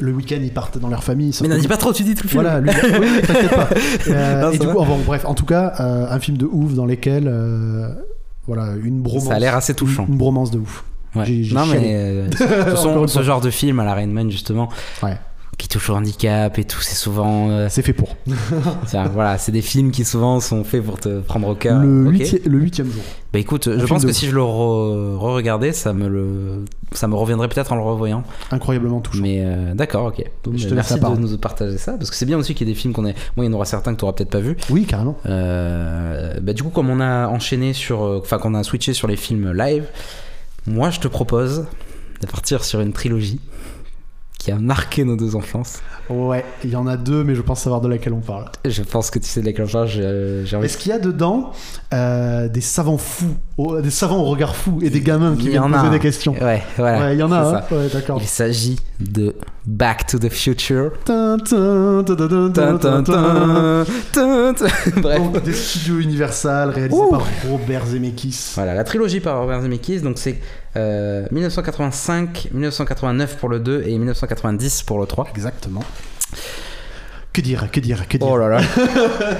A: le week-end ils partent dans leur famille sauf
B: Mais
A: que
B: n'en dis pas trop, tu dis tout le film.
A: voilà, lui- oui, oui, t'inquiète pas. Euh,
B: Non,
A: et
B: ça
A: du
B: va.
A: coup, enfin, bon, bref, en tout cas, euh, un film de ouf dans lequel, euh, voilà, une bromance.
B: Ça a l'air assez touchant.
A: Une bromance de ouf.
B: Ouais.
A: Mm, J'ai- j'ai
B: non,
A: chialé.
B: mais euh, de toute façon,
A: Encore une
B: ce
A: fois.
B: genre de film à la Rain Man, justement,
A: Ouais.
B: qui touche au handicap et tout, c'est souvent. euh,
A: C'est fait pour.
B: c'est- voilà, c'est des films qui souvent sont faits pour te prendre au cœur.
A: Le,
B: Ok.
A: huiti- le huitième jour.
B: Bah écoute, je
A: film
B: pense
A: de
B: que
A: ouf.
B: si je le re- re-regardais, ça me le, ça me reviendrait peut-être en le revoyant.
A: Incroyablement touchant.
B: Mais euh, d'accord, ok. Donc,
A: Je te laisse
B: euh, merci
A: la
B: de
A: parole.
B: nous partager ça, parce que c'est bien aussi qu'il y ait des films qu'on est. Moi, il y en aura certains que tu peut-être pas vu.
A: Oui, carrément.
B: Euh, bah, du coup, comme on a enchaîné sur, euh, enfin qu'on a switché sur les films live, moi je te propose de partir sur une trilogie qui a marqué nos deux enfances.
A: Ouais, il y en a deux, mais je pense savoir de laquelle on parle.
B: Je pense que tu sais de laquelle je parle, je- j'ai envie.
A: Est-ce qu'il y a dedans euh, des savants fous, au- des savants au regard fou et des gamins
B: Il
A: qui
B: y
A: viennent
B: en a
A: poser
B: un.
A: des questions
B: Ouais, voilà.
A: Ouais, il y en a,
B: c'est
A: hein
B: ça.
A: Ouais, d'accord.
B: Il s'agit de Back to the Future.
A: Tin, tin, tin, tin, tin,
B: Tin,
A: tin,
B: tin,
A: tin.
B: tin, tin, tin. Bref.
A: Donc, Des studios Universal réalisés
B: Ouh.
A: par Robert Zemeckis.
B: Voilà, la trilogie par Robert Zemeckis, donc c'est euh, 1985, 1989 pour le 2 et 1990 pour le 3.
A: Exactement. Que dire, que dire, que dire
B: Oh là là.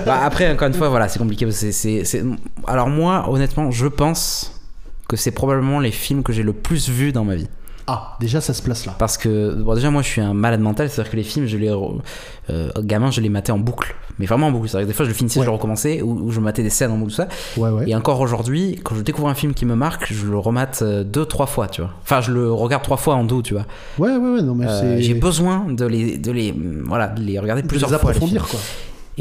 B: Bah, après, encore une fois, voilà, c'est compliqué. parce que c'est- c'est- c'est- Alors moi, honnêtement, je pense que c'est probablement les films que j'ai le plus vus dans ma vie.
A: Ah, déjà ça se place là.
B: Parce que, bon, déjà, moi, je suis un malade mental. C'est-à-dire que les films, je les... re- euh, gamin, je les matais en boucle. Mais vraiment en boucle. C'est-à-dire que des fois, je le finissais,
A: Ouais.
B: je le recommençais, ou, ou je matais des scènes en boucle, tout ça.
A: Ouais, ouais.
B: Et encore aujourd'hui, quand je découvre un film qui me marque, je le remate euh, deux, trois fois, tu vois. Enfin, je le regarde trois fois en dos, tu vois.
A: Ouais, ouais, ouais, non mais
B: Euh,
A: c'est.
B: j'ai besoin de les, de les... mm, Voilà, de les regarder
A: de
B: plusieurs
A: les
B: fois. les films.
A: approfondir quoi.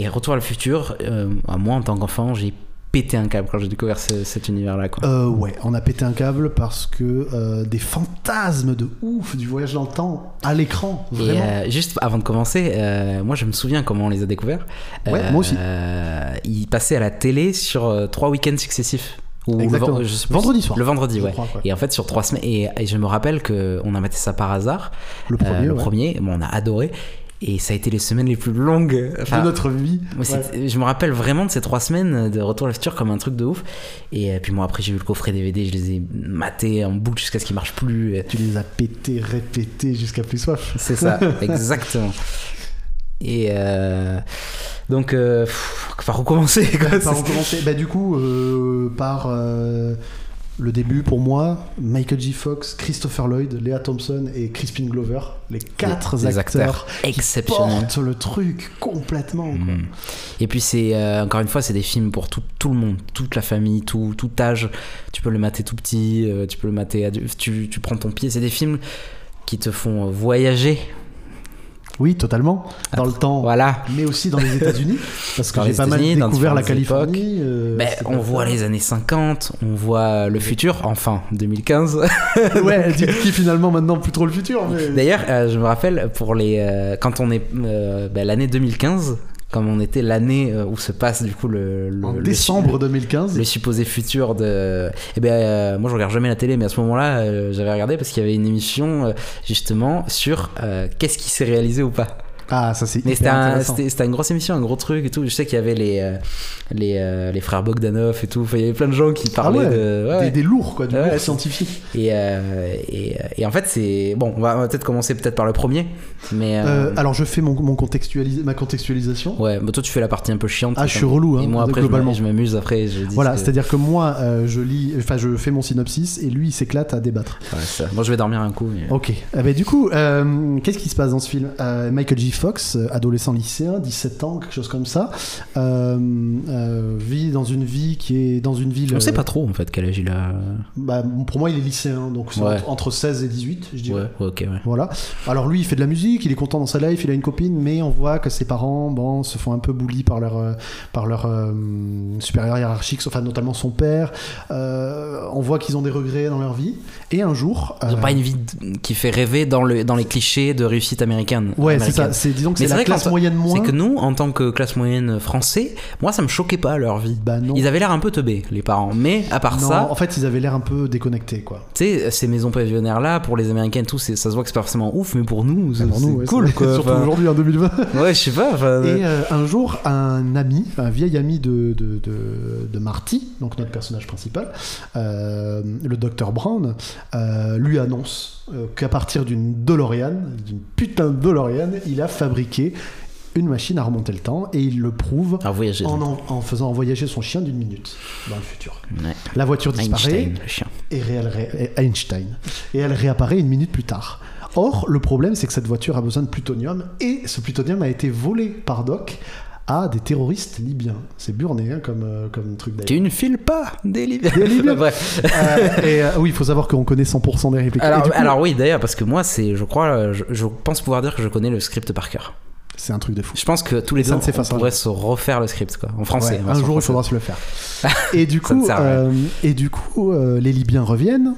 B: Et Retour à le futur, euh, à moi en tant qu'enfant, j'ai pété un câble quand j'ai découvert ce- cet univers-là. Quoi.
A: Euh, ouais, on a pété un câble parce que euh, des fantasmes de ouf du voyage dans le temps à l'écran,
B: Et
A: vraiment.
B: euh, juste avant de commencer, euh, moi je me souviens comment on les a découverts.
A: Ouais, moi aussi.
B: euh, ils passaient à la télé sur euh, trois week-ends successifs. Ou le
A: Exactement.
B: ven- je sais plus.
A: Vendredi soir.
B: Le vendredi,
A: je
B: ouais.
A: crois, quoi.
B: Et en fait, sur trois semaines, et, et je me rappelle qu'on a maté ça par hasard.
A: Le
B: Euh,
A: premier,
B: le
A: ouais.
B: premier, bon, on a adoré. Et ça a été les semaines les plus longues. Enfin,
A: de notre vie.
B: Moi,
A: Ouais.
B: c'est- Je me rappelle vraiment de ces trois semaines de Retour à la Future comme un truc de ouf. Et euh, puis moi, après, j'ai eu le coffret DVD, je les ai matés en boucle jusqu'à ce qu'ils marchent plus. Et-
A: Tu les as pétés, répétés jusqu'à plus soif.
B: C'est ça, exactement. Et euh, donc, euh, pff, enfin, recommencer. Quoi.
A: Par où commencer Bah du coup, euh, par euh, le début pour moi, Michael J. Fox, Christopher Lloyd, Lea Thompson et Crispin Glover, les quatre
B: Des
A: acteurs,
B: acteurs exceptionnels.
A: portent le truc complètement. quoi.
B: Mm. Et puis c'est euh, encore une fois c'est des films pour tout, tout le monde, toute la famille, tout, tout âge. Tu peux le mater tout petit, euh, tu peux le mater adulte, tu, tu prends ton pied. C'est des films qui te font euh, voyager
A: Oui, totalement. Dans le temps,
B: Voilà.
A: mais aussi dans les États-Unis, parce que
B: Ah, Dans
A: j'ai
B: les
A: pas mal
B: États-Unis, dans
A: découvert la
B: différentes
A: Californie. euh,
B: Ben,
A: c'est
B: on
A: pas
B: voit
A: ça.
B: les années 50, on voit le futur, enfin 2015.
A: Ouais, dit qui finalement maintenant plus trop le futur. mais-
B: D'ailleurs, euh, je me rappelle pour les euh, quand on est euh, ben, l'année 2015, comme on était l'année euh, où se passe du coup le, le
A: en
B: le-
A: décembre 2015.
B: le supposé futur de. Eh ben, euh, moi je regarde jamais la télé, mais à ce moment-là, euh, j'avais regardé parce qu'il y avait une émission euh, justement sur euh, qu'est-ce qui s'est réalisé ou pas.
A: Ah, ça c'est
B: Mais c'était
A: hyper
B: un-
A: intéressant.
B: c'était c'était une grosse émission, un gros truc et tout. Je sais qu'il y avait les euh, les, euh, les frères Bogdanov et tout. Enfin, il y avait plein de gens qui parlaient
A: Ah ouais,
B: de. ouais, ouais.
A: Des, des lourds, quoi, du
B: Ouais,
A: lourd
B: c'est-
A: scientifique.
B: Et, euh, et, euh, et en fait, c'est bon. On va, on va peut-être commencer peut-être par le premier, mais euh,
A: Euh, alors, je fais mon, mon contextualis- ma contextualisation.
B: ouais. bah, toi, tu fais la partie un peu chiante.
A: Ah, je suis relou, hein,
B: et moi après, je
A: globalement.
B: me- je m'amuse après. Je dis
A: Voilà,
B: ce que-
A: c'est-à-dire que moi, euh, je lis, enfin, je fais mon synopsis et lui, il s'éclate à débattre.
B: Ouais, ça. Moi, je vais dormir un coup. mais-
A: Ok. Eh ben, du coup, euh, qu'est-ce qui se passe dans ce film Euh, Michael J. Fox, euh, adolescent lycéen, 17 ans, quelque chose comme ça, euh, euh, vit dans une vie qui est dans une ville.
B: On sait
A: euh,
B: pas trop en fait quel âge il a.
A: bah, pour moi, il est lycéen, donc c'est
B: Ouais.
A: entre, entre 16 et 18, je dirais.
B: Ouais, ouais, ok, ouais.
A: Voilà. Alors lui, il fait de la musique, il est content dans sa life, il a une copine, mais on voit que ses parents, bon, se font un peu bully par leur, euh, par leur euh, supérieur hiérarchique, enfin notamment son père. Euh, on voit qu'ils ont des regrets dans leur vie. Et un jour,
B: Ils ont
A: euh,
B: pas une vie d- qui fait rêver dans, le, dans les clichés de réussite américaine.
A: euh, ouais, c'est
B: américaine.
A: ça. C'est disons que c'est
B: Mais c'est
A: la
B: vrai
A: classe
B: qu'en-
A: moyenne moins.
B: C'est que nous, en tant que classe moyenne français, moi ça me choquait pas leur vie.
A: Bah non.
B: Ils avaient l'air un peu teubés, les parents. Mais à part
A: Non,
B: ça,
A: en fait, ils avaient l'air un peu déconnectés, quoi.
B: tu sais, ces maisons pavillonnaires là, pour les américains et tout, c'est- ça se voit que c'est pas forcément ouf, mais pour nous, c'est
A: Bah, Pour nous, ouais,
B: c'est cool
A: c'est-
B: quoi.
A: Surtout
B: Enfin,
A: aujourd'hui en 2020.
B: ouais, je sais pas. enfin,
A: Et euh, un jour, un ami, un vieil ami de, de, de, de Marty, donc notre personnage principal, euh, le docteur Brown, euh, lui annonce euh, qu'à partir d'une DeLorean, d'une putain de DeLorean, il a fabriqué une machine à remonter le temps et il le prouve
B: à voyager.
A: en, en- en faisant voyager son chien d'une minute dans le futur.
B: Ouais.
A: La voiture disparaît
B: Einstein, le chien.
A: et elle ré- et Einstein. Et elle réapparaît une minute plus tard. Or, le problème, c'est que cette voiture a besoin de plutonium, et ce plutonium a été volé par Doc à des terroristes libyens. C'est burné hein, comme, euh, comme truc d'ailleurs.
B: Tu ne files pas des livres.
A: Des livres.
B: Bref.
A: Euh, et euh, oui, il faut savoir qu'on connaît 100% des répliques. Et
B: Alors,
A: du coup,
B: alors oui, d'ailleurs, parce que moi, c'est, je crois, euh, je, je pense pouvoir dire que je connais le script par cœur.
A: C'est un truc de fou.
B: Je pense que tous les
A: Ça
B: ans,
A: ne s'efface
B: on pourrait se refaire le script, quoi, en français.
A: Ouais,
B: en
A: un
B: version
A: jour, il
B: française.
A: faudra se le faire. et du
B: Ça ne
A: coup,
B: sert à
A: euh, et du coup euh, les Libyens reviennent,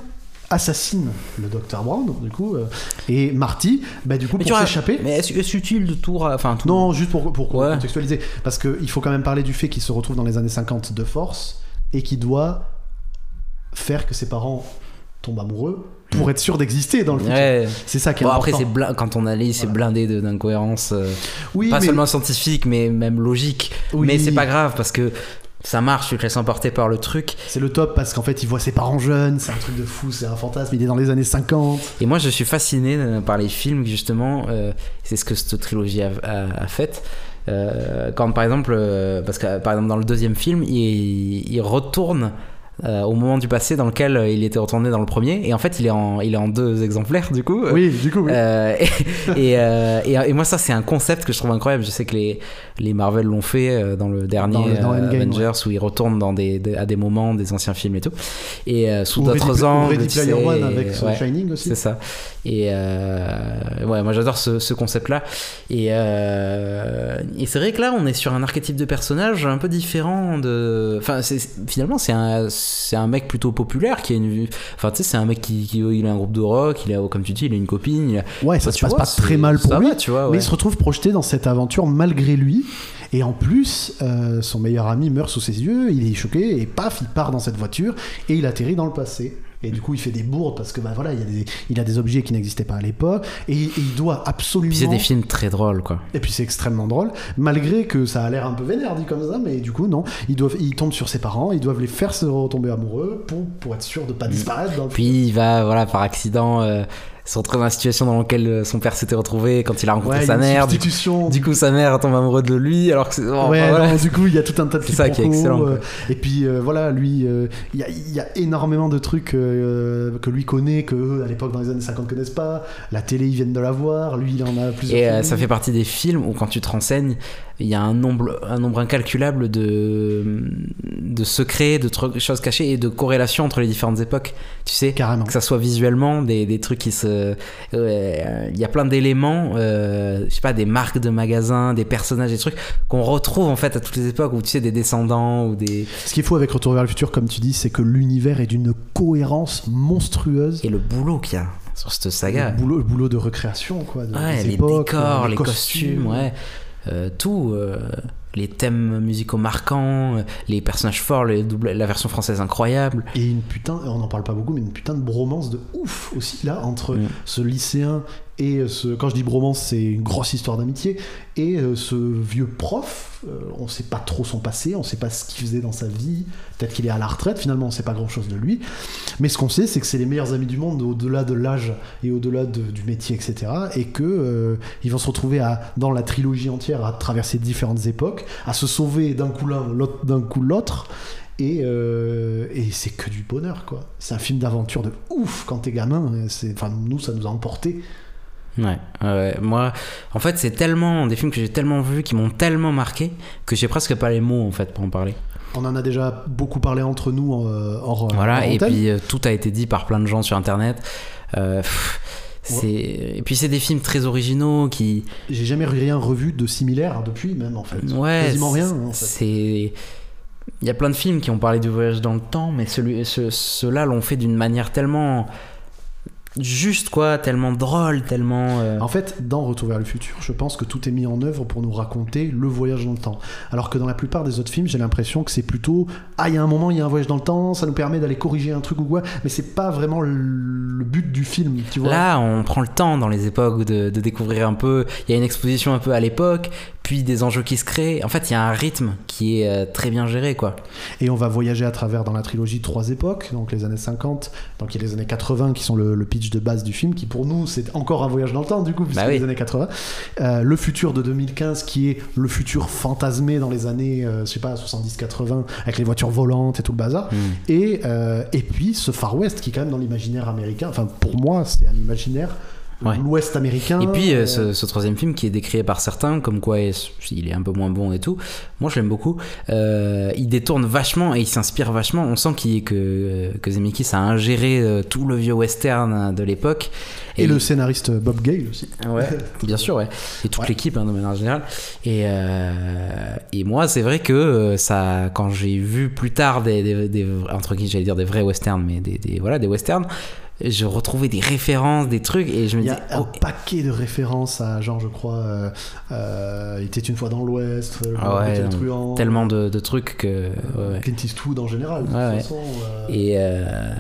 A: assassinent le docteur Brown, du coup, euh, et Marty, bah, du coup,
B: Mais tu
A: pour
B: vois,
A: s'échapper.
B: Mais est-ce, est-ce utile de tout, ra- enfin, tout
A: Non, juste pour, pour
B: Ouais.
A: contextualiser. Parce qu'il faut quand même parler du fait qu'il se retrouve dans les années 50 de force et qu'il doit faire que ses parents tombent amoureux pour être sûr d'exister dans le futur.
B: Ouais.
A: C'est ça qui est
B: Bon,
A: important.
B: après, c'est blin- quand on analyse, c'est blindé de- d'incohérences, euh,
A: oui,
B: pas
A: mais
B: seulement scientifiques, mais même logiques.
A: Oui.
B: Mais c'est pas grave parce que ça marche, tu te laisses emporter par le truc.
A: c'est le top parce qu'en fait, il voit ses parents jeunes, c'est un truc de fou, c'est un fantasme, il est dans les années 50.
B: Et moi, je suis fasciné euh, par les films, justement. euh, c'est ce que cette trilogie a, a- a fait. Euh, quand, par exemple, euh, parce que euh, par exemple, dans le deuxième film, il, il retourne euh, au moment du passé dans lequel euh, il était retourné dans le premier. Et en fait, il est en, il est en deux exemplaires, du coup.
A: Oui, du coup, oui.
B: Euh, et, et, euh, et- et moi, ça, c'est un concept que je trouve incroyable. Je sais que les, les Marvel l'ont fait euh, dans le dernier
A: Dans le- dans
B: euh,
A: Endgame,
B: Avengers où ils retournent dans des, des- à des moments des anciens films et tout. Et euh, sous
A: Ou Ready
B: d'autres
A: Pla-
B: angles.
A: Ready
B: tu
A: Player
B: sais,
A: One
B: et-
A: avec ce
B: ouais,
A: Shining aussi.
B: C'est ça. Et euh, ouais, moi j'adore ce, ce concept-là. Et, euh, et c'est vrai que là, on est sur un archétype de personnage un peu différent de. Enfin, c'est- finalement, c'est un, c'est un mec plutôt populaire qui a une. Enfin, tu sais, c'est un mec qui, qui- il a un groupe de rock, il a, comme tu dis, il a une copine, il a-
A: Ouais, ça
B: bah,
A: se
B: tu
A: passe
B: vois,
A: pas
B: c'est-
A: très mal pour
B: ça
A: lui.
B: va, tu vois,
A: Mais
B: ouais.
A: il se retrouve projeté dans cette aventure malgré lui. Et en plus, euh, son meilleur ami meurt sous ses yeux, il est choqué, et paf, il part dans cette voiture, et il atterrit dans le passé. Et du coup, il fait des bourdes parce que bah, voilà, il, y a des, il a des objets qui n'existaient pas à l'époque, et, et il doit absolument.
B: Puis c'est des films très drôles, quoi.
A: Et puis c'est extrêmement drôle, malgré que ça a l'air un peu vénère dit comme ça, mais du coup, non. Ils, doivent, ils tombent sur ses parents, ils doivent les faire se retomber amoureux pour, pour être sûr de pas disparaître dans le
B: Mmh. Puis il va, voilà, par accident, euh, se retrouver dans la situation dans laquelle euh, son père s'était retrouvé quand il a rencontré
A: Ouais, il y a
B: sa
A: une
B: mère. Du,
A: substitution.
B: du coup, sa mère tombe amoureuse de lui, alors que c'est. oh, enfin,
A: ouais,
B: voilà.
A: non, du coup, il y a tout un tas de
B: C'est ça qui est
A: quiproquos,
B: excellent,
A: euh,
B: quoi.
A: et puis euh, voilà, lui, euh, il y, a, il y a énormément de trucs euh, que lui connaît, que eux, à l'époque dans les années 50 connaissent pas. La télé, ils viennent de la voir. Lui, il en a plusieurs.
B: Et euh,
A: films.
B: ça fait partie des films où quand tu te renseignes, il y a un nombre, un nombre incalculable de, de de secrets, de trucs, choses cachées et de corrélations entre les différentes époques. Tu sais,
A: Carrément.
B: que ça soit visuellement des, des trucs qui se euh, il y a plein d'éléments euh, je sais pas des marques de magasins des personnages des trucs qu'on retrouve en fait à toutes les époques où tu sais des descendants ou des
A: Ce qu'il faut avec Retour vers le futur, comme tu dis, c'est que l'univers est d'une cohérence monstrueuse.
B: et le boulot qu'il y a sur cette saga
A: Le boulot, le boulot de recréation, quoi. de-
B: ouais,
A: des
B: les
A: époques,
B: décors
A: euh,
B: les costumes, ouais Euh, tout euh, les thèmes musicaux marquants euh, les personnages forts les doubles- la version française incroyable
A: Et une putain, on n'en parle pas beaucoup, mais une putain de bromance de ouf aussi, là, entre
B: Mm.
A: ce lycéen et ce. Quand je dis bromance, c'est une grosse histoire d'amitié. Et euh, ce vieux prof, euh, on sait pas trop son passé, on sait pas ce qu'il faisait dans sa vie. Peut-être qu'il est à la retraite, finalement, on sait pas grand chose de lui. Mais ce qu'on sait, c'est que c'est les meilleurs amis du monde au-delà de l'âge et au-delà de- du métier, etc. Et que euh, ils vont se retrouver à, dans la trilogie entière à traverser différentes époques, à se sauver d'un coup l'un, l'autre- d'un coup l'autre. Et, euh, et c'est que du bonheur, quoi. C'est un film d'aventure de ouf quand t'es gamin. et c'est- Enfin, nous, ça nous a emporté.
B: Ouais, ouais, moi, en fait, c'est tellement des films que j'ai tellement vus, qui m'ont tellement marqué, que j'ai presque pas les mots en fait pour en parler.
A: On en a déjà beaucoup parlé entre nous en, euh, hors. hors
B: voilà, et
A: antenne.
B: puis euh, tout a été dit par plein de gens sur internet. Euh, pff, c'est... Et puis c'est des films très originaux qui.
A: J'ai jamais rien revu de similaire depuis, même en fait.
B: Ouais,
A: Quasiment rien.
B: c'est-
A: en fait.
B: C'est. Il y a plein de films qui ont parlé du voyage dans le temps, mais celui, ce- ceux-là l'ont fait d'une manière tellement juste, quoi, tellement drôle, tellement. euh,
A: En fait, dans Retour vers le futur, je pense que tout est mis en œuvre pour nous raconter le voyage dans le temps. Alors que dans la plupart des autres films, j'ai l'impression que c'est plutôt ah il y a un moment, il y a un voyage dans le temps, ça nous permet d'aller corriger un truc ou quoi, mais c'est pas vraiment le- le but du film, tu vois.
B: Là, on prend le temps dans les époques de, de découvrir un peu. Il y a une exposition un peu à l'époque, puis des enjeux qui se créent. En fait, il y a un rythme qui est euh, très bien géré, quoi.
A: Et on va voyager à travers dans la trilogie trois époques, donc les années 50, donc il y a les années 80 qui sont le, le pitch de base du film, qui pour nous c'est encore un voyage dans le temps du coup, puisque
B: Bah oui.
A: les années 80. Euh, le futur de 2015 qui est le futur fantasmé dans les années, euh, je sais pas, 70-80, avec les voitures volantes et tout le bazar. Et, euh, et puis ce Far West qui est quand même dans l'imaginaire américain, enfin pour moi c'est un imaginaire,
B: Ouais.
A: l'Ouest américain.
B: Et puis, euh,
A: euh,
B: ce, ce troisième film qui est décrié par certains, comme quoi il il est un peu moins bon et tout. Moi, je l'aime beaucoup. Euh, il détourne vachement et il s'inspire vachement. On sent qu'il que que Zemeckis a ingéré euh, tout le vieux western hein, de l'époque.
A: Et,
B: il-
A: le scénariste Bob Gale aussi.
B: Ouais, bien sûr, ouais. Et toute
A: Ouais.
B: l'équipe, hein, de manière générale. Et, euh, et moi, c'est vrai que euh, ça, quand j'ai vu plus tard des, des, des- entre guillemets, j'allais dire des vrais westerns, mais des, des- voilà, des westerns, je retrouvais des références, des trucs, et je me
A: Il y
B: disais,
A: a un
B: oh,
A: paquet de références à genre, je crois, euh, euh, il était une fois dans l'Ouest, euh, le
B: Ah ouais,
A: Capitaine
B: non,
A: Truand, euh,
B: tellement de, de trucs que. ouais, ouais.
A: Clint Eastwood en général. De toute
B: Ouais, ouais.
A: façon, euh,
B: Et, euh,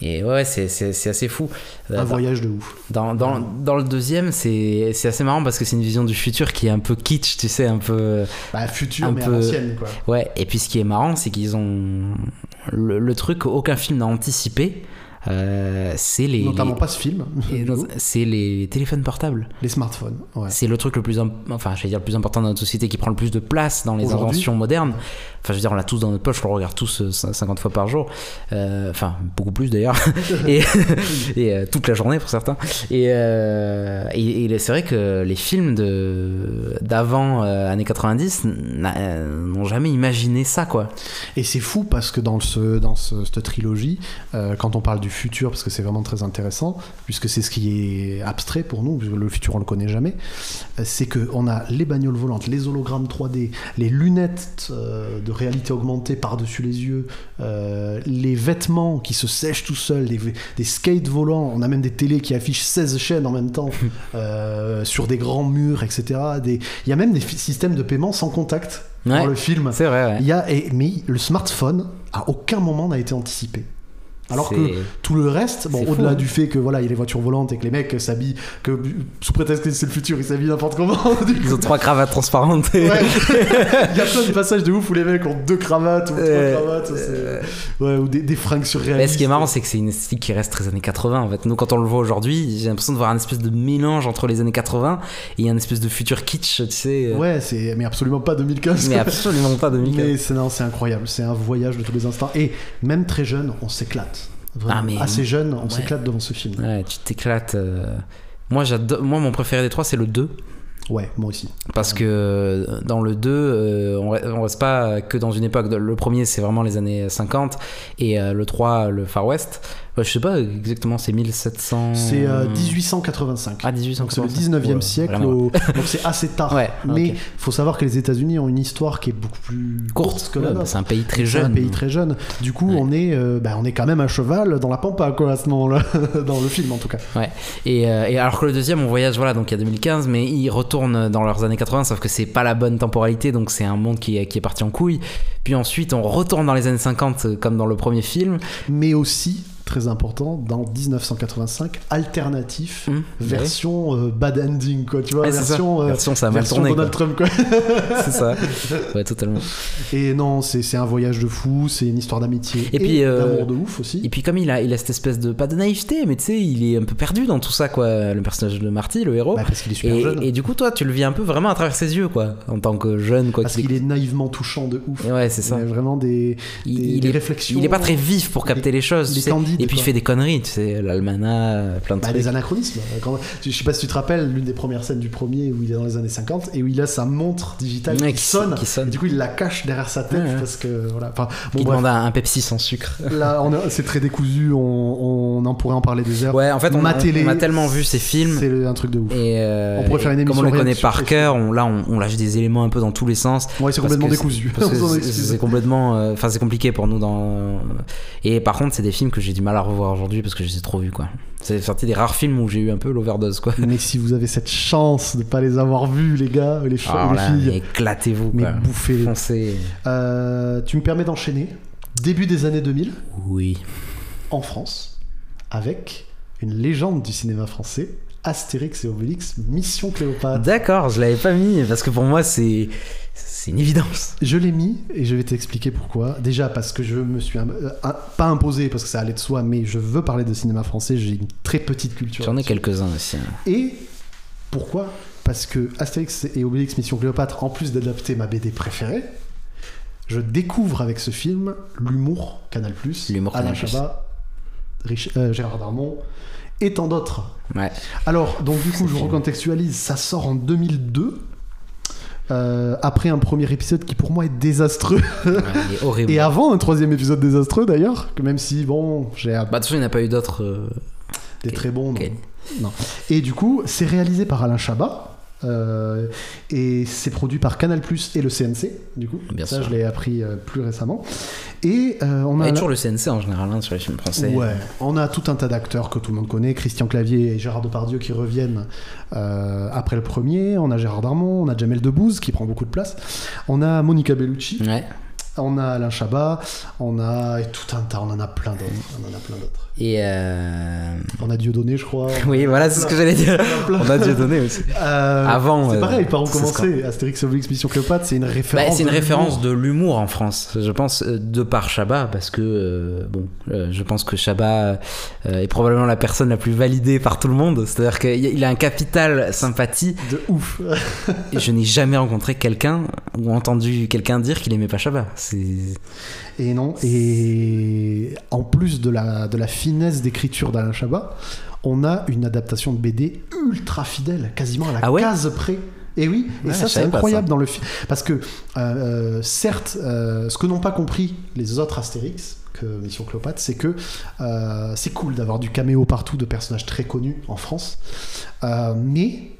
B: et ouais, c'est- c'est c'est assez fou.
A: un
B: Euh,
A: voyage de ouf.
B: Dans, dans, dans le deuxième, c'est c'est assez marrant parce que c'est une vision du futur qui est un peu kitsch, tu sais, un peu.
A: Bah, futur,
B: un
A: mais à
B: peu-
A: l'ancienne, quoi.
B: Ouais, et puis ce qui est marrant, c'est qu'ils ont. Le, le truc qu'aucun film n'a anticipé, euh, c'est les.
A: Notamment
B: les-
A: pas ce film,
B: et
A: du
B: dans-
A: coup.
B: C'est les téléphones portables.
A: les smartphones. Ouais.
B: C'est le truc le plus, im- enfin, je vais dire le plus important dans notre société, qui prend le plus de place dans les
A: Aujourd'hui.
B: inventions modernes. Enfin, je veux dire, on l'a tous dans notre poche, on le regarde tous euh, cin- 50 fois par jour. Euh, enfin, beaucoup plus d'ailleurs. et et, euh, toute la journée pour certains. Et, euh, et- et c'est vrai que les films de d'avant euh, années 90 n'a- euh, n'ont jamais imaginé ça, quoi.
A: Et c'est fou parce que dans, ce, dans ce- cette trilogie, euh, quand on parle du futur, parce que c'est vraiment très intéressant, puisque c'est ce qui est abstrait pour nous, puisque le futur on le connaît jamais, euh, c'est qu'on a les bagnoles volantes, les hologrammes 3D, les lunettes euh, de réalité augmentée par-dessus les yeux, euh, les vêtements qui se sèchent tout seuls, des, des skates volants, on a même des télés qui affichent 16 chaînes en même temps euh, sur des grands murs, etc. Des- Il y a même des fi- systèmes de paiement sans contact
B: Ouais.
A: dans le film.
B: C'est vrai, ouais.
A: Il y a, et- mais le smartphone, à aucun moment n'a été anticipé. Alors
B: C'est-
A: que tout le reste, bon,
B: C'est fou,
A: au-delà
B: hein.
A: du fait que voilà, il y a les voitures volantes et que les mecs s'habillent, que sous prétexte que c'est le futur, ils s'habillent n'importe comment. du coup.
B: Ils ont trois cravates transparentes. et-
A: Ouais. il y a plein de passages de ouf où les mecs ont deux cravates ou trois
B: Euh,
A: cravates, c'est- ouais, ou des, des fringues surréalistes.
B: Mais ce qui est marrant, c'est que c'est une esthétique qui reste très années 80. En fait, nous, quand on le voit aujourd'hui, j'ai l'impression de voir un espèce de mélange entre les années 80 et un espèce de futur kitsch, tu sais. euh,
A: Ouais, c'est mais absolument pas 2015.
B: Mais
A: quoi.
B: absolument pas 2004.
A: Mais c'est non, c'est incroyable, c'est un voyage de tous les instants. Et même très jeune, on s'éclate. Vraiment.
B: Ah, mais-
A: Assez jeune, on
B: Ouais.
A: s'éclate devant ce film.
B: Ouais, tu t'éclates. euh. Moi, j'adore. Moi, mon préféré des trois, c'est le 2.
A: Ouais, moi aussi.
B: Parce que dans le 2, euh, on, re- on reste pas que dans une époque. Le premier, c'est vraiment les années 50. Et euh, le 3, le Far West. Bah, je sais pas exactement, c'est 1700.
A: C'est euh, 1885.
B: Hmm. Ah, 1800.
A: Donc c'est le 19e
B: Ouais,
A: siècle,
B: rien à voir.
A: au- donc c'est assez tard.
B: Ouais,
A: Mais
B: ok.
A: faut savoir que les États-Unis ont une histoire qui est beaucoup plus
B: Courte.
A: courte que
B: Ouais,
A: la
B: bah,
A: nôtre.
B: c'est un pays très
A: C'est
B: jeune.
A: un pays très jeune. Du coup,
B: Ouais.
A: on, est, euh, bah, on est quand même à cheval dans la pampa, quoi, à ce moment-là. dans le film, en tout cas.
B: Et, euh, et alors que le deuxième, on voyage, voilà, donc il y a 2015, mais ils retournent dans leurs années 80, sauf que c'est pas la bonne temporalité, donc c'est un monde qui est, qui est parti en couille. Puis ensuite, on retourne dans les années 50, euh, comme dans le premier film.
A: Mais aussi, très important, dans 1985, alternatif,
B: Mmh.
A: version euh, bad ending, quoi. Tu vois,
B: Ouais, c'est
A: version,
B: ça.
A: euh,
B: version, ça a mal
A: version
B: tourné.
A: Donald Trump, quoi.
B: quoi. C'est ça. Ouais, totalement.
A: Et non, c'est c'est un voyage de fou, c'est une histoire d'amitié
B: Et
A: et,
B: puis, euh,
A: d'amour de ouf aussi.
B: Et puis comme il a, il a cette espèce de pas de naïveté, mais tu sais, il est un peu perdu dans tout ça, quoi. Le personnage de Marty, le héros.
A: Bah, parce qu'il est super
B: oh. et,
A: jeune.
B: et du coup, toi, tu le vis un peu vraiment à travers ses yeux, quoi, en tant que jeune, quoi.
A: parce
B: qui-
A: qu'il est naïvement touchant de ouf.
B: Ouais, c'est
A: Il
B: ça.
A: a vraiment des,
B: Il-
A: des-
B: il
A: des
B: est-
A: réflexions. euh,
B: Il est pas très vif pour capter les choses,
A: il
B: tu
A: est
B: sais.
A: candide,
B: Et puis il
A: quoi.
B: fait des conneries, tu sais, l'almanach, plein de
A: Bah,
B: trucs.
A: des anachronismes. Quand- Je sais pas si tu te rappelles l'une des premières scènes du premier où il est dans les années 50 et où il a sa montre digitale
B: Ouais,
A: qui,
B: qui
A: sonne,
B: qui sonne.
A: Et du coup, il la cache derrière sa tête
B: Ouais, ouais.
A: parce que voilà. Enfin, bon,
B: Qui
A: bref,
B: demande un, un Pepsi sans sucre.
A: là, on a- c'est très décousu. On, on en pourrait en parler des heures.
B: Ouais, en fait, on,
A: Ma
B: on-
A: télé,
B: on a tellement vu ces films.
A: C'est un truc de ouf.
B: Et euh,
A: On pourrait faire une
B: et comme
A: émission
B: on les
A: rien
B: connaît
A: que
B: par
A: sur les
B: cœur, on, là on, on lâche des éléments un peu dans tous les sens.
A: Ouais, c'est
B: Parce
A: complètement
B: que
A: décousu.
B: Parce que
A: On s'en
B: c'est-
A: excuse.
B: c'est complètement. euh, Enfin, c'est compliqué pour nous dans. Et par contre, c'est des films que j'ai du mal à revoir aujourd'hui parce que je les ai trop vus, quoi. C'est sorti des rares films où j'ai eu un peu l'overdose, quoi.
A: Mais si vous avez cette chance de pas les avoir vus, les gars, les, filles,
B: Alors
A: les
B: là,
A: filles,
B: mais éclatez-vous,
A: mais
B: quoi.
A: bouffez-les.
B: Foncez.
A: Euh, tu me permets d'enchaîner. Début des années 2000,
B: Oui.
A: en France, avec une légende du cinéma français, Astérix et Obélix, Mission Cléopâtre.
B: D'accord, je l'avais pas mis parce que pour moi, c'est. C'est une évidence.
A: Je l'ai mis et je vais t'expliquer pourquoi. Déjà parce que je me suis im- euh, un- pas imposé parce que ça allait de soi, mais je veux parler de cinéma français. J'ai une très petite culture.
B: J'en ai
A: là-dessus.
B: quelques-uns aussi. hein.
A: Et pourquoi Parce que Astérix et Obélix Mission Cléopâtre, en plus d'adapter ma BD préférée, je découvre avec ce film l'humour Canal+,
B: L'humour
A: Alain
B: Canal+.
A: Chabat, Rich- euh, Gérard Darmon et tant d'autres.
B: Ouais.
A: Alors, donc du coup, je
B: film.
A: recontextualise, ça sort en 2002. euh, après un premier épisode qui pour moi est désastreux
B: Ouais, il est horrible.
A: et avant un troisième épisode désastreux d'ailleurs que même si bon j'ai hâte
B: Bah, de toute façon, il n'y en a pas eu d'autres. euh,
A: des très bons
B: ok.
A: non. Non. Et du coup, c'est réalisé par Alain Chabat. euh, et c'est produit par Canal Plus et le CNC, du coup.
B: Bien
A: ça,
B: sûr.
A: je l'ai appris euh, plus récemment. Et euh, on a.
B: Et toujours le CNC en général hein, sur les films français.
A: Ouais, on a tout un tas d'acteurs que tout le monde connaît, Christian Clavier et Gérard Depardieu qui reviennent euh, après le premier. On a Gérard Darmon, on a Jamel Debbouze qui prend beaucoup de place. On a Monica Bellucci,
B: Ouais.
A: on a Alain Chabat, on a et tout un tas, on en a plein d'autres. On en a plein d'autres.
B: Et. euh,
A: On a Dieudonné, je crois.
B: Oui, voilà, c'est ce que j'allais dire.
A: plein.
B: On a dû donner aussi.
A: Euh,
B: Avant,
A: C'est
B: euh,
A: pareil, par où
B: ce sera-
A: commencer Astérix Obélix Mission Cléopâtre, c'est une référence.
B: Bah, c'est une
A: de
B: référence
A: l'humour.
B: de l'humour en France, je pense, euh, de par Chabat, parce que, euh, bon, euh, je pense que Chabat euh, est probablement la personne la plus validée par tout le monde. C'est-à-dire qu'il a- il a un capital sympathie.
A: De ouf.
B: Et je n'ai jamais rencontré quelqu'un ou entendu quelqu'un dire qu'il aimait pas Chabat. C'est.
A: Et non, et en plus de la, de la finesse d'écriture d'Alain Chabat, on a une adaptation de BD ultra fidèle, quasiment à la
B: Ah ouais
A: case près. Et Eh oui, et
B: Ouais,
A: ça
B: je
A: c'est
B: savais pas
A: incroyable dans le film. Parce que, euh, euh, certes, euh, ce que n'ont pas compris les autres Astérix, que Mission Cléopâtre, c'est que euh, c'est cool d'avoir du caméo partout de personnages très connus en France. Euh, mais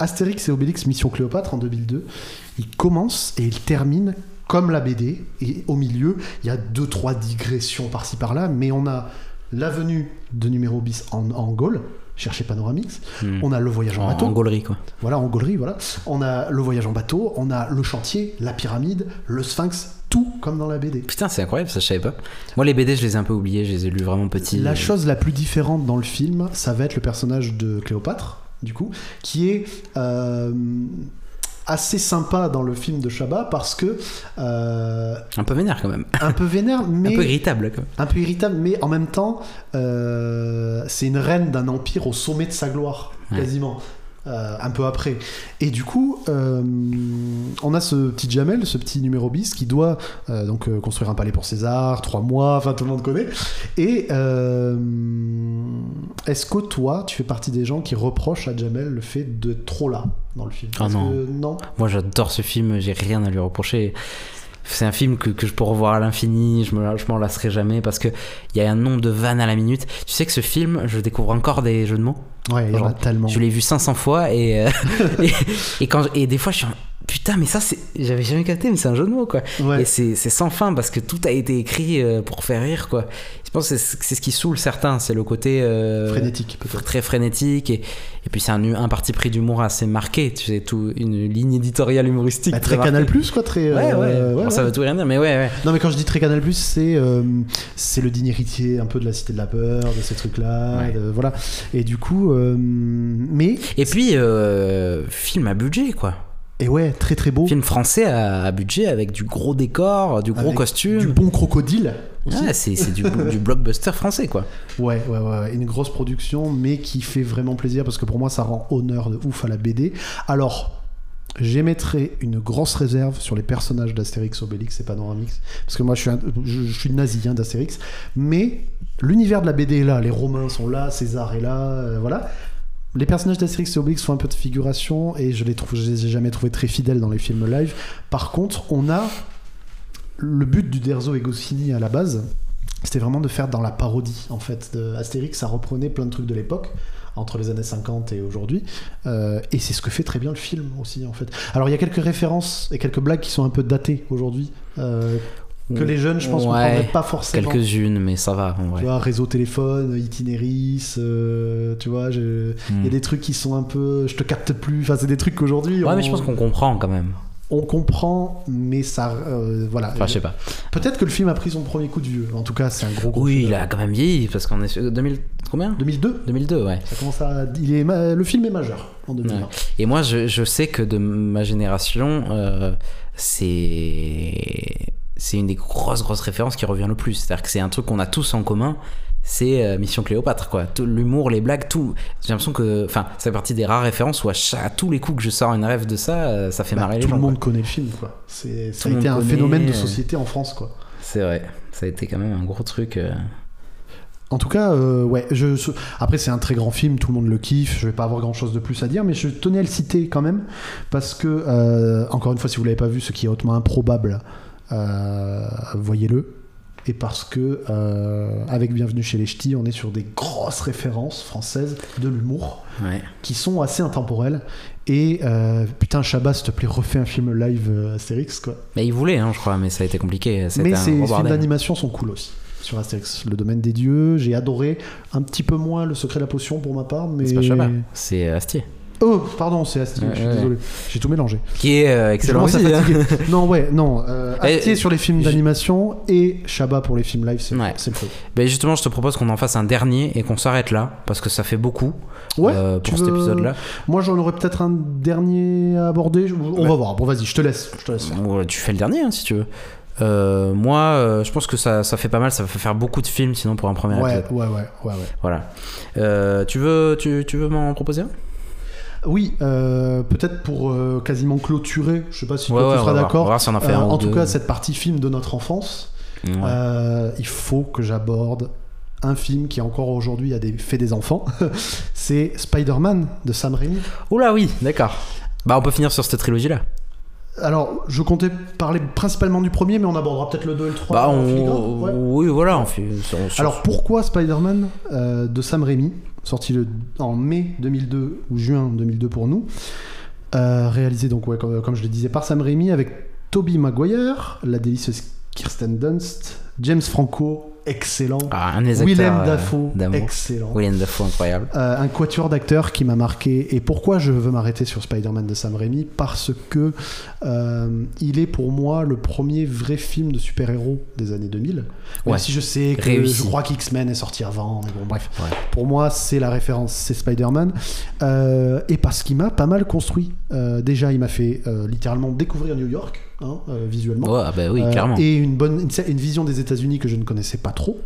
A: Astérix et Obélix Mission Cléopâtre en 2002, il commence et il termine comme la BD. Et au milieu, il y a deux trois digressions par-ci par-là, mais on a l'avenue de numéro bis en, en Gaule, cherchez Panoramix.
B: Hmm.
A: On a le voyage en,
B: En,
A: bateau,
B: en gaulerie, quoi.
A: voilà en gaulerie, voilà. On a le voyage en bateau, on a le chantier, la pyramide, le sphinx, tout comme dans la BD.
B: Putain, c'est incroyable, ça je savais pas. Moi, les BD, je les ai un peu oubliés, je les ai lus vraiment petits.
A: La chose la plus différente dans le film, ça va être le personnage de Cléopâtre, du coup, qui est euh, assez sympa dans le film de Chabat parce que euh,
B: Un peu vénère quand même.
A: un peu vénère, mais
B: Un peu irritable, quand même.
A: un peu irritable, mais en même temps, euh, c'est une reine d'un empire au sommet de sa gloire,
B: Ouais.
A: quasiment. euh, un peu après. Et du coup, euh, on a ce petit Jamel, ce petit numéro bis, qui doit euh, donc euh, construire un palais pour César, trois mois, enfin tout le monde connaît. Et euh, est-ce que toi, tu fais partie des gens qui reprochent à Jamel le fait de trop là dans le film
B: Ah
A: Est-ce
B: non.
A: que- non.
B: Moi, j'adore ce film, j'ai rien à lui reprocher. C'est un film que, que je peux revoir à l'infini, je me je m'en lasserai jamais parce que il y a un nombre de vannes à la minute. Tu sais que ce film, je découvre encore des jeux de mots.
A: Ouais, il y en a
B: Genre,
A: tellement.
B: Ah Je l'ai vu 500 fois et, euh, et, et quand je- et des fois je suis en, putain mais ça c'est j'avais jamais capté mais c'est un jeu de mots quoi.
A: Ouais.
B: Et c'est c'est sans fin parce que tout a été écrit euh, pour faire rire quoi. Je pense que c'est c'est ce qui saoule certains, c'est le côté euh,
A: Frénétique, peut-être.
B: très frénétique et, et puis c'est un, un parti pris d'humour assez marqué, tu sais tout une ligne éditoriale humoristique
A: Bah, très
B: marquée.
A: Canal Plus, quoi. Très,
B: Ouais, ouais,
A: euh, ouais,
B: Bon, ça
A: ouais.
B: veut tout rien dire, mais ouais, ouais.
A: Non, mais quand je dis très Canal Plus, c'est euh, c'est le digne héritier un peu de la Cité de la Peur, de ces trucs-là.
B: Ouais.
A: de- Voilà. Et du coup, euh, mais.
B: Et puis, euh, film à budget, quoi.
A: Et ouais, très très beau.
B: Film français à, à budget avec du gros décor, du gros
A: Avec
B: costume.
A: Du bon crocodile. aussi.
B: Ouais, c'est c'est du, du blockbuster français, quoi.
A: Ouais, ouais, ouais, ouais. Une grosse production, mais qui fait vraiment plaisir parce que pour moi, ça rend honneur de ouf à la BD. Alors. J'émettrai une grosse réserve sur les personnages d'Astérix, Obélix et Panoramix, parce que moi je suis, un- je, je suis nazi hein, d'Astérix, mais l'univers de la BD est là, les Romains sont là, César est là, euh, voilà. Les personnages d'Astérix et Obélix font un peu de figuration et je les trouve, je les ai jamais trouvés très fidèles dans les films live. Par contre, on a le but du Derzo et Goscinny à la base, c'était vraiment de faire dans la parodie en fait de Astérix ça reprenait plein de trucs de l'époque entre les années 50 et aujourd'hui Euh, et c'est ce que fait très bien le film aussi en fait alors il y a quelques références et quelques blagues qui sont un peu datées aujourd'hui euh, que les jeunes je pense ne
B: Ouais.
A: comprendraient pas forcément
B: Quelques-unes, mais ça va, en
A: tu
B: vrai.
A: vois réseau téléphone itinéris euh, tu vois je- il y a
B: Mm.
A: des trucs qui sont un peu je te capte plus enfin c'est des trucs qu'aujourd'hui
B: Ouais,
A: on,
B: mais je pense qu'on comprend quand même.
A: on comprend mais ça euh, voilà
B: Enfin, je sais pas.
A: peut-être que le film a pris son premier coup de vieux en tout cas c'est un gros gros
B: Oui, il
A: chef-d'œuvre.
B: a quand même vieilli, parce qu'on est sur 2000. Combien
A: 2002
B: 2002, ouais.
A: Ça commence à... Il est ma- Le film est majeur en 2020.
B: Ouais. Et moi, je, je sais que de ma génération, euh, c'est c'est une des grosses grosses références qui revient le plus. C'est-à-dire que c'est un truc qu'on a tous en commun. C'est euh, Mission Cléopâtre, quoi. Tout- L'humour, les blagues, tout. J'ai l'impression que, enfin, ça fait partie des rares références où à, cha- à tous les coups que je sors une rêve de ça, euh, ça fait
A: Bah,
B: marrer les
A: tout
B: gens.
A: le monde
B: quoi.
A: connaît le film, quoi. C'est, ça
B: Tout
A: a
B: le
A: été un
B: monde
A: phénomène de
B: connaît, euh,
A: société en France, quoi.
B: C'est vrai. Ça a été quand même un gros truc. euh.
A: En tout cas, euh, ouais. Je, ce- Après, c'est un très grand film, tout le monde le kiffe. Je vais pas avoir grand chose de plus à dire, mais je tenais à le citer quand même parce que, euh, encore une fois, si vous l'avez pas vu, ce qui est hautement improbable, euh, voyez-le. Et parce que, euh, avec Bienvenue chez les Ch'tis, on est sur des grosses références françaises de l'humour.
B: Ouais.
A: qui sont assez intemporels. Et euh, putain, Chabat, s'il te plaît, refais un film live euh, Astérix, quoi.
B: Mais ils voulaient, hein, je crois, mais ça a été compliqué. Ça a
A: Mais
B: été un
A: ces
B: gros
A: films
B: bordel.
A: d'animation sont cool aussi sur Astérix. Le domaine des dieux, j'ai adoré un petit peu moins Le secret de la potion pour ma part, mais.
B: C'est pas Chabat, c'est euh, Astier.
A: Oh, pardon, c'est Astérix, je suis
B: Ouais, ouais.
A: désolé. J'ai tout mélangé.
B: Qui est euh, excellent
A: Je commence à
B: aussi. hein.
A: fatiguer. Non, ouais, non. euh,
B: Eh,
A: Astier sur les films
B: je-
A: d'animation et Chabat pour les films live, c'est
B: Ouais.
A: c'est le feu.
B: Ben justement, je te propose qu'on en fasse un dernier et qu'on s'arrête là, parce que ça fait beaucoup
A: Ouais,
B: euh,
A: tu
B: pour cet
A: veux-
B: épisode-là.
A: Moi, j'en aurais peut-être un dernier à aborder. Je- On va
B: Ouais.
A: voir. Bon, vas-y, je te laisse. Je te laisse faire.
B: Ouais, tu fais le dernier, hein, si tu veux. Euh, moi, euh, je pense que ça, ça fait pas mal, ça va faire beaucoup de films, sinon pour un premier
A: Ouais,
B: épisode.
A: ouais, ouais, ouais, ouais.
B: Voilà. Euh, tu veux, tu, tu veux m'en proposer un
A: Oui, euh, peut-être pour euh, quasiment clôturer, je sais pas si
B: Ouais,
A: toi
B: ouais,
A: tu
B: on
A: seras
B: va voir. On va
A: d'accord.
B: voir si on en fait
A: Euh,
B: un ou
A: en tout
B: deux.
A: cas, cette partie film de notre enfance,
B: Ouais.
A: euh, il faut que j'aborde un film qui encore aujourd'hui a des, fait des enfants. C'est Spider-Man de Sam Raimi.
B: Oula, oui, d'accord. Bah, on peut finir sur cette trilogie-là.
A: Alors, je comptais parler principalement du premier, mais on abordera peut-être le 2 et le 3.
B: Bah,
A: dans la
B: on...
A: filigrane, ouais.
B: oui, voilà, on fait. on- sur-
A: Alors pourquoi Spider-Man euh, de Sam Raimi, sorti le- en mai 2002 ou juin 2002 pour nous, euh, réalisé donc ouais, comme, comme je le disais par Sam Raimi avec Toby Maguire, la délicieuse Kirsten Dunst, James Franco, excellent,
B: Ah, un des acteurs.
A: Willem
B: euh,
A: Dafoe,
B: d'amour.
A: excellent.
B: Willem Dafoe, incroyable.
A: Euh, un quatuor d'acteurs qui m'a marqué. Et pourquoi je veux m'arrêter sur Spider-Man de Sam Raimi Parce que euh, il est pour moi le premier vrai film de super-héros des années 2000. Même
B: Ouais.
A: si je sais que
B: Réussi.
A: je crois qu'X-Men est sorti avant. mais bon, bref.
B: Ouais.
A: Pour moi, c'est la référence, c'est Spider-Man. Euh, et parce qu'il m'a pas mal construit. Euh, déjà, il m'a fait euh, littéralement découvrir New York, hein, euh, visuellement.
B: Ouais, bah oui,
A: Euh,
B: clairement.
A: Et une, bonne, une, une vision des États-Unis que je ne connaissais pas trop.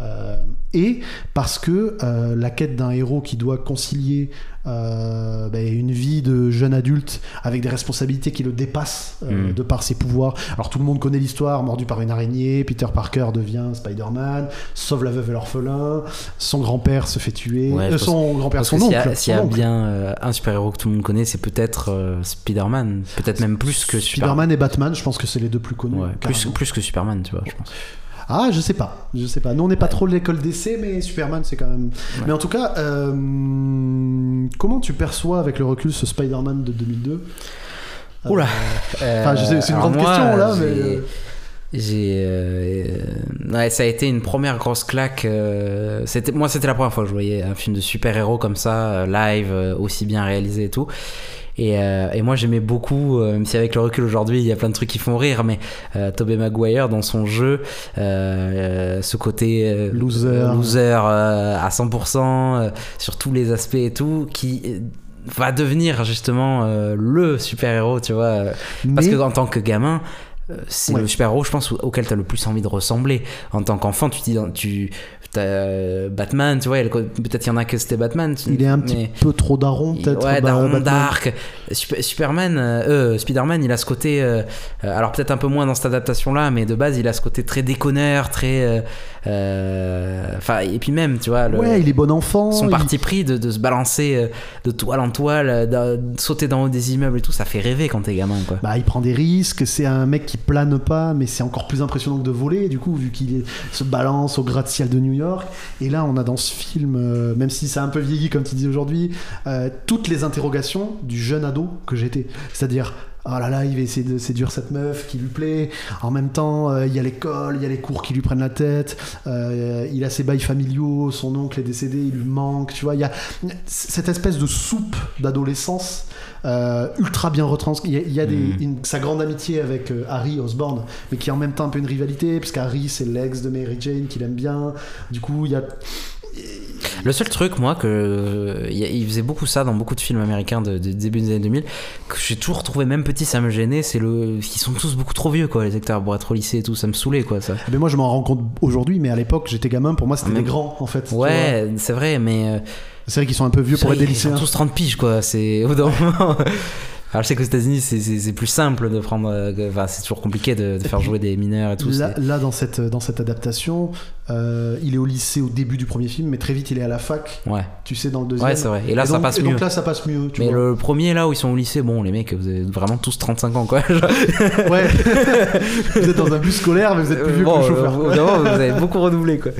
A: Euh, et parce que euh, la quête d'un héros qui doit concilier euh, bah, une vie de jeune adulte avec des responsabilités qui le dépassent euh,
B: Mm.
A: de par ses pouvoirs. Alors tout le monde connaît l'histoire, mordu par une araignée, Peter Parker devient Spider-Man, sauve la veuve et l'orphelin, son grand-père se fait tuer,
B: Ouais, je
A: euh,
B: pense-
A: son grand-père,
B: Parce que
A: son
B: s'il
A: oncle.
B: y a, s'il y a
A: son oncle.
B: bien euh, un super-héros que tout le monde connaît, c'est peut-être euh, Spider-Man. Peut-être même plus que Superman.
A: Spider-Man et Batman, je pense que c'est les deux plus connus.
B: Ouais, plus,
A: carrément.
B: plus que Superman, tu vois, je pense.
A: Ah, je sais pas, je sais pas. Nous, on n'est pas trop de l'école d'essai, mais Superman, c'est quand même. Mais en tout cas, euh, comment tu perçois avec le recul ce Spider-Man de 2002 Euh,
B: Oula.
A: Enfin, je sais, c'est une
B: Euh, alors
A: grande
B: moi,
A: question là, mais.
B: j'ai-
A: euh,
B: J'ai, euh, euh, ouais, ça a été une première grosse claque. euh, c'était, moi, c'était la première fois que je voyais un film de super-héros comme ça, euh, live, euh, aussi bien réalisé et tout. Et, euh, et moi, j'aimais beaucoup, euh, même si avec le recul aujourd'hui, il y a plein de trucs qui font rire, mais euh, Tobey Maguire dans son jeu, euh, euh, ce côté euh,
A: Loser.
B: loser, euh, à 100% euh, sur tous les aspects et tout, qui euh, va devenir justement euh, le super-héros, tu vois. euh, parce
A: mais-
B: que en tant que gamin, euh, c'est
A: Ouais.
B: le super-héros, je pense, au- auquel tu as le plus envie de ressembler. En tant qu'enfant, tu dis, tu, t'as, euh, Batman, tu vois, il y a le co- peut-être il y en a que c'était Batman. tu-
A: Il est un petit
B: mais-
A: peu trop daron,
B: il-
A: peut-être.
B: Ouais,
A: bah,
B: Daron
A: Batman.
B: Dark. Super- Superman, euh, euh, Spider-Man, il a ce côté. euh, euh, alors, peut-être un peu moins dans cette adaptation-là, mais de base, il a ce côté très déconneur, très. euh, euh, Enfin, et puis même, tu vois. Le,
A: Ouais, il est bon enfant.
B: son
A: il-
B: parti pris de, de se balancer euh, de toile en toile, euh, d'un- de sauter d'en haut des immeubles et tout, ça fait rêver quand t'es gamin, quoi.
A: Bah, il prend des risques, c'est un mec qui plane pas, mais c'est encore plus impressionnant que de voler, du coup, vu qu'il est- se balance au gratte-ciel de New York. Et là, on a dans ce film, euh, même si c'est un peu vieilli, comme tu dis aujourd'hui, euh, toutes les interrogations du jeune ado que j'étais. C'est-à-dire, oh là là, il va essayer de séduire cette meuf qui lui plaît. En même temps, euh, il y a l'école, il y a les cours qui lui prennent la tête, euh, il a ses bails familiaux, son oncle est décédé, il lui manque, tu vois. Il y a cette espèce de soupe d'adolescence euh, ultra bien retranscrite. Il y a, il y a des-
B: Mm.
A: une- sa grande amitié avec euh, Harry Osborne, mais qui est en même temps un peu une rivalité, parce qu'Harry, c'est l'ex de Mary Jane qu'il aime bien. Du coup, il y a.
B: Le seul truc, moi, que il y a- il faisait beaucoup ça dans beaucoup de films américains de, de début des années 2000, que j'ai toujours retrouvé, même petit, ça me gênait, c'est le, qu'ils sont tous beaucoup trop vieux, quoi, les acteurs pour être au lycée et tout, ça me saoulait, quoi, ça.
A: Ah, Mais moi, je m'en rends compte aujourd'hui, mais à l'époque, j'étais gamin, pour moi, c'était
B: Mais-
A: des grands, en fait. tu vois.
B: Mm. Ouais, c'est vrai, mais euh,
A: C'est vrai qu'ils sont un peu vieux pour
B: ils-
A: être des
B: ils sont
A: lycéens.
B: tous 30 piges, quoi. C'est au bout d'un moment. Alors je sais qu'aux États-Unis, c'est- c'est c'est plus simple de prendre, euh, que- enfin, c'est toujours compliqué de, de faire jouer des mineurs et tout.
A: Là,
B: c'est-
A: là, dans, cette, dans cette adaptation, euh, il est au lycée au début du premier film, mais très vite il est à la fac,
B: Ouais,
A: tu sais, dans le deuxième.
B: ouais, c'est vrai. Et là,
A: Et
B: ça
A: donc-
B: passe
A: et
B: mieux.
A: Donc là, ça passe mieux. Tu
B: mais
A: vois.
B: le premier, là où ils sont au lycée, bon, les mecs, vous avez vraiment tous 35 ans, quoi.
A: Ouais. vous êtes dans un bus scolaire, mais vous êtes plus vieux que
B: Bon,
A: le
B: euh,
A: chauffeur.
B: au bout d'un moment, vous avez beaucoup renouvelé, quoi.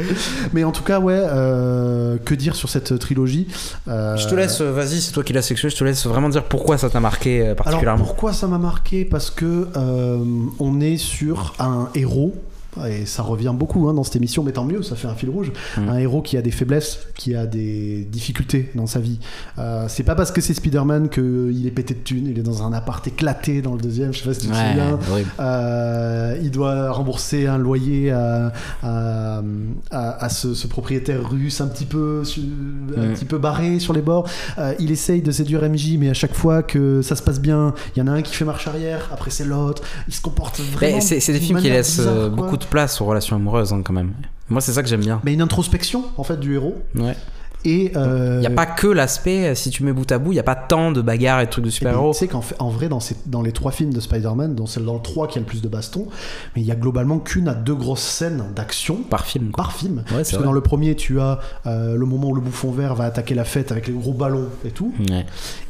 A: Mais en tout cas, ouais, euh, que dire sur cette trilogie Euh,
B: Je te laisse, euh, vas-y, c'est toi qui l'as sexué, je te laisse vraiment dire pourquoi ça t'a marqué euh,
A: Alors
B: particulièrement.
A: pourquoi ça m'a marqué Parce que euh, on est sur un héros. Et ça revient beaucoup hein, dans cette émission, mais tant mieux, ça fait un fil rouge.
B: Mm.
A: Un héros qui a des faiblesses, qui a des difficultés dans sa vie. Euh, c'est pas parce que c'est Spider-Man qu'il est pété de thunes, il est dans un appart éclaté dans le deuxième, je sais pas si tu te souviens.
B: ouais, horrible.
A: Euh, il doit rembourser un loyer à, à, à- à ce, ce propriétaire russe un petit peu su- un
B: Mm.
A: petit peu barré sur les bords. Euh, il essaye de séduire MJ, mais à chaque fois que ça se passe bien, il y en a un qui fait marche arrière, après c'est l'autre. Il se comporte vraiment.
B: Mais c'est c'est des
A: d'une
B: films qui
A: manière
B: laissent
A: bizarre,
B: euh,
A: quoi.
B: beaucoup de place aux relations amoureuses, hein, quand même. Moi, c'est ça que j'aime bien.
A: Mais une introspection en fait du héros
B: Il
A: et. euh,
B: n'y a pas que l'aspect, euh, si tu mets bout à bout, il n'y a pas tant de bagarres et de trucs de
A: Eh ben,
B: super-héros.
A: Tu sais qu'en fait- en vrai, dans, ces- dans les trois films de Spider-Man, dont celle dans le 3 qui a le plus de bastons, mais il y a globalement qu'une à deux grosses scènes d'action
B: Par film, quoi.
A: par film.
B: Ouais,
A: Parce
B: c'est
A: que
B: vrai.
A: dans le premier, tu as euh, le moment où le bouffon vert va attaquer la fête avec les gros ballons et tout,
B: Ouais.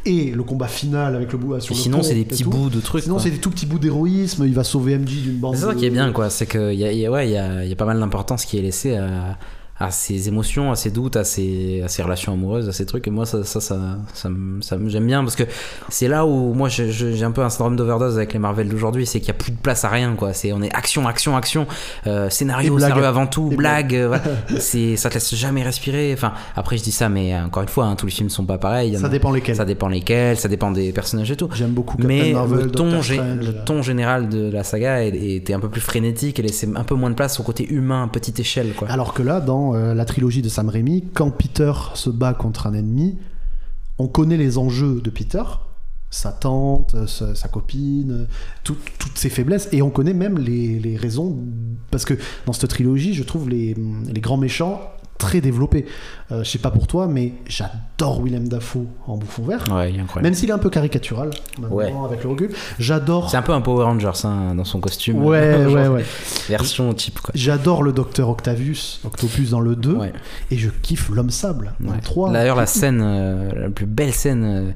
A: et le combat final avec le bout sur
B: Et
A: le
B: sinon,
A: pont
B: c'est des
A: et
B: petits
A: tout.
B: bouts de trucs.
A: Sinon,
B: quoi.
A: c'est des tout petits bouts d'héroïsme. Il va sauver MJ d'une bande.
B: C'est ça
A: de-
B: qui est bien, quoi. C'est qu'il y a, y a- ouais, y a- y a pas mal d'importance qui est laissée à, à ses émotions, à ses doutes, à ses, à ses relations amoureuses, à ses trucs. Et moi, ça, ça, ça, ça me- ça me- j'aime bien parce que c'est là où moi je- je- j'ai un peu un syndrome d'overdose avec les Marvel d'aujourd'hui. C'est qu'il n'y a plus de place à rien, quoi. C'est, on est action, action, action, euh,
A: Et
B: scénario,
A: blague.
B: sérieux avant tout,
A: Et
B: blague. euh, voilà. c'est, ça te laisse jamais respirer. Enfin, après, je dis ça, mais euh, encore une fois, hein, tous les films sont pas pareils. Il y en
A: Ça
B: a-
A: dépend lesquels.
B: ça dépend lesquels, ça dépend des personnages et tout
A: J'aime beaucoup Captain
B: mais
A: Marvel,
B: le, ton
A: Doctor
B: gé-
A: Strange. euh.
B: le ton général de la saga est- était un peu plus frénétique et laissait un peu moins de place au côté humain à petite échelle quoi.
A: Alors que là, dans euh, la trilogie de Sam Raimi, quand Peter se bat contre un ennemi, on connaît les enjeux de Peter, sa tante, euh, sa, sa copine, tout- toutes ses faiblesses, et on connaît même les, les raisons. Parce que dans cette trilogie, je trouve les, les grands méchants très développé. Euh, je sais pas pour toi, mais j'adore Willem Dafoe en bouffon vert.
B: Ouais, il est incroyable.
A: Même s'il est un peu caricatural, maintenant,
B: Ouais.
A: avec le recul. J'adore.
B: C'est un peu un Power Rangers hein, dans son costume. euh,
A: Ouais,
B: Genre,
A: ouais, ouais.
B: Version type quoi.
A: J'adore le docteur Octavius, Octopus dans le 2,
B: Ouais,
A: et je kiffe l'homme sable dans
B: ouais.
A: le 3.
B: D'ailleurs, la scène, euh, la plus belle scène. euh,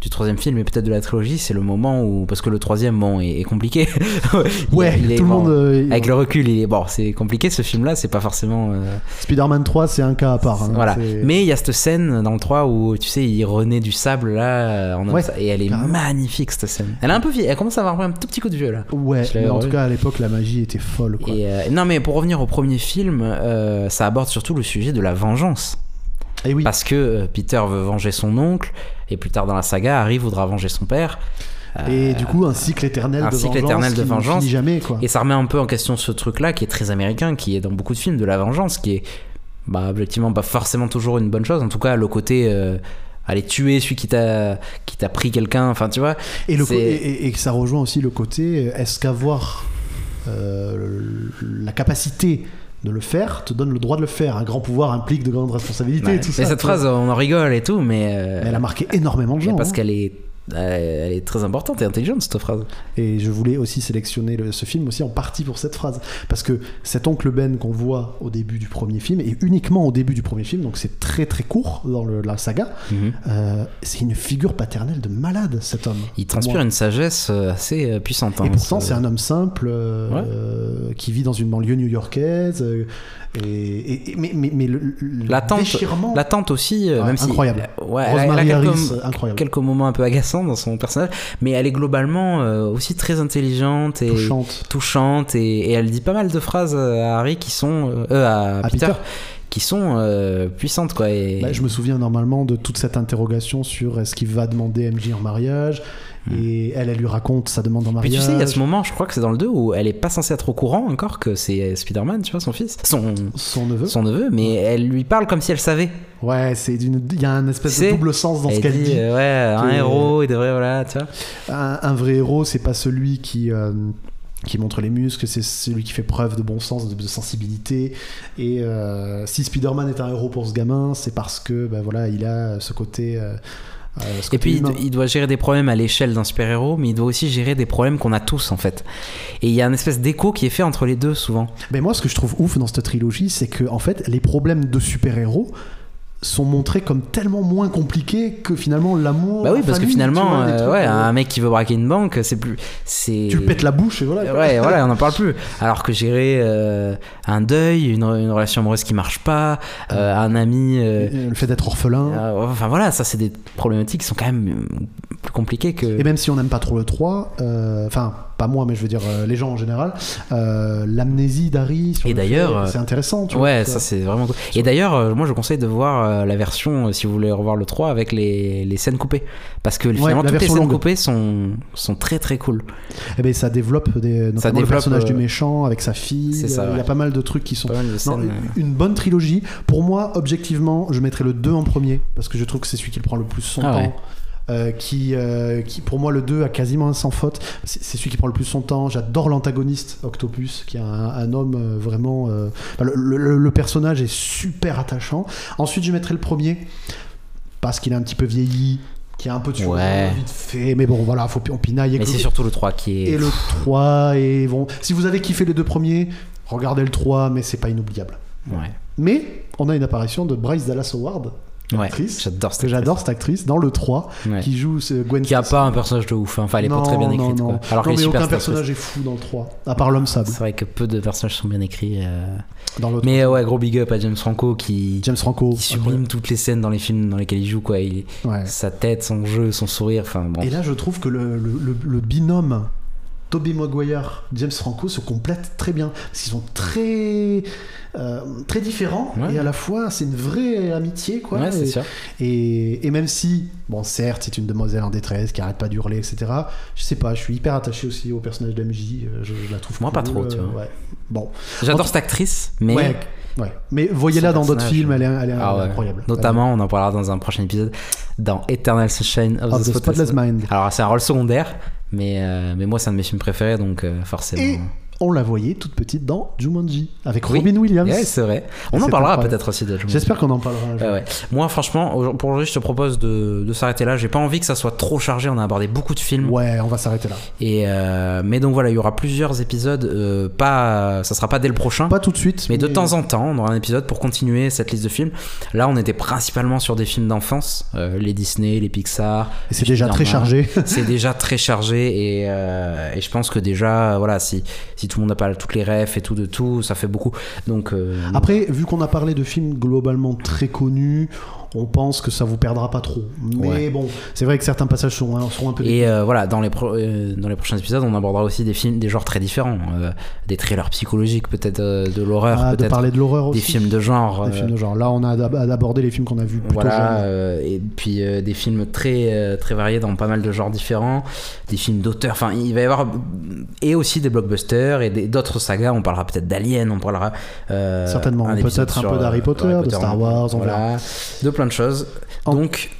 B: du troisième film et peut-être de la trilogie, c'est le moment où parce que le troisième bon est, est compliqué. Il-
A: Ouais,
B: il est-
A: tout le
B: bon,
A: monde. euh,
B: Avec le recul, il est bon, c'est compliqué ce film-là, c'est pas forcément. euh,
A: Spider-Man 3, c'est un cas à part. hein.
B: voilà.
A: C'est-
B: Mais il y a cette scène dans le 3 où tu sais, il renaît du sable là, en homme
A: Ouais,
B: sa- et elle est
A: carrément.
B: magnifique cette scène. Elle a un peu vieille, elle commence à avoir un tout petit coup de vieux là.
A: Ouais,
B: Je l'avais
A: mais en
B: revu.
A: tout cas, à l'époque, la magie était folle, quoi. Et,
B: Et euh, non, mais pour revenir au premier film, euh, ça aborde surtout le sujet de la vengeance.
A: Eh oui,
B: Parce que euh, Peter veut venger son oncle, et plus tard dans la saga, Harry voudra venger son père.
A: et du coup, un cycle éternel
B: un
A: de
B: cycle
A: vengeance.
B: éternel de
A: qui ne
B: vengeance.
A: finit jamais, quoi.
B: Et ça remet un peu en question ce truc-là qui est très américain, qui est dans beaucoup de films, de la vengeance, qui est bah, objectivement pas forcément toujours une bonne chose. En tout cas, le côté euh, aller tuer celui qui t'a qui t'a pris quelqu'un, enfin tu vois.
A: Et, le co-
B: C'est-
A: et, et- et que ça rejoint aussi le côté euh, est-ce qu'avoir euh, la capacité de le faire te donne le droit de le faire Un grand pouvoir implique de grandes responsabilités
B: Ouais.
A: et tout
B: Mais
A: ça.
B: cette
A: tu vois.
B: phrase, on en rigole et tout, mais, euh,
A: Mais elle a marqué énormément de
B: mais
A: gens.
B: parce
A: hein.
B: qu'elle est euh, elle est très importante et intelligente cette phrase.
A: Et je voulais aussi sélectionner le- ce film aussi en partie pour cette phrase. Parce que cet oncle Ben qu'on voit au début du premier film, et uniquement au début du premier film, donc c'est très très court dans le- la saga, euh, c'est une figure paternelle de malade cet homme.
B: Il transpire
A: Moi.
B: une sagesse euh, assez euh, puissante. hein.
A: Et pourtant, c'est un homme simple euh, qui vit dans une banlieue new-yorkaise. euh, et, et- et- mais, mais, mais le, le
B: L'attente-
A: déchirement.
B: L'attente aussi, euh,
A: Ouais,
B: même si.
A: incroyable.
B: Ouais, elle a- elle a
A: Rosemary
B: quelques-
A: Harris, euh, incroyable.
B: quelques moments un peu agaçants dans son personnage, mais elle est globalement euh, aussi très intelligente et
A: Touchante.
B: touchante, et, et elle dit pas mal de phrases euh, à Harry qui sont euh, euh, à,
A: À
B: Peter,
A: Peter.
B: qui sont euh, puissantes quoi. Et,
A: Bah, je me souviens normalement de toute cette interrogation sur est-ce qu'il va demander MJ en mariage. Et elle, elle lui raconte sa demande en
B: Puis
A: mariage.
B: Hmm. tu sais, il y a ce moment, je crois que c'est dans le 2 où elle est pas censée être au courant encore que c'est Spider-Man, tu vois, son fils, son,
A: Son neveu.
B: son neveu, mais elle lui parle comme si elle savait.
A: Ouais, c'est d'une- il y a un espèce
B: C'est-
A: de double sens dans ce
B: elle
A: qu'elle dit.
B: euh, ouais, un
A: que-
B: héros, il devrait, voilà, tu vois.
A: Un, un vrai héros, c'est pas celui qui euh, qui montre les muscles, c'est celui qui fait preuve de bon sens, de, de sensibilité. Et euh, si Spider-Man est un héros pour ce gamin, c'est parce que bah, voilà, il a ce côté. euh, euh, ce
B: Et
A: côté
B: puis, il
A: humain.
B: do- il doit gérer des problèmes à l'échelle d'un super-héros, mais il doit aussi gérer des problèmes qu'on a tous, en fait. Et il y a un espèce d'écho qui est fait entre les deux, souvent.
A: Mais moi, ce que je trouve ouf dans cette trilogie, c'est que en fait, les problèmes de super-héros sont montrés comme tellement moins compliqués que finalement l'amour.
B: bah oui,
A: la
B: parce que
A: famille, tu
B: finalement,
A: vois, des
B: euh,
A: trucs,
B: ouais,
A: euh,
B: un mec qui veut braquer une banque, c'est plus. c'est
A: tu pètes la bouche et voilà.
B: Ouais, voilà, on n'en parle plus. Alors que gérer euh, un deuil, une, une relation amoureuse qui marche pas, euh, un ami. euh,
A: Le fait d'être orphelin.
B: euh, enfin voilà, ça, c'est des problématiques qui sont quand même euh, plus compliquées que.
A: Et même si on n'aime pas trop le 3, euh, enfin, pas moi, mais je veux dire euh, les gens en général, euh, l'amnésie d'Harry, sur
B: Et
A: le
B: d'ailleurs,
A: fait,
B: euh,
A: c'est intéressant. Tu
B: Ouais,
A: vois,
B: ça c'est vraiment cool. Et d'ailleurs, euh, moi je conseille de voir euh, la version, euh, si vous voulez revoir le 3, avec les, les scènes coupées. Parce que
A: la
B: finalement, toutes les
A: version
B: scènes
A: longue.
B: coupées sont, sont très très cool.
A: Eh ben, ça développe des, notamment
B: développe,
A: le personnage du
B: euh,
A: méchant avec sa fille.
B: c'est ça,
A: euh, Il y
B: ouais.
A: a pas mal de trucs qui sont.
B: Pas mal de
A: Non,
B: scènes, euh,
A: une bonne trilogie. Pour moi, objectivement, je mettrais le 2 en premier parce que je trouve que c'est celui qui prend le plus son
B: Ah
A: temps.
B: ouais.
A: euh, qui, euh, qui, pour moi, le 2 a quasiment un sans faute. C'est c'est celui qui prend le plus son temps. J'adore l'antagoniste Octopus, qui est un, un homme euh, vraiment. euh, enfin, le, le- le personnage est super attachant. Ensuite, je mettrais le premier parce qu'il a un petit peu vieilli, qui a un peu de surnom,
B: Ouais.
A: vite fait. Mais bon, voilà, faut, on pinaille. Et
B: Mais
A: que-
B: c'est surtout le 3 qui est.
A: et le 3 et bon si vous avez kiffé les deux premiers regardez le 3 mais c'est pas inoubliable
B: Ouais.
A: mais on a une apparition de Bryce Dallas Howard
B: Ouais.
A: Actrice,
B: J'adore cette
A: que j'adore cette actrice dans le 3
B: actrice. Ouais.
A: qui joue ce Gwen
B: Qui a
A: Stacy.
B: pas un personnage de ouf. hein. Enfin, elle est
A: non,
B: pas très bien
A: non,
B: écrite.
A: non.
B: quoi. Alors
A: Non,
B: qu'elle est
A: mais
B: super
A: aucun
B: cette actrice.
A: personnage est fou dans le 3 à part l'homme sable
B: C'est vrai que peu de personnages sont bien écrits. euh.
A: dans l'autre
B: Mais euh, ouais, gros big up à James Franco qui,
A: James Franco
B: qui sublime toutes les scènes dans les films dans lesquels il joue. Quoi. Il-
A: Ouais.
B: Sa tête, son jeu, son sourire. Enfin, bon.
A: et là je trouve que le, le- le- le binôme Toby Maguire, James Franco se complètent très bien. Ils sont très, euh, très différents
B: Ouais.
A: et à la fois c'est une vraie amitié quoi.
B: ouais, c'est
A: Et-
B: sûr.
A: Et, et même si, bon, certes, c'est une demoiselle en détresse qui arrête pas d'hurler, etc. Je sais pas, je suis hyper attaché aussi au personnage d'MJ. euh, Je, je la trouve
B: Moi,
A: cool,
B: pas trop,
A: euh,
B: tu vois.
A: ouais. Bon,
B: J'adore
A: tout-
B: cette actrice, mais.
A: ouais, ouais. Mais voyez-la dans
B: Son
A: d'autres
B: personnage,
A: films, elle est, elle est
B: Ah ouais.
A: incroyable.
B: Notamment, on en parlera dans un prochain épisode, dans Eternal Sunshine of,
A: Elle est- Of
B: the,
A: Ah, the Spotless Mind.
B: Alors, c'est un rôle secondaire, mais, euh, mais moi, c'est un de mes films préférés, donc euh, forcément.
A: Et on la voyait toute petite dans Jumanji avec
B: Oui.
A: Robin Williams.
B: Ouais, c'est vrai. On en
A: ah C'est
B: parlera
A: incroyable.
B: peut-être aussi de Jumanji.
A: J'espère qu'on en parlera. un jour.
B: Ouais, ouais. Moi, franchement, au- pour aujourd'hui, je te propose de, de s'arrêter là. J'ai pas envie que ça soit trop chargé. On a abordé beaucoup de films.
A: Ouais, on va s'arrêter là.
B: Et euh, mais donc voilà, il y aura plusieurs épisodes. euh, pas, ça sera pas dès le prochain.
A: Pas tout de suite.
B: mais de temps en temps, on aura un épisode pour continuer cette liste de films. Là, on était principalement sur des films d'enfance, euh, les Disney, les Pixar.
A: Et c'est déjà
B: Normal.
A: très chargé.
B: C'est déjà très chargé et, euh, et je pense que déjà, euh, voilà, si, si tout le monde n'a pas toutes les refs et tout de tout, ça fait beaucoup. Donc euh,
A: Après, vu qu'on a parlé de films globalement très connus, on pense que ça vous perdra pas trop. Mais
B: Ouais.
A: bon, c'est vrai que certains passages sont, hein, seront un peu.
B: Et euh, voilà, dans les, pro- euh, dans les prochains épisodes, on abordera aussi des films, des genres très différents, euh, des thrillers psychologiques, peut-être euh, de l'horreur,
A: Ah, de
B: peut-être
A: parler de l'horreur
B: des
A: aussi.
B: films de genre.
A: Des
B: euh,
A: films de genre. Là, on a ab- abordé les films qu'on a vus plutôt
B: voilà,
A: jeunes.
B: euh, et puis euh, des films très, euh, très variés dans pas mal de genres différents, des films d'auteurs, enfin il va y avoir. Et aussi des blockbusters et des- d'autres sagas, on parlera peut-être d'Alien, on parlera. euh,
A: Certainement,
B: un épisode
A: peut-être un
B: sur,
A: peu d'Harry
B: euh,
A: Potter, de Star Wars, on
B: voilà, de plein de choses.
A: En-
B: Donc,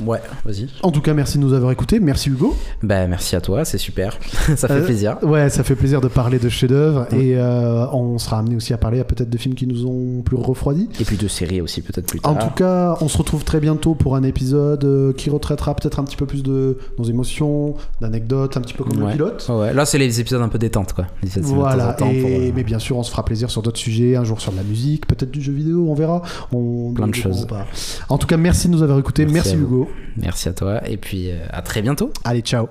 B: ouais, vas-y.
A: En tout cas, merci de nous avoir écoutés. Merci Hugo.
B: Bah, merci à toi, c'est super, ça fait
A: Euh,
B: plaisir.
A: Ouais, ça fait plaisir de parler de chefs-d'œuvre et euh, on sera amené aussi à parler à peut-être de films qui nous ont plus refroidis.
B: Et puis de séries aussi, peut-être plus tard.
A: En tout cas, on se retrouve très bientôt pour un épisode euh, qui retraitera peut-être un petit peu plus de nos émotions, d'anecdotes, un petit peu comme
B: Ouais.
A: le pilote.
B: Ouais, là, c'est les épisodes un peu détente, quoi. Les épisodes de
A: Voilà,
B: temps en temps pour,
A: et,
B: euh,
A: mais bien sûr, on se fera plaisir sur d'autres sujets, un jour sur de la musique, peut-être du jeu vidéo, on verra. On
B: Plein de
A: on découvrira
B: choses.
A: pas. En tout cas, merci de nous avoir écoutés,
B: Merci
A: merci,
B: à vous.
A: Hugo.
B: Merci à toi, et puis euh, à très bientôt.
A: Allez, ciao.